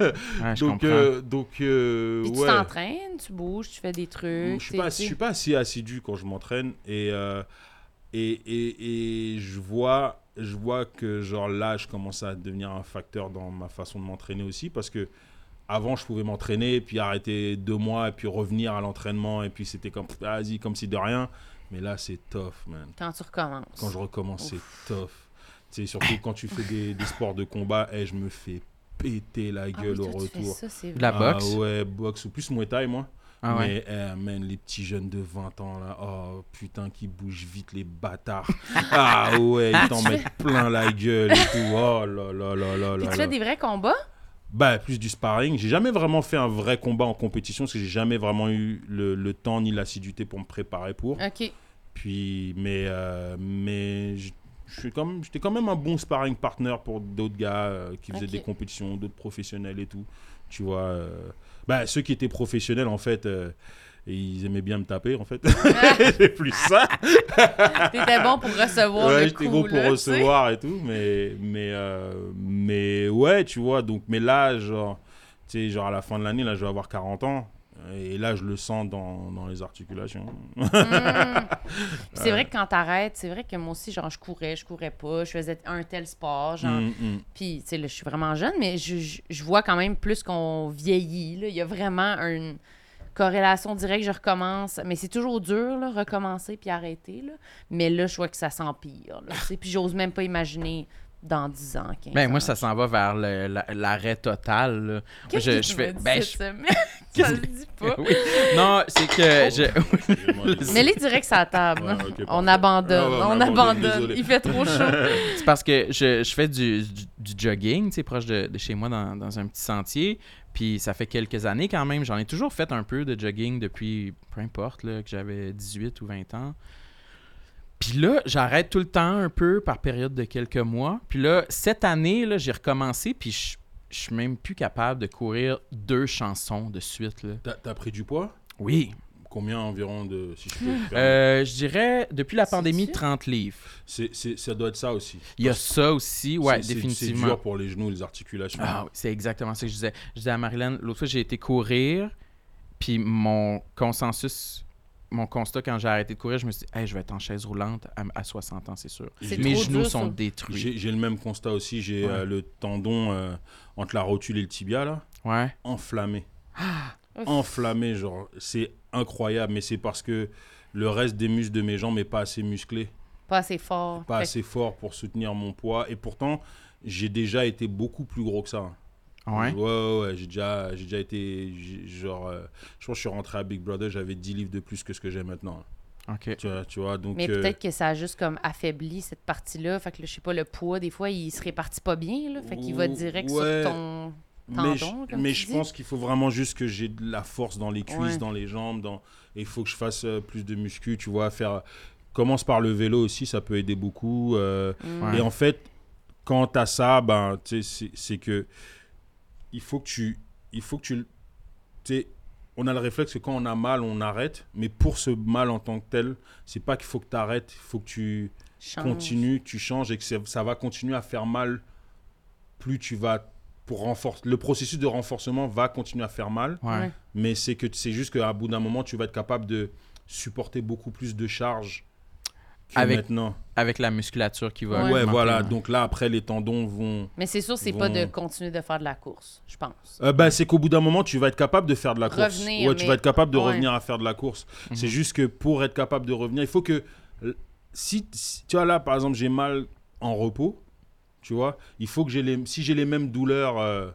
Speaker 2: Ah, je
Speaker 4: donc
Speaker 2: comprends.
Speaker 4: euh, donc euh,
Speaker 3: Puis tu
Speaker 4: ouais
Speaker 3: t'entraînes, tu bouges, tu fais des trucs. t'es-
Speaker 4: je suis pas je suis pas assez assidu quand je m'entraîne et, euh, et et et je vois je vois que genre là je commence à devenir un facteur dans ma façon de m'entraîner aussi parce que avant je pouvais m'entraîner puis arrêter deux mois et puis revenir à l'entraînement et puis c'était comme pff, vas-y comme si de rien mais là c'est tough man
Speaker 3: Quand tu recommences.
Speaker 4: quand je recommence c'est tough c'est surtout quand tu fais des, des sports de combat et je me fais péter la
Speaker 3: Ah
Speaker 4: gueule
Speaker 3: oui,
Speaker 4: au
Speaker 3: toi, tu fais
Speaker 4: retour
Speaker 3: ça, c'est
Speaker 2: De la
Speaker 4: Ah
Speaker 2: boxe.
Speaker 4: ouais, boxe ou plus Muay Thai, moi.
Speaker 2: Ah ouais.
Speaker 4: Mais eh, man, les petits jeunes de 20 ans là, oh putain, qui bougent vite
Speaker 3: *laughs*
Speaker 4: les bâtards. ah ouais, ils t'en mettent plein la gueule et tout. Oh là là là là
Speaker 3: Puis
Speaker 4: là.
Speaker 3: tu
Speaker 4: là.
Speaker 3: fais des vrais combats?
Speaker 4: Bah, plus du sparring. J'ai jamais vraiment fait un vrai combat en compétition parce que j'ai jamais vraiment eu le, le temps ni l'assiduité pour me préparer pour.
Speaker 3: OK.
Speaker 4: Puis, mais, euh, mais je je suis comme- j'étais quand même un bon sparring partner pour d'autres gars euh, qui faisaient
Speaker 3: Ok.
Speaker 4: des compétitions, d'autres professionnels et tout. Tu vois, euh, bah, ceux qui étaient professionnels, en fait, euh, ils aimaient bien me taper, en fait. *laughs* C'est plus ça.
Speaker 3: T'étais Ah, bon pour recevoir
Speaker 4: ouais,
Speaker 3: le coup,
Speaker 4: j'étais gros pour
Speaker 3: là, tu sais.
Speaker 4: recevoir et tout, mais, mais, euh, mais ouais, tu vois, donc, mais là, genre, tu sais, genre à la fin de l'année, là, je vais avoir 40 ans. Et là, je le sens dans, dans les articulations.
Speaker 3: Mm. Puis C'est vrai que quand t'arrêtes, c'est vrai que moi aussi, genre, je courais, je courais pas, je faisais un tel sport, genre.
Speaker 4: *laughs* Mm, mm.
Speaker 3: Puis, tu sais, là, je suis vraiment jeune, mais je, je- je vois quand même plus qu'on vieillit, là. Il y a vraiment une corrélation directe, je recommence. Mais c'est toujours dur, là, recommencer puis arrêter, là. Mais là, je vois que ça s'empire, là, tu sais. Puis j'ose même pas imaginer dans 10 ans, 15
Speaker 2: Ben, moi,
Speaker 3: ans.
Speaker 2: ça s'en va vers le- la- l'arrêt total. là.
Speaker 3: Qu'est-ce
Speaker 2: je-
Speaker 3: que
Speaker 2: je
Speaker 3: tu
Speaker 2: fais-
Speaker 3: m'as dit
Speaker 2: ben,
Speaker 3: cette
Speaker 2: je-
Speaker 3: semaine?
Speaker 2: Qu'est-ce
Speaker 3: ça le dit pas.
Speaker 2: *laughs*
Speaker 3: Oh.
Speaker 2: Oui. Non, c'est que je-
Speaker 4: Excusez-moi, désolé.
Speaker 3: Mais les directs, ça table.
Speaker 4: Ouais, ok,
Speaker 3: on
Speaker 4: parfait.
Speaker 3: abandonne,
Speaker 4: Ouais, ouais,
Speaker 3: on
Speaker 4: on abandonne,
Speaker 3: abandonne.
Speaker 4: désolé.
Speaker 3: Il fait trop chaud.
Speaker 2: c'est parce que je, je fais du, du- du jogging, tu sais, proche de, de chez moi dans, dans un petit sentier. Puis ça fait quelques années quand même. J'en ai toujours fait un peu de jogging depuis, peu importe, là, que j'avais 18 ou 20 ans. Puis là, j'arrête tout le temps un peu par période de quelques mois. Puis là, cette année, là, j'ai recommencé. Puis je, je suis même plus capable de courir deux chansons de suite. là.
Speaker 4: T'as- T'as pris du poids
Speaker 2: Oui,
Speaker 4: combien environ de. Si je peux me permettre
Speaker 2: Euh, je dirais, depuis la
Speaker 3: C'est
Speaker 2: pandémie,
Speaker 3: sûr.
Speaker 2: 30 livres.
Speaker 4: C'est- c'est- Ça doit être ça aussi.
Speaker 2: Il y a ça aussi, ouais,
Speaker 4: C'est- c'est- C'est
Speaker 2: définitivement.
Speaker 4: dur pour les genoux, les articulations.
Speaker 2: Ah oui, c'est exactement ça que je disais. Je disais à Marilyn, l'autre fois, j'ai été courir, puis mon consensus, mon constat quand j'ai arrêté de courir, je me suis dit, hey, je vais être en chaise roulante à, à 60 ans, c'est sûr.
Speaker 4: Et
Speaker 3: C'est
Speaker 4: j'ai-
Speaker 2: Mes
Speaker 3: trop
Speaker 2: genoux
Speaker 3: dur,
Speaker 2: sont
Speaker 3: ça.
Speaker 2: détruits.
Speaker 4: J'ai j'ai le même constat aussi. J'ai
Speaker 2: Ouais.
Speaker 4: euh, le tendon euh, entre la rotule et le tibia, là,
Speaker 2: Ouais.
Speaker 4: enflammé.
Speaker 3: Ouf.
Speaker 4: enflammé, genre. C'est incroyable, mais c'est parce que le reste des muscles de mes jambes n'est pas assez musclé,
Speaker 3: Pas assez fort.
Speaker 4: pas
Speaker 3: Fait
Speaker 4: assez fort pour soutenir mon poids. Et pourtant, j'ai déjà été beaucoup plus gros que ça. hein.
Speaker 2: Ouais.
Speaker 4: Ouais, ouais, ouais, j'ai déjà, j'ai déjà été. j'ai- Genre, euh, je pense que je suis rentré à Big Brother, j'avais 10 livres de plus que ce que j'ai maintenant. hein.
Speaker 2: OK.
Speaker 4: Tu vois, tu vois donc.
Speaker 3: Mais
Speaker 4: euh,
Speaker 3: peut-être que ça a juste comme affaibli cette partie-là. Fait que là, je sais pas, le poids, des fois, il se répartit pas bien. Là. Fait qu'il va
Speaker 4: Ouh,
Speaker 3: direct
Speaker 4: ouais.
Speaker 3: sur ton.
Speaker 4: mais je,
Speaker 3: tendon, comme
Speaker 4: mais
Speaker 3: tu
Speaker 4: je
Speaker 3: dis.
Speaker 4: pense qu'il faut vraiment juste que j'ai de la force dans les cuisses,
Speaker 3: Ouais.
Speaker 4: dans les jambes. Dans... Et il faut que je fasse euh, plus de muscu, tu vois. Faire... Commence par le vélo aussi, ça peut aider beaucoup. euh,
Speaker 3: Mm.
Speaker 2: Ouais.
Speaker 4: Et en fait, quant à ça, ben, tu sais, c'est c'est que il faut que tu, il faut que tu, tu sais, on a le réflexe que quand on a mal, on arrête. Mais pour ce mal en tant que tel, c'est pas qu'il faut que tu arrêtes, il faut que tu
Speaker 3: Change.
Speaker 4: continues, tu changes et que ça- ça va continuer à faire mal. Plus tu vas pour renforcer, le processus de renforcement va continuer à faire mal.
Speaker 2: Ouais.
Speaker 3: Ouais.
Speaker 4: Mais c'est que c'est juste qu'à bout d'un moment, tu vas être capable de supporter beaucoup plus de charges que
Speaker 2: Avec-
Speaker 4: maintenant.
Speaker 2: Avec la musculature qui va.
Speaker 3: Ouais.
Speaker 4: Ouais,
Speaker 2: augmenter,
Speaker 4: voilà.
Speaker 2: ouais.
Speaker 4: Donc là, après, les tendons vont.
Speaker 3: Mais c'est sûr, c'est
Speaker 4: Vont-
Speaker 3: pas de continuer de faire de la course, je pense.
Speaker 4: Euh, bah, c'est qu'au bout d'un moment, tu vas être capable de faire de la course.
Speaker 3: Revenir,
Speaker 4: ouais, tu
Speaker 3: mais-
Speaker 4: vas être capable de
Speaker 3: ouais.
Speaker 4: revenir à faire de la course.
Speaker 2: Mhm.
Speaker 4: C'est juste que pour être capable de revenir, il faut que. euh, Si, si- tu vois, là, par exemple, j'ai mal en repos, tu vois, il faut que j'ai les. Si j'ai les mêmes douleurs, euh,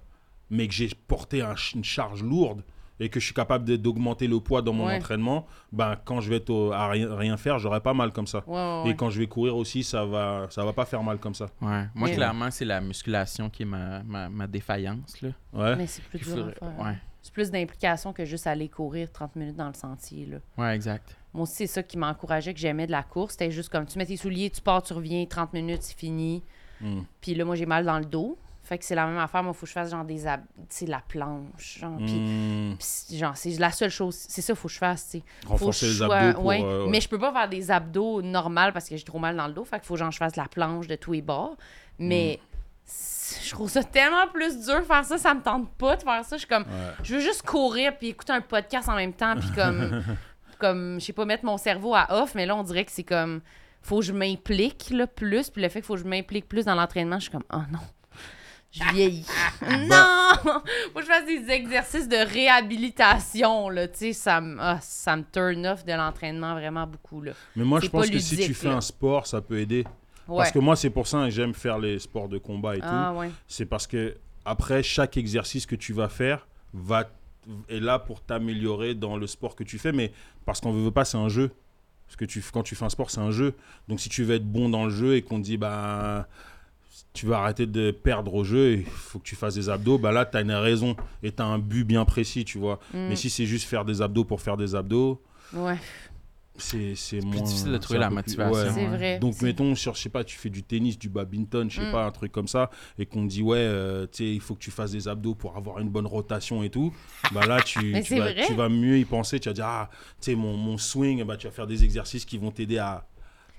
Speaker 4: mais que j'ai porté un ch- une charge lourde et que je suis capable de- d'augmenter le poids dans mon
Speaker 3: Ouais.
Speaker 4: entraînement, ben, quand je vais être au- à rien, rien faire, j'aurai pas mal comme ça.
Speaker 3: Ouais, ouais, ouais.
Speaker 4: Et quand je vais courir aussi, ça va, ça va pas faire mal comme ça.
Speaker 2: Ouais. Moi,
Speaker 3: Mais-
Speaker 2: clairement, c'est la musculation qui est ma, ma, ma défaillance. Là.
Speaker 4: Ouais.
Speaker 3: Mais c'est plus
Speaker 2: Il
Speaker 3: dur à
Speaker 2: faudrait-
Speaker 3: faire.
Speaker 2: Ouais.
Speaker 3: C'est plus d'implication que juste aller courir 30 minutes dans le sentier. Là.
Speaker 2: ouais, exact.
Speaker 3: Moi aussi, c'est ça qui m'encourageait, que j'aimais de la course. C'était juste comme tu mets tes souliers, tu pars, tu reviens, 30 minutes, c'est fini.
Speaker 4: Mm.
Speaker 3: Puis là, moi, j'ai mal dans le dos. Fait que c'est la même affaire. Moi, faut que je fasse genre des. ab- Tu sais, la planche. Genre, puis-
Speaker 4: Mm.
Speaker 3: puis c'est- genre, c'est la seule chose. C'est ça, faut que je fasse, tu sais. Faut que
Speaker 4: Renforcer
Speaker 3: je
Speaker 4: les
Speaker 3: sois-
Speaker 4: abdos pour.
Speaker 3: ouais.
Speaker 4: euh, ouais.
Speaker 3: Mais je peux pas faire des abdos normales parce que j'ai trop mal dans le dos. Fait qu'il faut genre que je fasse de la planche de tous les bords. Mais
Speaker 4: Mm.
Speaker 3: c'est- je trouve ça tellement plus dur faire ça. Ça me tente pas de faire ça. Je suis comme,
Speaker 4: Ouais.
Speaker 3: je veux juste courir puis écouter un podcast en même
Speaker 4: *laughs*
Speaker 3: temps puis comme, comme je sais pas, mettre mon cerveau à off. Mais là, on dirait que c'est comme, faut que je m'implique là, plus. Puis le fait qu'il faut que je m'implique plus dans l'entraînement, je suis comme, oh non. Je vieillis. non! Faut que je fasse des exercices de réhabilitation, là. Tu sais, ça me ah, ça me turn off de l'entraînement vraiment beaucoup, là.
Speaker 4: Mais moi,
Speaker 3: C'est
Speaker 4: je pense
Speaker 3: pas
Speaker 4: que si tu
Speaker 3: ludique,
Speaker 4: fais
Speaker 3: là.
Speaker 4: un sport, ça peut aider.
Speaker 3: Ouais.
Speaker 4: Parce que moi, c'est pour ça que j'aime faire les sports de combat et
Speaker 3: ah,
Speaker 4: tout.
Speaker 3: ouais.
Speaker 4: C'est parce que après chaque exercice que tu vas faire, va est là pour t'améliorer dans le sport que tu fais. Mais parce qu'on veut veut pas, c'est un jeu. Parce que tu, quand tu fais un sport, c'est un jeu. Donc si tu veux être bon dans le jeu et qu'on te dit bah tu vas arrêter de perdre au jeu, il faut que tu fasses des abdos, bah là tu as une raison et tu as un but bien précis, tu vois.
Speaker 3: Mm.
Speaker 4: Mais si c'est juste faire des abdos pour faire des abdos,
Speaker 3: Ouais,
Speaker 4: c'est c'est moins
Speaker 2: difficile de
Speaker 4: c'est
Speaker 2: trouver la
Speaker 4: un peu plus-
Speaker 2: motivation.
Speaker 3: c'est
Speaker 2: Ouais.
Speaker 3: vrai.
Speaker 4: Euh, donc
Speaker 3: C'est-
Speaker 4: mettons sur je sais pas tu fais du tennis du badminton je sais
Speaker 3: Mm.
Speaker 4: pas un truc comme ça et qu'on te dit ouais euh, tu sais il faut que tu fasses des abdos pour avoir une bonne rotation et tout bah là tu,
Speaker 3: Mais
Speaker 4: tu
Speaker 3: c'est
Speaker 4: vas,
Speaker 3: vrai.
Speaker 4: tu vas mieux y penser tu vas dire ah tu sais mon, mon swing bah tu vas faire des exercices qui vont t'aider à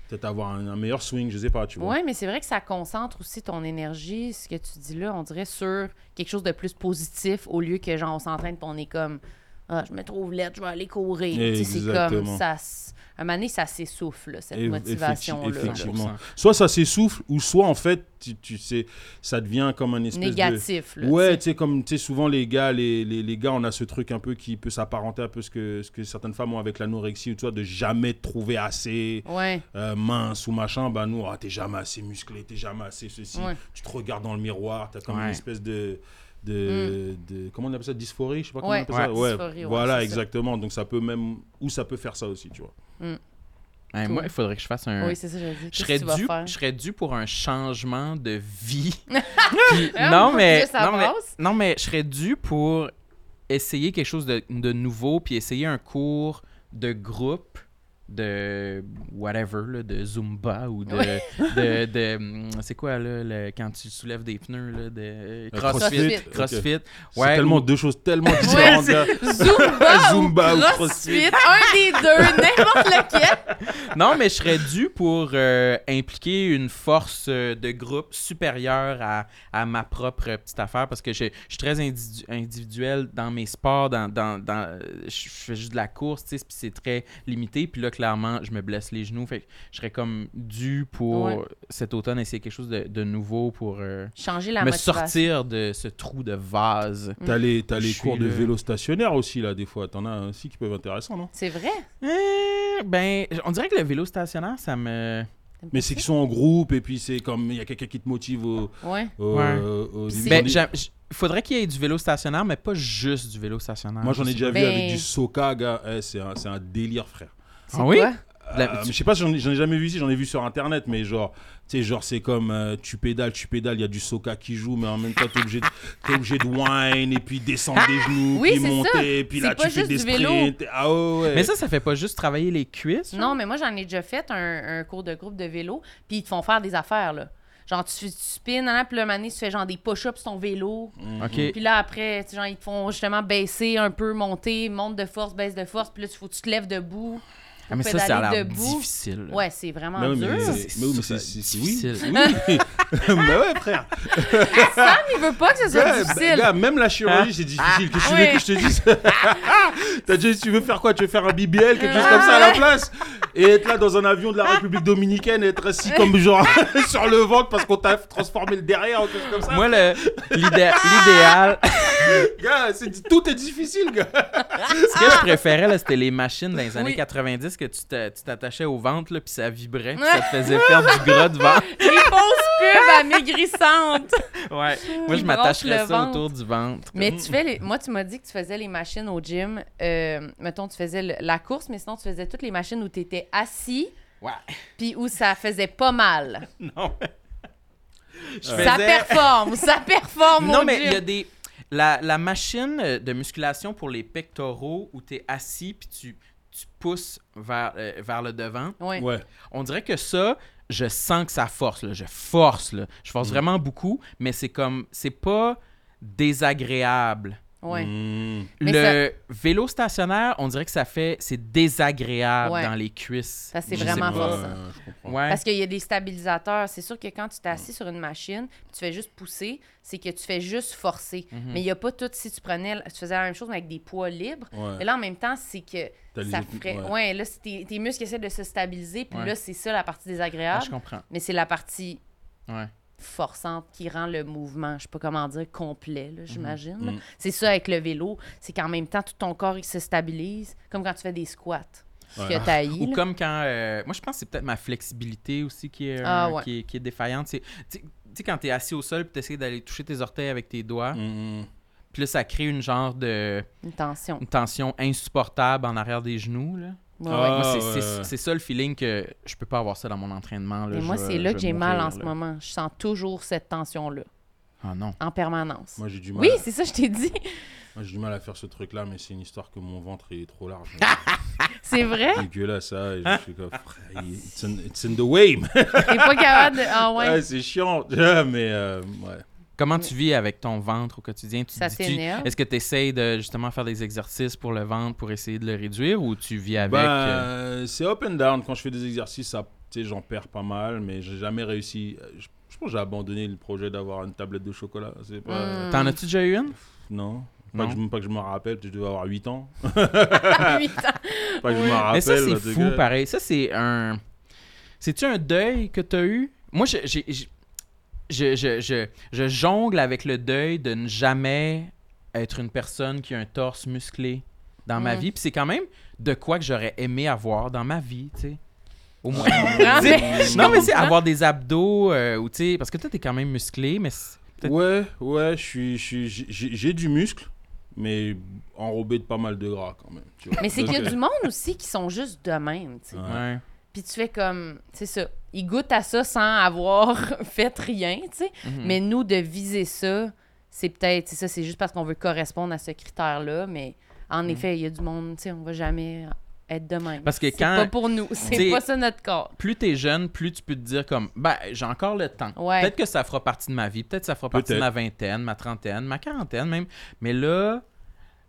Speaker 4: peut-être avoir un, un meilleur swing je sais pas tu vois
Speaker 3: Ouais, mais c'est vrai que ça concentre aussi ton énergie, ce que tu dis là, on dirait sur quelque chose de plus positif au lieu que genre on s'entraîne puis on est comme ah, je me trouve laide, je vais aller courir. Tu sais, C'est comme
Speaker 4: Exactement.
Speaker 3: ça. s- À un moment donné, ça s'essouffle, cette
Speaker 4: Et-
Speaker 3: motivation-là. là.
Speaker 4: effecti- effectivement
Speaker 2: 100%.
Speaker 4: soit ça s'essouffle ou soit en fait tu, tu sais ça devient comme un espèce de
Speaker 3: Négatif. Là,
Speaker 4: ouais, tu sais, comme tu sais, souvent les gars, les, les, les gars, on a ce truc un peu qui peut s'apparenter un peu ce que, ce que certaines femmes ont avec l'anorexie, ou tu vois, de jamais te trouver assez
Speaker 3: tu sais. Ouais.
Speaker 4: euh, mince ou machin. Bah nous, ah, t'es jamais assez musclé, t'es jamais assez ceci.
Speaker 3: Ouais.
Speaker 4: Tu te regardes dans le miroir, t'as comme
Speaker 2: Ouais.
Speaker 4: une espèce de. De, de- comment on appelle ça dysphorie je sais pas comment
Speaker 3: Mm. Ouais.
Speaker 4: on appelle ça
Speaker 3: Ouais. Dysphorie, ouais,
Speaker 4: voilà
Speaker 3: c'est ça.
Speaker 4: exactement donc ça peut même ou ça peut faire ça aussi tu vois
Speaker 2: Hey,
Speaker 3: Cool.
Speaker 2: Ben, Moi, il faudrait que je fasse un,
Speaker 3: Oui, c'est ça, je dis.
Speaker 2: Hein. je serais,
Speaker 3: tu vas
Speaker 2: dû,
Speaker 3: faire?
Speaker 2: je serais dû pour un changement de
Speaker 3: *laughs*
Speaker 2: vie. Puis- non,
Speaker 3: Ah, mon
Speaker 2: mais,
Speaker 3: Dieu, ça
Speaker 2: non, mais,
Speaker 3: passe.
Speaker 2: non, mais je serais dû pour essayer quelque chose de, de nouveau, puis essayer un cours de groupe de whatever, là, de Zumba ou de. de, de, hum, c'est quoi, là, le- quand tu soulèves des pneus, là, de euh,
Speaker 4: Euh,
Speaker 2: CrossFit.
Speaker 4: CrossFit.
Speaker 2: CrossFit.
Speaker 4: c'est
Speaker 2: Ouais,
Speaker 4: tellement
Speaker 2: ou-
Speaker 4: deux choses
Speaker 3: *laughs*
Speaker 4: tellement différentes. là.
Speaker 3: Zumba,
Speaker 4: Zumba
Speaker 3: ou
Speaker 4: ou
Speaker 3: CrossFit, un
Speaker 2: *laughs*
Speaker 3: des deux, n'importe lequel.
Speaker 2: Non, mais je serais dû pour euh, impliquer une force euh, de groupe supérieure à, à ma propre petite affaire parce que je, je suis très individu- individuel dans mes sports, dans, dans, dans- je je fais juste de la course, tu sais, puis c'est très limité. Puis là, clairement, je me blesse les genoux. Fait que je serais comme dû pour
Speaker 3: Ouais.
Speaker 2: cet automne essayer quelque chose de, de nouveau pour euh,
Speaker 3: Changer la
Speaker 2: me
Speaker 3: motivation.
Speaker 2: sortir de ce trou de vase.
Speaker 4: T'as les, t'as
Speaker 2: Je
Speaker 4: les
Speaker 2: suis
Speaker 4: cours de
Speaker 2: le-
Speaker 4: vélo stationnaire aussi, là, des fois. T'en as aussi qui peuvent être intéressants, non
Speaker 3: C'est vrai.
Speaker 2: Euh, ben, on dirait que le vélo stationnaire, ça me.
Speaker 4: Mais c'est qu'ils sont en groupe et puis c'est comme il y a quelqu'un qui te motive au.
Speaker 3: Ouais.
Speaker 4: au-
Speaker 2: Ouais.
Speaker 4: au-
Speaker 3: C'est-
Speaker 2: Ben,
Speaker 4: J'en ai-
Speaker 2: j'aime- j- faudrait qu'il y ait du vélo stationnaire, mais pas juste du vélo stationnaire.
Speaker 4: Moi, j'en ai
Speaker 2: Je sais
Speaker 4: déjà vu
Speaker 3: Ben-
Speaker 4: avec du soca, gars. Eh, c'est, un, c'est un délire, frère.
Speaker 3: C'est
Speaker 2: Ah oui?
Speaker 3: quoi?
Speaker 2: pas. La-
Speaker 4: Euh,
Speaker 2: tu-
Speaker 4: je sais pas, si j'en ai, j'en ai jamais vu ici, j'en ai vu sur internet, mais genre, tu sais, genre, c'est comme euh, tu pédales, tu pédales, il y a du soca qui joue, mais en même temps, t'es obligé de, t'es obligé de whine et puis descendre des genoux,
Speaker 3: Ah, oui,
Speaker 4: puis
Speaker 3: c'est
Speaker 4: monter,
Speaker 3: ça.
Speaker 4: puis
Speaker 3: C'est
Speaker 4: là,
Speaker 3: pas
Speaker 4: tu fais
Speaker 3: juste
Speaker 4: des
Speaker 3: du vélo.
Speaker 4: sprints. Ah ouais, ouais.
Speaker 2: Mais ça, ça fait pas juste travailler les cuisses. genre?
Speaker 3: Non, mais moi, j'en ai déjà fait un, un cours de groupe de vélo, puis ils te font faire des affaires, là. Genre, tu, tu spins, hein, puis là, un moment donné, tu fais genre des push-ups sur ton vélo.
Speaker 2: Ok.
Speaker 3: Puis là, après, tu sais, genre, ils te font justement baisser un peu, monter, monte de force, baisse de force, puis là, tu, faut, que tu te lèves debout.
Speaker 2: Ah, mais ça, ça a l'air
Speaker 3: pédaler debout.
Speaker 2: difficile. là.
Speaker 3: Ouais, c'est vraiment
Speaker 4: Ben oui,
Speaker 3: Ah, dur.
Speaker 4: mais,
Speaker 2: Ça,
Speaker 4: mais oui, mais c'est, c'est, c'est- oui.
Speaker 2: difficile.
Speaker 4: oui. *laughs* mais ouais, frère.
Speaker 3: Sam, il veut pas que ce soit
Speaker 2: Ben,
Speaker 4: Ouais,
Speaker 3: difficile.
Speaker 4: gars, même la chirurgie, c'est difficile. Qu'est-ce que tu veux
Speaker 3: Ouais.
Speaker 4: que je te dise *laughs* T'as dit, tu veux faire quoi Tu veux faire un BBL, quelque chose comme ça à la place Et être là dans un avion de la République Dominicaine et être assis comme genre *laughs* sur le ventre parce qu'on t'a transformé le derrière ou quelque chose comme ça.
Speaker 2: Moi, le- l'idé- l'idéal,
Speaker 3: Ah!
Speaker 4: Gars, c'est, tout est difficile, gars.
Speaker 2: ce que je préférais, là, c'était les machines dans les années
Speaker 3: Ah! Oui.
Speaker 2: 90 que tu te- tu t'attachais au ventre, là, puis ça vibrait, puis ça te faisait perdre du gras de
Speaker 3: *laughs*
Speaker 2: ventre.
Speaker 3: Les fausses pubs amaigrissantes.
Speaker 4: *laughs*
Speaker 2: Ouais. Moi,
Speaker 3: Ils
Speaker 2: je
Speaker 3: bronchent
Speaker 2: m'attacherais
Speaker 3: le
Speaker 2: ça
Speaker 3: ventre.
Speaker 2: autour du ventre.
Speaker 3: Mais tu fais les... Moi, tu m'as dit que tu faisais les machines au gym. Euh, mettons, tu faisais le- la course, mais sinon, tu faisais toutes les machines où tu étais assis,
Speaker 2: Ouais.
Speaker 3: puis où ça faisait pas mal.
Speaker 2: Non. Je
Speaker 3: Ça
Speaker 2: faisais-
Speaker 3: performe, ça performe
Speaker 2: Non,
Speaker 3: au
Speaker 2: mais il y a
Speaker 3: gym.
Speaker 2: des. La, la machine euh, de musculation pour les pectoraux où tu es assis puis tu, tu pousses vers, euh, vers le devant,
Speaker 3: Ouais.
Speaker 4: Ouais.
Speaker 2: on dirait que ça, je sens que ça force. là. Je force. Là. Je force vraiment beaucoup, mais c'est comme. C'est pas désagréable.
Speaker 3: ouais.
Speaker 4: Hmm.
Speaker 3: Mais
Speaker 2: Le vélo stationnaire, on dirait que ça fait. C'est désagréable
Speaker 3: Ouais.
Speaker 2: dans les cuisses.
Speaker 3: Ça, c'est
Speaker 2: Je sais
Speaker 3: vraiment
Speaker 2: pas.
Speaker 3: forçant.
Speaker 2: Ouais.
Speaker 3: Parce qu'il y a des stabilisateurs. C'est sûr que quand tu t'es assis sur une machine, puis tu fais juste pousser, c'est que tu fais juste forcer. Mais il n'y a pas tout. Si tu prenais, tu faisais la même chose, mais avec des poids libres.
Speaker 4: Ouais.
Speaker 3: Mais là, en même temps, c'est que
Speaker 4: T'as les
Speaker 3: ça
Speaker 4: autres-
Speaker 3: ferait. Ouais,
Speaker 4: ouais.
Speaker 3: là, c'est tes, tes muscles essaient de se stabiliser, puis
Speaker 2: Ouais.
Speaker 3: là, c'est ça la partie
Speaker 2: Ah,
Speaker 3: désagréable.
Speaker 2: je comprends.
Speaker 3: mais c'est la partie
Speaker 2: Ouais.
Speaker 3: forçante qui rend le mouvement, je sais pas comment dire, complet,
Speaker 2: Mhm.
Speaker 3: là, j'imagine.
Speaker 2: Mm.
Speaker 3: là. C'est ça avec le vélo, c'est qu'en même temps, tout ton corps, il se stabilise, comme quand tu fais des squats. Ce
Speaker 4: Ouais.
Speaker 3: que t'as
Speaker 2: *laughs* Ou comme quand. euh, moi, je pense que c'est peut-être ma flexibilité aussi qui est, euh,
Speaker 3: Ah ouais.
Speaker 2: qui est, qui est défaillante. C'est- Tu sais- tu sais, quand t'es assis au sol et t'essayes d'aller toucher tes orteils avec tes doigts,
Speaker 4: Hmm, Mm.
Speaker 2: puis là, ça crée une genre de
Speaker 3: une tension.
Speaker 2: une tension insupportable en arrière des genoux. Là.
Speaker 3: Ouais,
Speaker 4: Ah,
Speaker 3: ouais.
Speaker 2: Moi, c'est-
Speaker 4: ouais,
Speaker 2: c'est
Speaker 4: ouais.
Speaker 2: c'est ça le feeling que je peux pas avoir ça dans mon entraînement. Là,
Speaker 3: Mais moi,
Speaker 2: Je vais-
Speaker 3: c'est là
Speaker 2: je
Speaker 3: que
Speaker 2: vais
Speaker 3: j'ai mal
Speaker 2: mourir,
Speaker 3: en ce
Speaker 2: là.
Speaker 3: moment. Je sens toujours cette tension-là,
Speaker 2: Ah non.
Speaker 3: en permanence.
Speaker 4: Moi, j'ai du mal.
Speaker 3: Oui, c'est ça, je
Speaker 2: *laughs*
Speaker 3: t'ai dit.
Speaker 4: Moi, j'ai du mal à faire ce truc-là, mais c'est une histoire que mon ventre est trop
Speaker 3: *laughs*
Speaker 4: large.
Speaker 3: C'est vrai.
Speaker 4: dégueulasse, ça. Et je suis comme, frère, it's in, it's in the way, man.
Speaker 3: T'es pas capable de. Ah ouais. *laughs*
Speaker 4: Ouais, c'est chiant. *laughs* Ah, mais euh, ouais.
Speaker 2: Comment tu vis avec ton ventre au quotidien? Tu
Speaker 3: Ça
Speaker 2: dis-tu-
Speaker 3: t'énerve?
Speaker 2: Est-ce que tu essayes de justement faire des exercices pour le ventre pour essayer de le réduire ou tu vis avec.
Speaker 4: Bah,
Speaker 2: euh,
Speaker 4: c'est up and down. Quand je fais des exercices, ça, tu sais, j'en perds pas mal, mais j'ai jamais réussi. Euh, Je, je pense que j'ai abandonné le projet d'avoir une tablette de chocolat. C'est pas. euh,
Speaker 3: Mm.
Speaker 2: T'en as-tu déjà eu une?
Speaker 4: Non. Pas
Speaker 2: Hmm. Non.
Speaker 4: que, je, me- pas que je me rappelle, peut-être que je devais avoir 8 ans.
Speaker 3: Huit ans.
Speaker 4: Pas que je
Speaker 3: Oui.
Speaker 4: me rappelle.
Speaker 2: Mais ça, c'est
Speaker 4: en tout
Speaker 2: fou,
Speaker 4: *laughs* cas.
Speaker 2: pareil. Ça, c'est un. C'est-tu un deuil que t'as eu? Moi, je, j'ai- j'ai- je, je, je, je jongle avec le deuil de ne jamais être une personne qui a un torse musclé dans ma
Speaker 3: Mm.
Speaker 2: vie. Puis c'est quand même de quoi que j'aurais aimé avoir dans ma vie, tu sais. Au moins.
Speaker 3: Non, mais-
Speaker 2: non, Ah, mais c'est avoir des abdos euh, ou, tu sais, parce que toi, t'es quand même musclé, mais. c'est- peut-être-
Speaker 4: Ouais, ouais, je suis, je suis- j'ai- j'ai j'ai du muscle, mais enrobé de pas mal de gras quand même. tu vois.
Speaker 3: Mais c'est
Speaker 4: Donc,
Speaker 3: qu'il y a
Speaker 4: euh,
Speaker 3: du monde aussi qui sont juste de même, tu sais.
Speaker 4: Ouais.
Speaker 2: Ouais.
Speaker 3: Puis tu fais comme, c'est ça, ils goûtent à ça sans avoir *laughs* fait rien, tu sais.
Speaker 2: Mhm.
Speaker 3: Mais nous, de viser ça, c'est peut-être, c'est ça, c'est juste parce qu'on veut correspondre à ce critère-là. Mais en effet, il y a du monde, tu sais, on va jamais être de même.
Speaker 2: Mhm. Parce que
Speaker 3: C'est
Speaker 2: quand-
Speaker 3: pas pour nous. *laughs*
Speaker 2: t'sais-
Speaker 3: C'est pas ça notre corps.
Speaker 2: Plus t'es jeune, plus tu peux te dire comme, ben, j'ai encore le temps.
Speaker 3: Ouais.
Speaker 2: Peut-être que ça fera partie de ma vie, peut-être que ça fera partie de
Speaker 4: Peut-être.
Speaker 2: ma vingtaine, ma trentaine, ma quarantaine même. Mais là,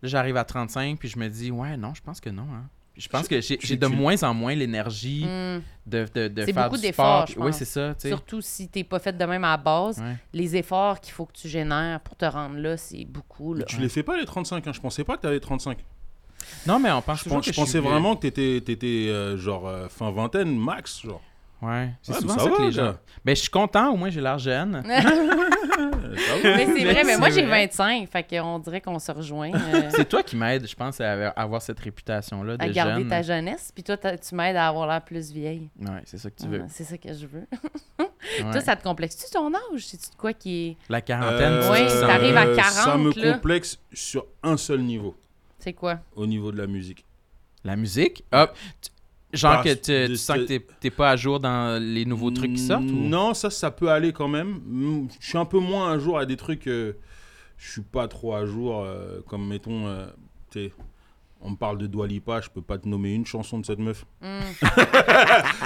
Speaker 2: j'arrive à 35, puis je me dis, ouais, non, je pense que non. hein. Puis Je pense que j'ai
Speaker 4: tu-
Speaker 2: j'ai de
Speaker 4: tu-
Speaker 2: moins en moins l'énergie
Speaker 3: Hmm.
Speaker 2: de, de, de
Speaker 3: C'est
Speaker 2: faire
Speaker 3: beaucoup
Speaker 2: du sport.
Speaker 3: d'efforts, je
Speaker 2: Oui,
Speaker 3: pense.
Speaker 2: c'est ça, tu sais.
Speaker 3: Surtout si t'es pas faite de même à la base,
Speaker 2: Ouais.
Speaker 3: les efforts qu'il faut que tu génères pour te rendre là, c'est beaucoup. Là.
Speaker 4: Tu les fais pas les 35, hein. je pensais pas que t'avais 35.
Speaker 2: Non, mais on pense
Speaker 4: Je,
Speaker 2: toujours
Speaker 4: pense-
Speaker 2: que
Speaker 4: je pensais
Speaker 2: suis vieux.
Speaker 4: vraiment que t'étais, t'étais euh, genre euh, fin vingtaine, max. Genre.
Speaker 2: Ouais, c'est
Speaker 4: Ouais, mais
Speaker 2: souvent ça,
Speaker 4: ça va,
Speaker 2: que les
Speaker 4: ça.
Speaker 2: gens. Ben, je suis content, au moins j'ai l'air jeune.
Speaker 3: *laughs*
Speaker 2: *laughs*
Speaker 4: Euh,
Speaker 3: Mais c'est
Speaker 2: Mais
Speaker 3: vrai, mais moi
Speaker 2: c'est
Speaker 3: j'ai
Speaker 2: vrai.
Speaker 3: 25, fait qu'on dirait qu'on se rejoint.
Speaker 2: *laughs*
Speaker 3: euh,
Speaker 2: C'est toi qui m'aides, je pense, à avoir cette réputation-là de
Speaker 3: à garder
Speaker 2: jeune. hein.
Speaker 3: ta jeunesse, puis toi t'as- tu m'aides à avoir l'air plus vieille.
Speaker 2: Ouais, c'est ça que tu
Speaker 3: Ah,
Speaker 2: veux.
Speaker 3: C'est ça que je veux.
Speaker 2: Ouais.
Speaker 3: Toi, ça te complexe-tu ton âge? C'est-tu de quoi qui est.
Speaker 2: La quarantaine,
Speaker 3: Euh,
Speaker 2: tu
Speaker 3: Ouais,
Speaker 2: te sens-
Speaker 3: si t'arrives à
Speaker 4: euh, Ça
Speaker 3: 40,
Speaker 4: me
Speaker 3: là.
Speaker 4: complexe sur un seul niveau,
Speaker 3: C'est quoi?
Speaker 4: au niveau de la musique.
Speaker 2: La musique, hop. tu- Genre
Speaker 4: Parce
Speaker 2: que tu,
Speaker 4: de
Speaker 2: tu sens
Speaker 4: ce-
Speaker 2: que t'es- t'es pas à jour dans les nouveaux trucs qui sortent ou...
Speaker 4: Mm, Non, ça, ça peut aller quand même. Mm, Je suis un peu moins à jour à des trucs. euh, je suis pas trop à jour, euh, comme mettons. euh, tu sais, on me parle de Dwalipa, je peux pas te nommer une chanson de cette meuf.
Speaker 3: Hmm.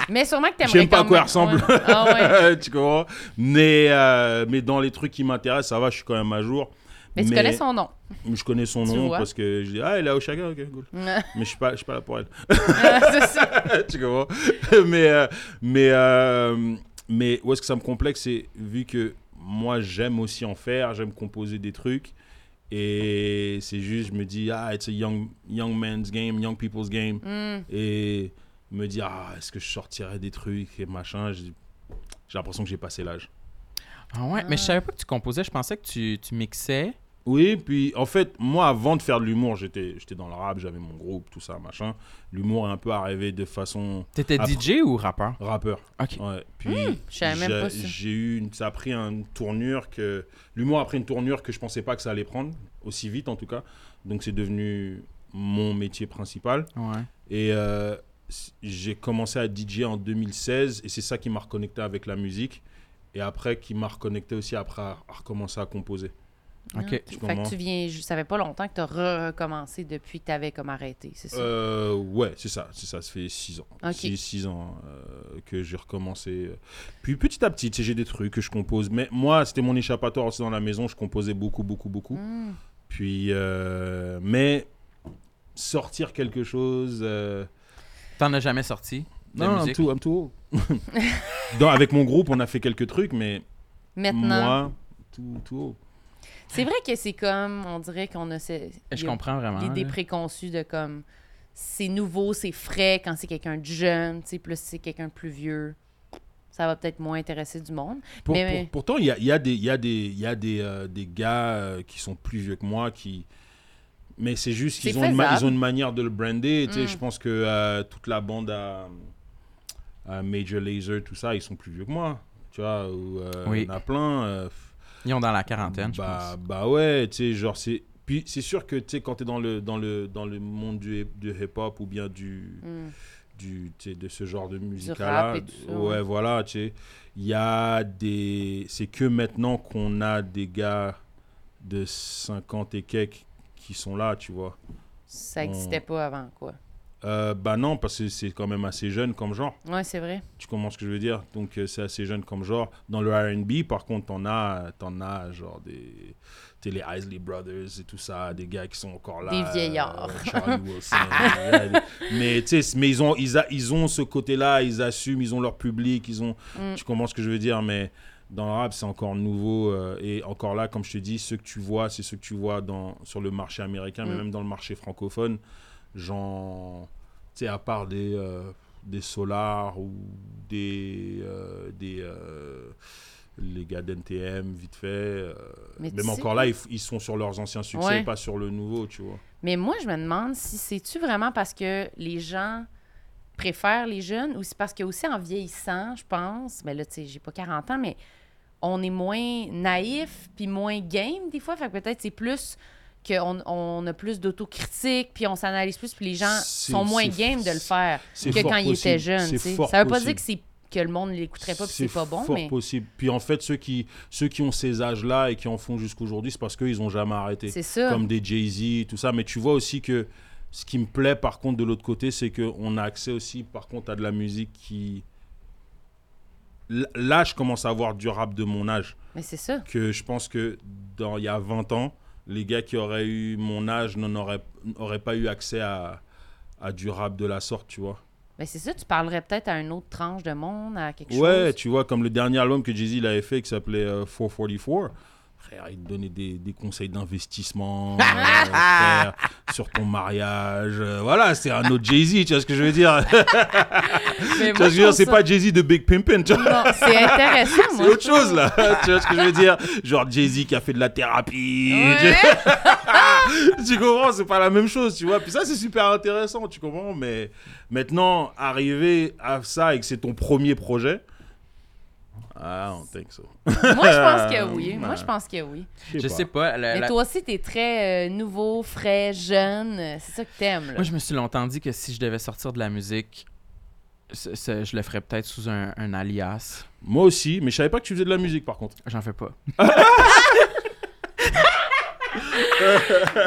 Speaker 3: mais sûrement que t'aimerais.
Speaker 4: J'aime pas
Speaker 3: quand
Speaker 4: à quoi
Speaker 3: même-
Speaker 4: elle ressemble.
Speaker 3: Ouais. Ah ouais.
Speaker 4: *laughs* tu comprends mais, euh, mais dans les trucs qui m'intéressent, ça va, je suis quand même à jour.
Speaker 3: Mais tu connais son nom. *laughs*
Speaker 4: Je connais son
Speaker 3: Tu
Speaker 4: nom
Speaker 3: vois.
Speaker 4: parce que je dis Ah, elle est là au chacun, ok, cool.
Speaker 3: C'est
Speaker 4: Mais je suis pas, je suis pas là pour elle.
Speaker 3: *laughs* ça.
Speaker 4: *laughs* tu comprends *laughs* Mais, euh, mais, euh, mais où est-ce que ça me complexe C'est vu que moi, j'aime aussi en faire, j'aime composer des trucs. Et c'est juste, je me dis, ah, it's a young, young man's game, young people's game.
Speaker 3: Hmm.
Speaker 4: Et me dire, ah, est-ce que je sortirais des trucs et machin J'ai j'ai l'impression que j'ai passé l'âge.
Speaker 2: Ah ouais, mais je savais pas que tu composais, je pensais que tu, tu mixais.
Speaker 4: Oui, puis en fait, moi, avant de faire de l'humour, j'étais j'étais dans le rap, j'avais mon groupe, tout ça, machin. L'humour est un peu arrivé de façon
Speaker 2: T'étais
Speaker 4: Après-
Speaker 2: DJ ou rappeur?
Speaker 4: rappeur.
Speaker 2: Ok.
Speaker 4: Ouais. Puis
Speaker 3: Hmm, je savais même
Speaker 4: j'ai-
Speaker 3: pas ça.
Speaker 4: j'ai eu une- ça a pris une tournure que l'humour a pris une tournure que je pensais pas que ça allait prendre aussi vite en tout cas. Donc c'est devenu mon métier principal
Speaker 2: Ouais.
Speaker 4: et euh, s- j'ai commencé à DJ en 2016 et c'est ça qui m'a reconnecté avec la musique et après qui m'a reconnecté aussi après à, à recommencer à composer.
Speaker 2: Ok.
Speaker 3: Fait
Speaker 4: Je
Speaker 3: que
Speaker 4: comprends.
Speaker 3: tu viens, je savais pas longtemps que t'as re- recommencé depuis que t'avais comme arrêté, c'est ça?
Speaker 4: Euh, ouais, c'est ça, c'est ça, ça fait 6 ans.
Speaker 3: Ok.
Speaker 4: 6 ans euh, que j'ai recommencé. euh. Puis petit à petit, tu sais, j'ai des trucs que je compose. Mais moi, c'était mon échappatoire aussi dans la maison. Je composais beaucoup, beaucoup, beaucoup.
Speaker 3: Hmm.
Speaker 4: Puis, euh, mais sortir quelque chose. euh,
Speaker 2: T'en as jamais sorti? de
Speaker 4: Non, I'm
Speaker 2: musique?
Speaker 4: too, I'm too old. *laughs* Dans- avec mon groupe, on a fait quelques trucs, mais
Speaker 3: Maintenant.
Speaker 4: moi, too, too old.
Speaker 3: C'est vrai que c'est comme, on dirait qu'on a ce-
Speaker 2: Je
Speaker 3: il y a
Speaker 2: comprends vraiment.
Speaker 3: l'idée
Speaker 2: là.
Speaker 3: préconçue de comme c'est nouveau, c'est frais quand c'est quelqu'un de jeune, tu sais, plus c'est quelqu'un de plus vieux. Ça va peut-être moins intéresser du monde.
Speaker 4: Pour-
Speaker 3: Mais-
Speaker 4: pour-
Speaker 3: mais-
Speaker 4: Pourtant, il y a, il y a des, il y a des, il y a des, euh, des gars euh, qui sont plus vieux que moi qui. Mais c'est juste qu'ils
Speaker 3: C'est
Speaker 4: ont, une ma-
Speaker 3: faisable.
Speaker 4: ils ont une manière de le brander. tu sais,
Speaker 3: Mm.
Speaker 4: Je pense que euh, toute la bande à, à Major Laser, tout ça, ils sont plus vieux que moi. Tu vois, ou, euh,
Speaker 2: Oui.
Speaker 4: il y en a plein. euh, f-
Speaker 2: Ils ont dans la quarantaine, je
Speaker 4: bah,
Speaker 2: pense.
Speaker 4: bah ouais, tu sais, genre, c'est. Puis c'est sûr que, tu sais, quand t'es dans le, dans, le, dans le monde du, du hip-hop ou bien du,
Speaker 3: Hmm.
Speaker 4: du, tu sais, de ce genre de musique
Speaker 3: rap
Speaker 4: là
Speaker 3: et tout ça,
Speaker 4: ouais,
Speaker 3: ouais.
Speaker 4: voilà, tu sais. Il y a des. C'est que maintenant qu'on a des gars de 50 et quelques qui sont là, tu vois.
Speaker 3: Ça n'existait pas avant, quoi.
Speaker 4: Euh, bah non, parce que c'est quand même assez jeune comme genre.
Speaker 3: Ouais, c'est vrai.
Speaker 4: Tu comprends ce que je veux dire Donc euh, c'est assez jeune comme genre. Dans le RB, par contre, t'en as, t'en as genre des. Tu sais, les Isley Brothers et tout ça, des gars qui sont encore là.
Speaker 3: Des vieillards.
Speaker 4: euh,
Speaker 3: *laughs*
Speaker 4: Charlie Wilson. ouais, des- mais tu sais, mais ils ont, ils, a- ils ont ce côté-là, ils assument, ils ont leur public, ils ont.
Speaker 3: Mm.
Speaker 4: Tu comprends ce que je veux dire Mais dans le rap, c'est encore nouveau. euh, et encore là, comme je te dis, ce que tu vois, c'est ce que tu vois dans, sur le marché américain, mais
Speaker 3: Mm.
Speaker 4: même dans le marché francophone. Genre. Tu sais, à part des. euh, des Solars ou des, euh, des euh, les gars d'NTM vite fait euh,
Speaker 3: Mais tu
Speaker 4: même
Speaker 3: sais-
Speaker 4: encore là ils, f- ils sont sur leurs anciens succès
Speaker 3: Ouais.
Speaker 4: pas sur le nouveau tu vois
Speaker 3: Mais moi, je me demande si c'est-tu vraiment parce que les gens préfèrent les jeunes ou c'est parce que aussi en vieillissant, je pense, mais là, tu sais, j'ai pas 40 ans, mais on est moins naïf puis moins game des fois. Fait que peut-être c'est plus qu'on on a plus d'autocritique puis on s'analyse plus puis les gens
Speaker 4: C'est-
Speaker 3: sont moins
Speaker 4: c'est-
Speaker 3: game de le
Speaker 4: c'est-
Speaker 3: faire
Speaker 4: c'est
Speaker 3: que
Speaker 4: fort
Speaker 3: quand ils
Speaker 4: possible.
Speaker 3: étaient jeunes. tu
Speaker 4: C'est
Speaker 3: sais.
Speaker 4: fort
Speaker 3: Ça veut pas dire
Speaker 4: possible.
Speaker 3: que, c'est- que le monde ne l'écouterait pas puis c'est pas bon,
Speaker 4: fort
Speaker 3: mais
Speaker 4: possible puis en fait ceux qui ceux qui ont ces âges là et qui en font jusqu'aujourd'hui c'est parce qu'ils ont jamais arrêté
Speaker 3: c'est ça.
Speaker 4: comme des Jay-Z, tout ça. Mais tu vois aussi que Ce qui me plaît, par contre, de l'autre côté, c'est qu'on a accès aussi, par contre, à de la musique qui. L- Là, je commence à avoir du rap de mon âge.
Speaker 3: Mais c'est ça.
Speaker 4: Que je pense que dans il y a 20 ans, les gars qui auraient eu mon âge n'en auraient, auraient pas eu accès à, à du rap de la sorte, tu vois.
Speaker 3: Mais Ben, c'est ça, tu parlerais peut-être à une autre tranche de monde, à quelque
Speaker 4: ouais,
Speaker 3: chose.
Speaker 4: tu vois, comme le dernier album que Jay-Z il avait fait qui s'appelait euh, 444. Frère, il te donnait des, des conseils *laughs* d'investissement euh, frère, sur ton mariage. euh, voilà, c'est un autre Jay-Z, tu vois ce que je veux *laughs* dire. tu vois
Speaker 3: Mais
Speaker 4: ce
Speaker 3: moi,
Speaker 4: que je veux dire,
Speaker 3: je
Speaker 4: c'est
Speaker 3: trouve
Speaker 4: pas Jay-Z de Big Pimpin', *laughs* tu vois.
Speaker 3: ça- Non, c'est intéressant, moi.
Speaker 4: C'est autre chose là, *laughs* tu vois ce que je veux dire Genre Jay-Z qui a fait de la thérapie.
Speaker 3: Ouais.
Speaker 4: *laughs* tu comprends, c'est pas la même chose, tu vois. Puis ça, c'est super intéressant, tu comprends. Mais maintenant, arriver à ça et que c'est ton premier projet, ah, on think so.
Speaker 3: Moi, je pense que oui.
Speaker 4: Ouais.
Speaker 3: Moi, je pense que oui.
Speaker 2: Je sais pas. la-
Speaker 3: Mais
Speaker 2: la-
Speaker 3: toi aussi, t'es très euh, nouveau, frais, jeune. euh, C'est ça que t'aimes, là.
Speaker 2: Moi, je me suis longtemps dit que si je devais sortir de la musique, ce- ce- je le ferais peut-être sous un, un alias.
Speaker 4: Moi aussi, mais je savais pas que tu faisais de la musique par contre.
Speaker 2: J'en fais
Speaker 3: *laughs*
Speaker 2: pas.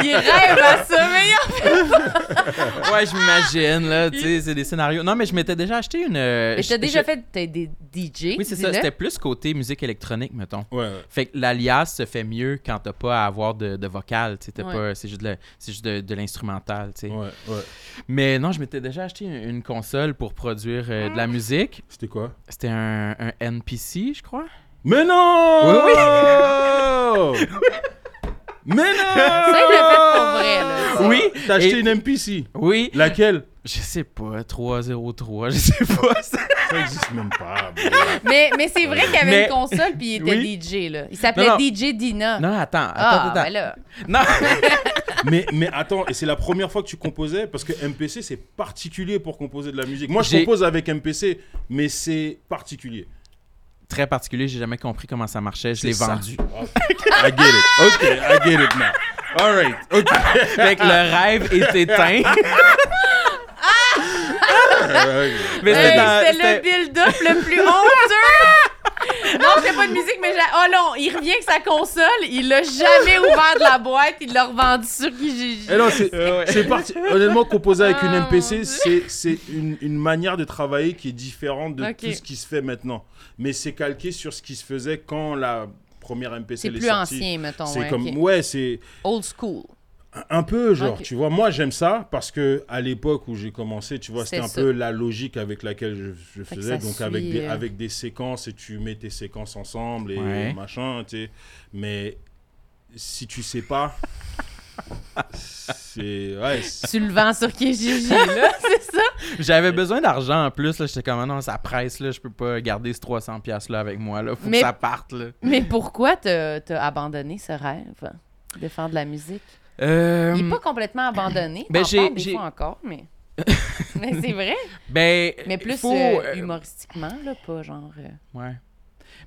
Speaker 3: Il rêve à ça, mais
Speaker 2: Euh,
Speaker 3: il-
Speaker 2: Ouais, j'imagine, là. Tu sais, c'est des scénarios. Non, mais je m'étais déjà acheté une. euh,
Speaker 3: Mais t'as déjà fait t'es des DJ,
Speaker 2: Oui, c'est ça.
Speaker 3: dis-le.
Speaker 2: C'était plus côté musique électronique, mettons.
Speaker 4: Ouais, ouais.
Speaker 2: Fait que l'alias se fait mieux quand t'as pas à avoir de, de vocal. tu sais, t'as
Speaker 3: Ouais.
Speaker 2: pas- C'est juste, le- c'est juste de, de l'instrumental. tu sais.
Speaker 4: Ouais, ouais.
Speaker 2: Mais non, je m'étais déjà acheté une, une console pour produire euh,
Speaker 3: Ah.
Speaker 2: de la musique.
Speaker 4: C'était quoi
Speaker 2: C'était un, un NPC, je crois.
Speaker 4: Mais non
Speaker 2: Oui,
Speaker 4: *laughs* Mais non
Speaker 3: Ça, il l'a fait
Speaker 4: Ah!
Speaker 3: pour vrai, là.
Speaker 2: Oui,
Speaker 4: T'as acheté
Speaker 2: et-
Speaker 4: une MPC
Speaker 2: Oui,
Speaker 4: Laquelle
Speaker 2: je sais pas, 303, je sais
Speaker 3: *laughs*
Speaker 2: pas. ça-
Speaker 4: Ça existe même pas. bro.
Speaker 3: Mais, mais c'est vrai qu'il y avait
Speaker 2: Mais-
Speaker 3: une console, puis il était
Speaker 2: Oui.
Speaker 3: DJ, là. Il s'appelait
Speaker 2: Non, non.
Speaker 3: DJ Dina.
Speaker 2: Non, attends, attends,
Speaker 3: ah,
Speaker 2: attends.
Speaker 3: ben là.
Speaker 2: Non,
Speaker 4: mais, mais attends, et c'est la première fois que tu composais Parce que MPC, c'est particulier pour composer de la musique. Moi, je
Speaker 2: J'ai-
Speaker 4: compose avec MPC, mais c'est particulier.
Speaker 2: très particulier, j'ai jamais compris comment ça marchait, je l'ai
Speaker 4: C'est ça.
Speaker 2: vendu.
Speaker 4: Oh, *laughs* I get it. Ok, I get it now. All right. Ok.
Speaker 2: Fait que le rêve
Speaker 4: *laughs*
Speaker 2: est éteint. Mais
Speaker 3: Hey,
Speaker 2: c'était dans-
Speaker 3: C'était
Speaker 2: c'était-
Speaker 3: le build-up le plus honteux! Non, c'était pas de musique, mais j'a- oh non, il revient avec sa console, il l'a jamais ouvert de la boîte, il l'a revendu sur Kijiji.
Speaker 4: Et Eh non, c'est c'est parti. Honnêtement, composer avec une
Speaker 3: Ah, mon
Speaker 4: MPC,
Speaker 3: Dieu.
Speaker 4: c'est c'est une, une manière de travailler qui est différente de
Speaker 3: Ok.
Speaker 4: tout ce qui se fait maintenant. Mais c'est calqué sur ce qui se faisait quand la première MPC
Speaker 3: C'est
Speaker 4: elle est
Speaker 3: plus
Speaker 4: sortie.
Speaker 3: ancien, mettons.
Speaker 4: C'est
Speaker 3: ouais,
Speaker 4: comme
Speaker 3: ok.
Speaker 4: ouais, c'est
Speaker 3: Old school.
Speaker 4: un peu genre,
Speaker 3: Ok.
Speaker 4: tu vois. Moi, j'aime ça parce que à l'époque où j'ai commencé, tu vois, c'était
Speaker 3: C'était
Speaker 4: un
Speaker 3: ça.
Speaker 4: peu la logique avec laquelle je, je
Speaker 3: Fait que
Speaker 4: faisais,
Speaker 3: ça
Speaker 4: donc avec
Speaker 3: suit,
Speaker 4: des
Speaker 3: euh.
Speaker 4: avec des séquences et tu mets tes séquences ensemble et
Speaker 2: Ouais.
Speaker 4: machin, tu sais. Mais si tu sais pas,
Speaker 2: *laughs*
Speaker 4: c'est ouais. c'est-
Speaker 3: Tu le vends sur Kijiji, là, *laughs* c'est ça?
Speaker 2: J'avais besoin d'argent en plus, là, j'étais comme ah non, ça presse là, je peux pas garder ces 300 pièces là avec moi là, faut
Speaker 3: Mais-
Speaker 2: que ça parte là.
Speaker 3: Mais pourquoi t'as t'as abandonné ce rêve de faire de la musique?
Speaker 2: Euh,
Speaker 3: Il est pas complètement abandonné.
Speaker 2: Ben,
Speaker 3: Ben,
Speaker 2: j'ai-
Speaker 3: j'ai, des
Speaker 2: j'ai-
Speaker 3: fois encore,
Speaker 2: *laughs*
Speaker 3: mais... mais c'est vrai.
Speaker 2: ben
Speaker 3: Mais plus
Speaker 2: faut,
Speaker 3: euh,
Speaker 2: euh,
Speaker 3: humoristiquement, là, pas genre... euh,
Speaker 2: Ouais.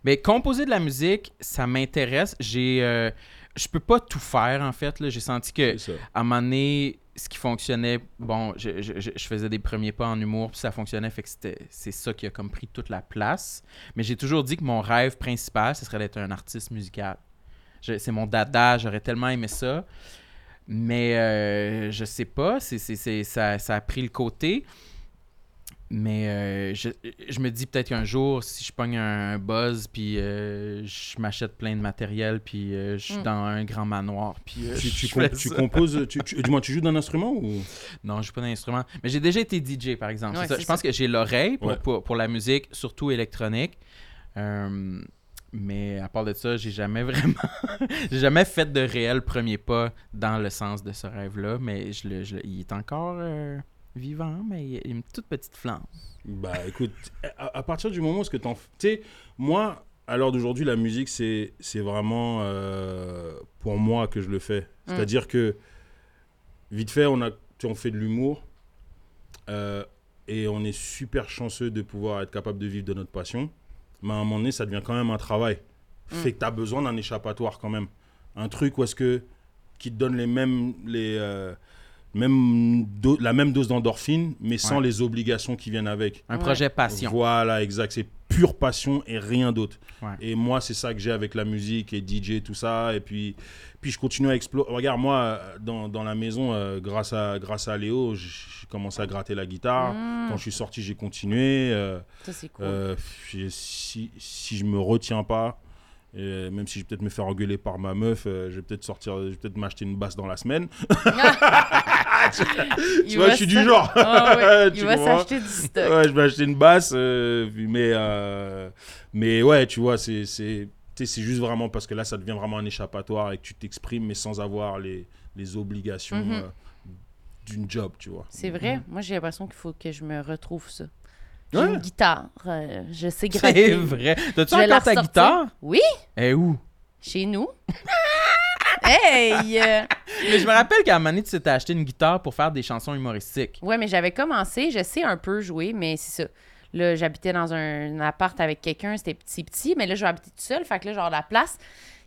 Speaker 2: Mais composer de la musique, ça m'intéresse. J'ai, euh, je peux pas tout faire en fait. là. J'ai senti que
Speaker 4: c'est ça.
Speaker 2: à un moment donné, ce qui fonctionnait, bon, je, je- je- je faisais des premiers pas en humour, puis ça fonctionnait, fait que c'était, c'est ça qui a comme pris toute la place. Mais j'ai toujours dit que mon rêve principal, ce serait d'être un artiste musical. Je- c'est mon dada, j'aurais tellement aimé ça. Mais euh, je sais pas, c'est, c'est- c'est- ça, ça a pris le côté. Mais euh, je, je me dis peut-être qu'un jour, si je pogne un buzz, puis euh, je m'achète plein de matériel, puis euh, je suis
Speaker 3: Mm.
Speaker 2: dans un grand manoir, puis euh,
Speaker 4: Tu, tu
Speaker 2: je
Speaker 4: com-
Speaker 2: fais
Speaker 4: tu
Speaker 2: ça.
Speaker 4: composes, tu, tu- du moins tu joues d'un instrument ou
Speaker 2: Non, je pas d'instrument. Mais j'ai déjà été DJ, par exemple.
Speaker 3: Ouais,
Speaker 2: C'est ça.
Speaker 3: c'est
Speaker 2: Je pense que j'ai l'oreille pour,
Speaker 4: Ouais.
Speaker 2: pour, pour la musique, surtout électronique. Euh, mais à part de ça, j'ai jamais *laughs* vraiment. j'ai jamais fait de réel premier pas dans le sens de ce rêve-là. Mais je le, je le- il est encore euh, vivant, mais il y a une toute petite flamme.
Speaker 4: Bah écoute, à, à partir du moment où ce que t'en, f- tu sais, moi à l'heure d'aujourd'hui la musique c'est c'est vraiment euh, pour moi que je le fais. C'est-à-dire que vite fait on a tu sais, on fait de l'humour euh, et on est super chanceux de pouvoir être capable de vivre de notre passion. Mais à un moment donné ça devient quand même un travail. Fait que t'as besoin d'un échappatoire quand même, un truc où est-ce que qui te donne les mêmes les euh, même do- la même dose d'endorphine, mais sans les obligations qui viennent avec.
Speaker 2: Un
Speaker 3: Ouais.
Speaker 2: projet passion.
Speaker 4: Voilà, exact. C'est pure passion et rien d'autre.
Speaker 2: Ouais.
Speaker 4: Et moi, c'est ça que j'ai avec la musique et DJ, tout ça. Et puis, puis je continue à explorer. Regarde, moi, euh, dans, dans la maison, euh, grâce, à, grâce à Léo, j- j'ai commencé à gratter la guitare. Quand je suis sorti, j'ai continué. euh,
Speaker 3: hum, Ça, c'est Mm. cool.
Speaker 4: euh, j'ai- si, si je me retiens pas, euh, même si je vais peut-être me faire engueuler par ma meuf, euh, je vais peut-être sortir, je vais peut-être m'acheter une basse dans la semaine.
Speaker 3: Il
Speaker 4: *laughs* tu vois,
Speaker 3: va
Speaker 4: je suis du
Speaker 3: s'ach-
Speaker 4: genre.
Speaker 3: Ah ouais,
Speaker 4: *laughs* Tu
Speaker 3: Il va
Speaker 4: comprends
Speaker 3: s'acheter du stock.
Speaker 4: Ouais, je vais acheter une basse, euh, mais, euh, mais ouais, tu vois, c'est, c'est, tu sais, c'est juste vraiment parce que là, ça devient vraiment un échappatoire et que tu t'exprimes, mais sans avoir les, les obligations
Speaker 3: Mhm.
Speaker 4: euh, d'une job, tu vois.
Speaker 3: C'est vrai. Moi, j'ai l'impression qu'il faut que je me retrouve ça. J'ai
Speaker 4: Ouais.
Speaker 3: une guitare. euh, je sais
Speaker 2: *laughs*
Speaker 3: gratter.
Speaker 2: C'est vrai. T'as-tu
Speaker 3: Je vais la
Speaker 2: encore ta
Speaker 3: ressortir.
Speaker 2: guitare?
Speaker 3: Oui,
Speaker 2: Et où?
Speaker 3: chez nous. *laughs* hey! euh,
Speaker 2: Mais je me rappelle qu'à un moment donné, tu t'es acheté une guitare pour faire des chansons humoristiques.
Speaker 3: Ouais, mais j'avais commencé, je sais un peu jouer, mais c'est ça. Là, j'habitais dans un appart avec quelqu'un, c'était petit petit, mais là, je habitais toute seule, fait que là, genre la place,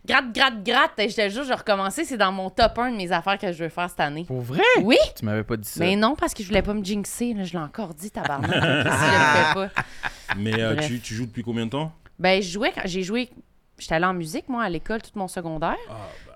Speaker 3: gratte, gratte, gratte, et je te jure, je recommençais, c'est dans mon top 1 de mes affaires que je veux faire cette année.
Speaker 2: Pour vrai?
Speaker 3: Oui,
Speaker 2: Tu m'avais pas dit ça.
Speaker 3: mais non, parce que je voulais pas me jinxer, là, je l'ai encore dit, tabarnak,
Speaker 2: *laughs*
Speaker 3: si je le fais pas.
Speaker 4: Mais euh,
Speaker 3: Ah, Bref.
Speaker 4: tu, tu joues depuis combien de temps
Speaker 3: Ben, je jouais, quand- j'ai joué, j'étais allée en musique, moi, à l'école, tout mon secondaire,
Speaker 2: Ah,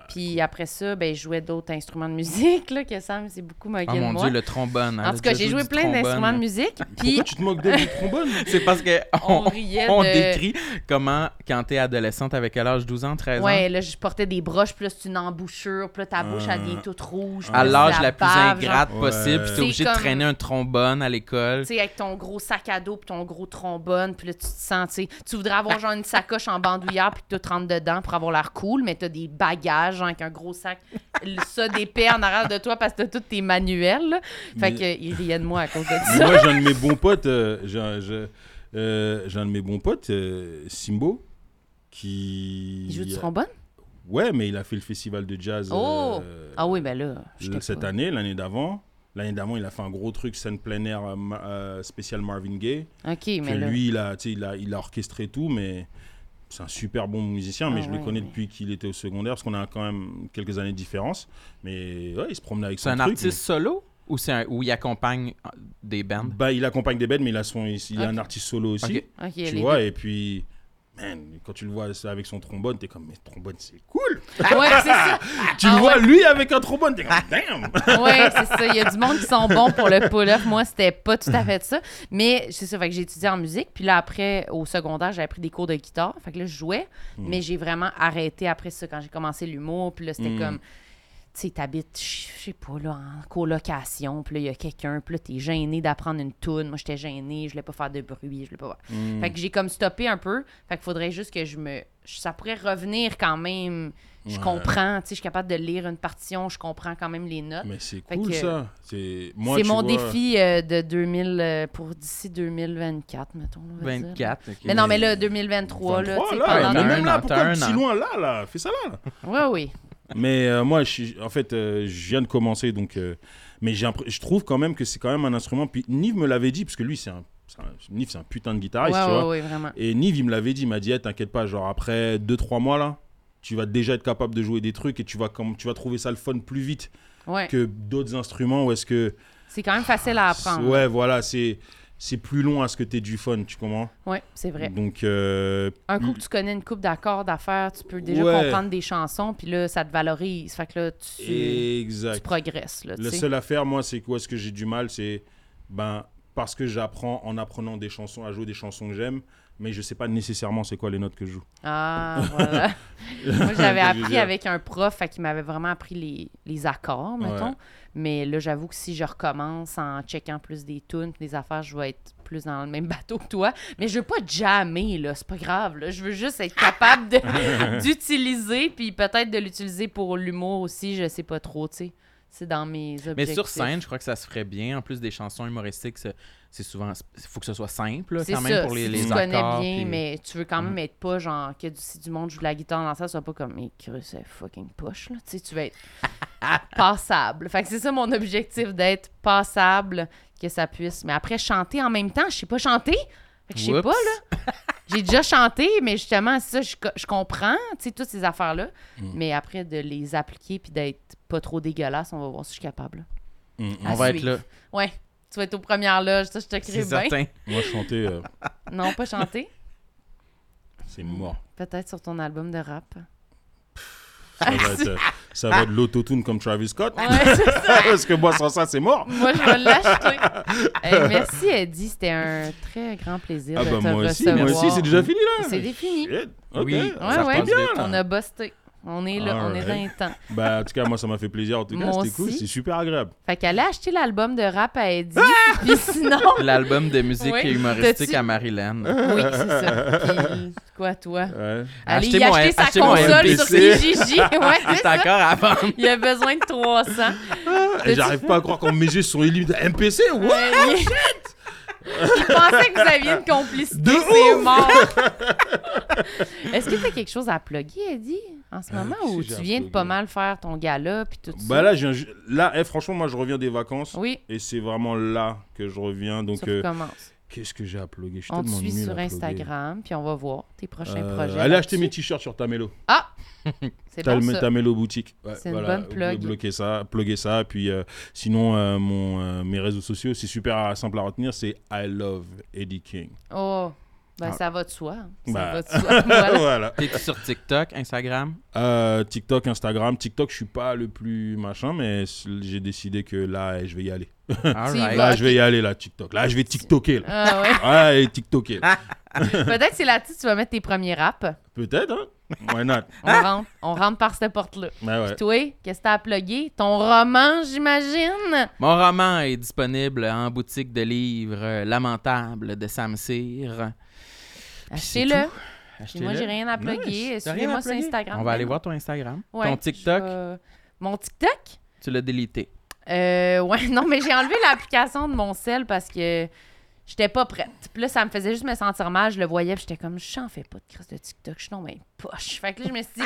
Speaker 3: puis après ça, ben, je jouais d'autres instruments de musique, là, que Sam s'est beaucoup moqué
Speaker 2: Oh
Speaker 3: de
Speaker 2: mon
Speaker 3: moi.
Speaker 2: dieu, le trombone.
Speaker 3: en tout cas, j'ai joué plein d'instruments de
Speaker 2: musique.
Speaker 3: musique, puis
Speaker 4: Pourquoi tu te moques de du
Speaker 3: *laughs*
Speaker 4: trombone
Speaker 2: *laughs* C'est parce que
Speaker 3: on
Speaker 2: on,
Speaker 3: riait
Speaker 2: on
Speaker 3: de...
Speaker 2: décrit comment, quand t'es adolescente, avec quel âge? 12 ans, 13 ans?
Speaker 3: Ouais, là, je portais des broches, puis là, c'est une embouchure, puis là, ta bouche, elle
Speaker 4: Ah.
Speaker 3: devient toute rouge.
Speaker 2: Euh. À
Speaker 3: puis là,
Speaker 2: l'âge
Speaker 3: c'est
Speaker 2: la plus
Speaker 3: bave, genre,
Speaker 2: ingrate
Speaker 4: genre.
Speaker 2: possible, puis t'es
Speaker 3: C'est
Speaker 2: obligé
Speaker 3: comme-
Speaker 2: de traîner un trombone à l'école.
Speaker 3: Tu sais, avec ton gros sac à dos, puis ton gros trombone, puis là, tu te sens, tu sais, tu voudrais avoir genre une sacoche en bandoulière, puis que tout rentre dedans pour avoir l'air cool, mais t'as des bagages, genre, avec un gros sac, le- ça, des paires en arrière de toi, parce que t'as tous tes manuels, là. Fait
Speaker 4: Mais-
Speaker 3: que, ils riaient de moi à cause de
Speaker 4: Mais
Speaker 3: ça.
Speaker 4: Moi, j'ai un de mes bons potes, euh, j'ai, un, je- euh, j'ai un de mes bons potes, euh, Simbo, qui...
Speaker 3: Ils jouent du trombone?
Speaker 4: Ouais, mais il a fait le festival de jazz
Speaker 3: Oh
Speaker 4: euh,
Speaker 3: Ah oui, ben là, je
Speaker 4: Le- cette année, l'année d'avant. L'année d'avant, il a fait un gros truc, scène plein air euh, ma- euh, spécial Marvin Gaye.
Speaker 3: OK,
Speaker 4: Que
Speaker 3: mais là...
Speaker 4: lui, il a, tu sais, il, a, il a orchestré tout, mais c'est un super bon musicien. Mais
Speaker 3: Ah
Speaker 4: je
Speaker 3: ouais,
Speaker 4: le connais
Speaker 3: ouais.
Speaker 4: depuis qu'il était au secondaire, parce qu'on a quand même quelques années de différence. Mais ouais, il se promenait avec
Speaker 2: C'est
Speaker 4: son
Speaker 2: un
Speaker 4: truc.
Speaker 2: artiste solo ou c'est un- ou il accompagne euh, des
Speaker 4: mais-
Speaker 2: bands?
Speaker 4: bah, il accompagne des bêtes, mais il a, son, il, il a
Speaker 3: Ok.
Speaker 4: un artiste solo aussi.
Speaker 2: Ok.
Speaker 3: OK,
Speaker 4: Tu
Speaker 3: les
Speaker 4: vois, et puis, man, quand tu le vois avec son trombone, t'es comme, mais trombone, c'est cool.
Speaker 3: Ah ouais, c'est ça.
Speaker 4: tu
Speaker 3: Ah
Speaker 4: le vois,
Speaker 3: ouais. Ah.
Speaker 4: lui, avec un trombone, t'es comme,
Speaker 3: *laughs*
Speaker 4: damn.
Speaker 3: Ouais, c'est ça. Il y a du monde qui sont bons pour le pull-up. Moi, c'était pas tout à fait ça. Mais c'est ça. Fait que j'ai étudié en musique. Puis là, après, au secondaire, j'avais pris des cours de guitare. Fait que là, je jouais. Mais j'ai vraiment arrêté après ça quand j'ai commencé l'humour. Puis là, c'était
Speaker 4: Mm.
Speaker 3: comme. Tu sais, t'habites, je sais pas, là, en colocation, puis là, il y a quelqu'un, puis là, t'es gêné d'apprendre une toune. Moi, j'étais gênée, je voulais pas faire de bruit, je voulais pas...
Speaker 4: Mm.
Speaker 3: Fait que j'ai comme stoppé un peu. Fait qu'il faudrait juste que je me. je- Ça pourrait revenir quand même. Je
Speaker 4: Ouais.
Speaker 3: comprends. Tu sais, je suis capable de lire une partition. Je comprends quand même les notes.
Speaker 4: Mais c'est
Speaker 3: Fait
Speaker 4: cool
Speaker 3: que-
Speaker 4: ça. C'est moi,
Speaker 3: C'est
Speaker 4: tu
Speaker 3: mon
Speaker 4: vois,
Speaker 3: défi euh, de 2000 euh, pour d'ici 2024, mettons. on va dire.
Speaker 2: 24. ok.
Speaker 3: Mais non, mais là, 2023,
Speaker 4: 23,
Speaker 3: là,
Speaker 4: là,
Speaker 2: pendant
Speaker 4: mais
Speaker 2: un
Speaker 4: même là,
Speaker 2: an,
Speaker 4: pourquoi
Speaker 2: t'as un
Speaker 4: si
Speaker 2: an.
Speaker 4: loin là, là, fais ça là.
Speaker 3: Oui, oui.
Speaker 4: mais euh, moi, je suis- en fait, euh, je viens de commencer, donc, euh, mais j'ai impr- je trouve quand même que c'est quand même un instrument. Puis Nive me l'avait dit, parce que lui, c'est un, c'est un- Nive, Ah, c'est un putain de
Speaker 3: Oui,
Speaker 4: guitariste, tu
Speaker 3: oui,
Speaker 4: vois.
Speaker 3: vraiment.
Speaker 4: Et Nive, il me l'avait dit, il m'a dit, Eh, t'inquiète pas, genre après 2-3 mois là, tu vas déjà être capable de jouer des trucs et tu vas comme, tu vas trouver ça le fun plus vite
Speaker 3: Ouais.
Speaker 4: que d'autres instruments où est-ce que,
Speaker 3: C'est quand même facile à apprendre.
Speaker 4: ouais, voilà, c'est, c'est plus long à ce que t'aies du fun, tu comprends
Speaker 3: Ouais, c'est vrai.
Speaker 4: Donc, euh,
Speaker 3: Un coup que tu connais une coupe d'accords d'affaires, tu peux déjà
Speaker 4: Ouais.
Speaker 3: comprendre des chansons, puis là, ça te valorise. Fait que là, tu, tu
Speaker 4: Exact.
Speaker 3: progresses. Là,
Speaker 4: La
Speaker 3: tu sais.
Speaker 4: seule affaire, moi, c'est quoi ce que j'ai du mal, c'est ben parce que j'apprends en apprenant des chansons à jouer des chansons que j'aime, mais je sais pas nécessairement c'est quoi les notes que je joue.
Speaker 3: Ah, voilà.
Speaker 2: *laughs*
Speaker 3: Moi, j'avais
Speaker 4: *laughs* Je veux
Speaker 3: appris
Speaker 4: dire.
Speaker 3: avec un prof fait, qui m'avait vraiment appris les, les accords, mettons.
Speaker 4: Ouais.
Speaker 3: Mais là, j'avoue que si je recommence en checkant plus des tunes, des affaires, je vais être plus dans le même *laughs* bateau que toi. Mais je veux pas jammer, là. C'est pas grave, là. Je veux juste être
Speaker 2: *laughs*
Speaker 3: capable de- *laughs* d'utiliser, puis peut-être de l'utiliser pour l'humour aussi, je sais pas trop, tu sais. C'est dans mes objectifs.
Speaker 2: Mais sur scène, je crois que ça se ferait bien. En plus des chansons humoristiques, c'est c'est souvent. Il faut que ce soit simple, là,
Speaker 3: C'est
Speaker 2: quand même,
Speaker 3: ça,
Speaker 2: pour les,
Speaker 3: si
Speaker 2: les
Speaker 3: tu connais
Speaker 2: accords.
Speaker 3: bien,
Speaker 2: puis- Mm.
Speaker 3: mais tu veux quand même être pas genre que du, si du monde joue de la guitare dans la salle, soit pas comme mais creux, c'est fucking poche là. Tu sais, tu
Speaker 2: *laughs*
Speaker 3: vas être passable. Fait que c'est ça mon objectif d'être passable, que ça puisse. Mais après chanter en même temps, je sais pas chanter. Fait que je sais
Speaker 2: Whoops.
Speaker 3: pas là.
Speaker 2: *laughs*
Speaker 3: J'ai déjà chanté, mais justement c'est ça, je, co- je comprends, tu sais toutes ces
Speaker 2: Mm.
Speaker 3: affaires là. Mais après de les appliquer puis d'être pas trop dégueulasse, on va voir si je suis capable. là.
Speaker 4: Mm, mm.
Speaker 3: À
Speaker 2: On va être
Speaker 3: suivre.
Speaker 2: là,
Speaker 3: Ouais. Tu vas être aux premières loges, ça, je te crée
Speaker 2: c'est
Speaker 3: bien.
Speaker 2: certain.
Speaker 4: Moi, chanter, euh,
Speaker 3: Non, pas chanter.
Speaker 4: c'est mort.
Speaker 3: *laughs* Peut-être sur ton album de rap.
Speaker 4: Ça va être, euh, ça va être l'autotune comme Travis Scott.
Speaker 3: *laughs*
Speaker 4: hein.
Speaker 3: Ouais, Ah, c'est ça.
Speaker 4: *laughs* Parce que moi, sans ça, c'est mort.
Speaker 3: Moi, je vais
Speaker 4: *laughs*
Speaker 3: l'acheter. Euh, merci, Eddie. C'était un très grand plaisir
Speaker 4: Ah
Speaker 3: de
Speaker 4: bah
Speaker 3: te
Speaker 4: moi aussi,
Speaker 3: recevoir.
Speaker 4: moi aussi, c'est déjà fini là.
Speaker 3: C'est défini.
Speaker 4: Shit. Ok,
Speaker 2: Oui. Ouais,
Speaker 4: ça
Speaker 3: ouais.
Speaker 4: repasse bien là.
Speaker 3: On a busté. On est là, on est dans les
Speaker 4: Alright.
Speaker 3: temps.
Speaker 4: Bah, en tout cas, moi, ça m'a fait plaisir. En tout cas,
Speaker 3: Moi
Speaker 4: c'était cool,
Speaker 3: aussi.
Speaker 4: c'est super agréable.
Speaker 3: Fait qu'elle a acheté l'album de rap à Eddie.
Speaker 4: Ah!
Speaker 3: Puis
Speaker 4: *laughs*
Speaker 3: sinon,
Speaker 2: L'album de musique
Speaker 3: Oui.
Speaker 2: humoristique
Speaker 3: T'as-tu-
Speaker 2: à Marilyn.
Speaker 3: oui, c'est ça. Puis quoi, toi? *laughs*
Speaker 4: Ouais.
Speaker 3: Allez,
Speaker 2: Achetez
Speaker 3: il a
Speaker 2: mon-
Speaker 3: acheté sa
Speaker 2: achetez mon
Speaker 3: console sur
Speaker 2: MPC.
Speaker 4: *laughs*
Speaker 3: Kijiji. Ouais, c'est
Speaker 2: C'est
Speaker 3: ça.
Speaker 2: encore à *laughs* vendre.
Speaker 3: Il a besoin de 300.
Speaker 4: Et J'arrive pas à croire qu'on me sur une ligne de MPC. What?
Speaker 3: Euh, il... il pensait que vous aviez une complicité.
Speaker 4: De
Speaker 3: c'est mort. Est-ce que t'as quelque chose à plugger, Eddie, en ce
Speaker 4: Euh,
Speaker 3: moment,
Speaker 4: qu'est-ce
Speaker 3: ou
Speaker 4: que
Speaker 3: tu
Speaker 4: j'ai à
Speaker 3: viens de
Speaker 4: plugger?
Speaker 3: pas mal faire ton gala puis tout ça?
Speaker 4: Bah là, je viens ju- là eh, franchement, moi, je reviens des vacances.
Speaker 3: Oui,
Speaker 4: Et c'est vraiment là que je reviens.
Speaker 3: ça
Speaker 4: Donc, euh,
Speaker 3: recommence.
Speaker 4: qu'est-ce que j'ai à plugger Je suis
Speaker 3: On te
Speaker 4: tellement
Speaker 3: suit
Speaker 4: nul à
Speaker 3: sur
Speaker 4: plugger.
Speaker 3: Instagram, puis on va voir tes prochains
Speaker 4: Euh,
Speaker 3: projets.
Speaker 4: allez
Speaker 3: là-dessus.
Speaker 4: acheter mes t-shirts sur Tamelo.
Speaker 3: Ah! C'est bon,
Speaker 4: Tamelo,
Speaker 3: ça.
Speaker 4: boutique. Ouais,
Speaker 3: C'est une bonne
Speaker 4: vous
Speaker 3: plug.
Speaker 4: pouvez bloquer ça, plugger ça. Puis euh, sinon, euh, mon, euh, mes réseaux sociaux, c'est super simple à retenir. C'est I love Eddie King. *laughs*
Speaker 3: Oh! Ben,
Speaker 4: Ah.
Speaker 3: ça va de soi. Ça
Speaker 4: Bah.
Speaker 3: va de soi. *laughs*
Speaker 4: *laughs*
Speaker 3: Voilà.
Speaker 4: voilà.
Speaker 2: T'es sur TikTok, Instagram.
Speaker 4: Euh, TikTok, Instagram. TikTok, je suis pas le plus machin, mais c- j'ai décidé que là, eh, je vais y aller.
Speaker 2: All
Speaker 3: Si,
Speaker 2: right.
Speaker 4: Là,
Speaker 3: voilà.
Speaker 4: je vais y aller, là, TikTok. Là, je vais TikToker. Là.
Speaker 3: Ah ouais.
Speaker 4: Ah, et TikToker.
Speaker 3: Peut-être que c'est là-dessus que tu vas mettre tes premiers raps.
Speaker 4: Peut-être, hein? Why not?
Speaker 3: On, rentre, on rentre par cette porte-là.
Speaker 4: Ah! Ouais, ouais.
Speaker 3: Toi, qu'est-ce que t'as à plugger? Ton roman, j'imagine?
Speaker 2: Mon roman est disponible en boutique de livres euh, Lamentable de Sam Cyr. Puis c'est
Speaker 3: Achetez-le.
Speaker 2: tout.
Speaker 3: Puis Moi,
Speaker 2: Achetez-le.
Speaker 3: j'ai rien à plugger.
Speaker 2: Nice. T'as rien à
Speaker 3: Suivez-moi sur
Speaker 2: plugger?
Speaker 3: Instagram.
Speaker 2: On va aller
Speaker 3: Ben,
Speaker 2: voir ton Instagram.
Speaker 3: ouais,
Speaker 2: ton TikTok,
Speaker 3: je vais- euh, Mon TikTok?
Speaker 2: tu l'as délité.
Speaker 3: Euh, ouais, *laughs* non, mais j'ai enlevé l'application de mon sel parce que j'étais pas prête. Puis là, ça me faisait juste me sentir mal. Je le voyais, puis j'étais comme, j'en fais pas de crise de TikTok. Je suis non, mais poche. Fait que là, je me
Speaker 2: *laughs*
Speaker 3: suis dit,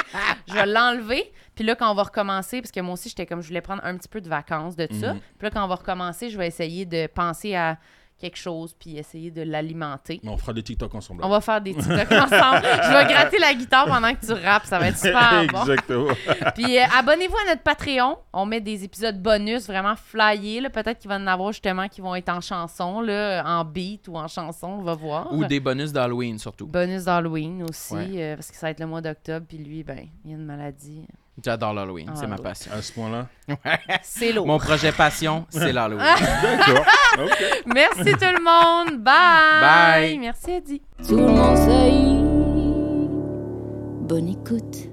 Speaker 3: je vais l'enlever. Puis là, quand on va recommencer, parce que moi aussi, j'étais comme, je voulais prendre un petit peu de vacances de ça.
Speaker 4: Mhm.
Speaker 3: Puis là, quand on va recommencer, je vais essayer de penser à quelque chose, puis essayer de l'alimenter.
Speaker 4: Mais on fera des TikTok ensemble.
Speaker 3: On va faire des TikTok ensemble. Je vais gratter la guitare pendant que tu rappes. Ça va être super
Speaker 2: *laughs*
Speaker 3: bon.
Speaker 4: *laughs* Exactement.
Speaker 3: Puis euh, abonnez-vous à notre Patreon. On met des épisodes bonus vraiment flyés. là. Peut-être qu'il va y en avoir justement qui vont être en chanson, là, en beat ou en chanson. On va voir.
Speaker 2: Ou des bonus d'Halloween, surtout.
Speaker 3: Bonus d'Halloween aussi,
Speaker 2: Ouais.
Speaker 3: euh, parce que ça va être le mois d'octobre. Puis lui, ben, il a
Speaker 2: *laughs*
Speaker 3: une maladie.
Speaker 2: J'adore l'Halloween,
Speaker 3: Ah,
Speaker 2: c'est ma
Speaker 3: ouais.
Speaker 2: passion.
Speaker 4: À ce point-là.
Speaker 3: C'est lourd.
Speaker 2: Mon projet passion, c'est l'Halloween.
Speaker 4: D'accord. Ok.
Speaker 3: Merci tout le monde. Bye.
Speaker 2: Bye.
Speaker 3: Merci, Eddie.
Speaker 1: Tout le monde sait. Bonne écoute.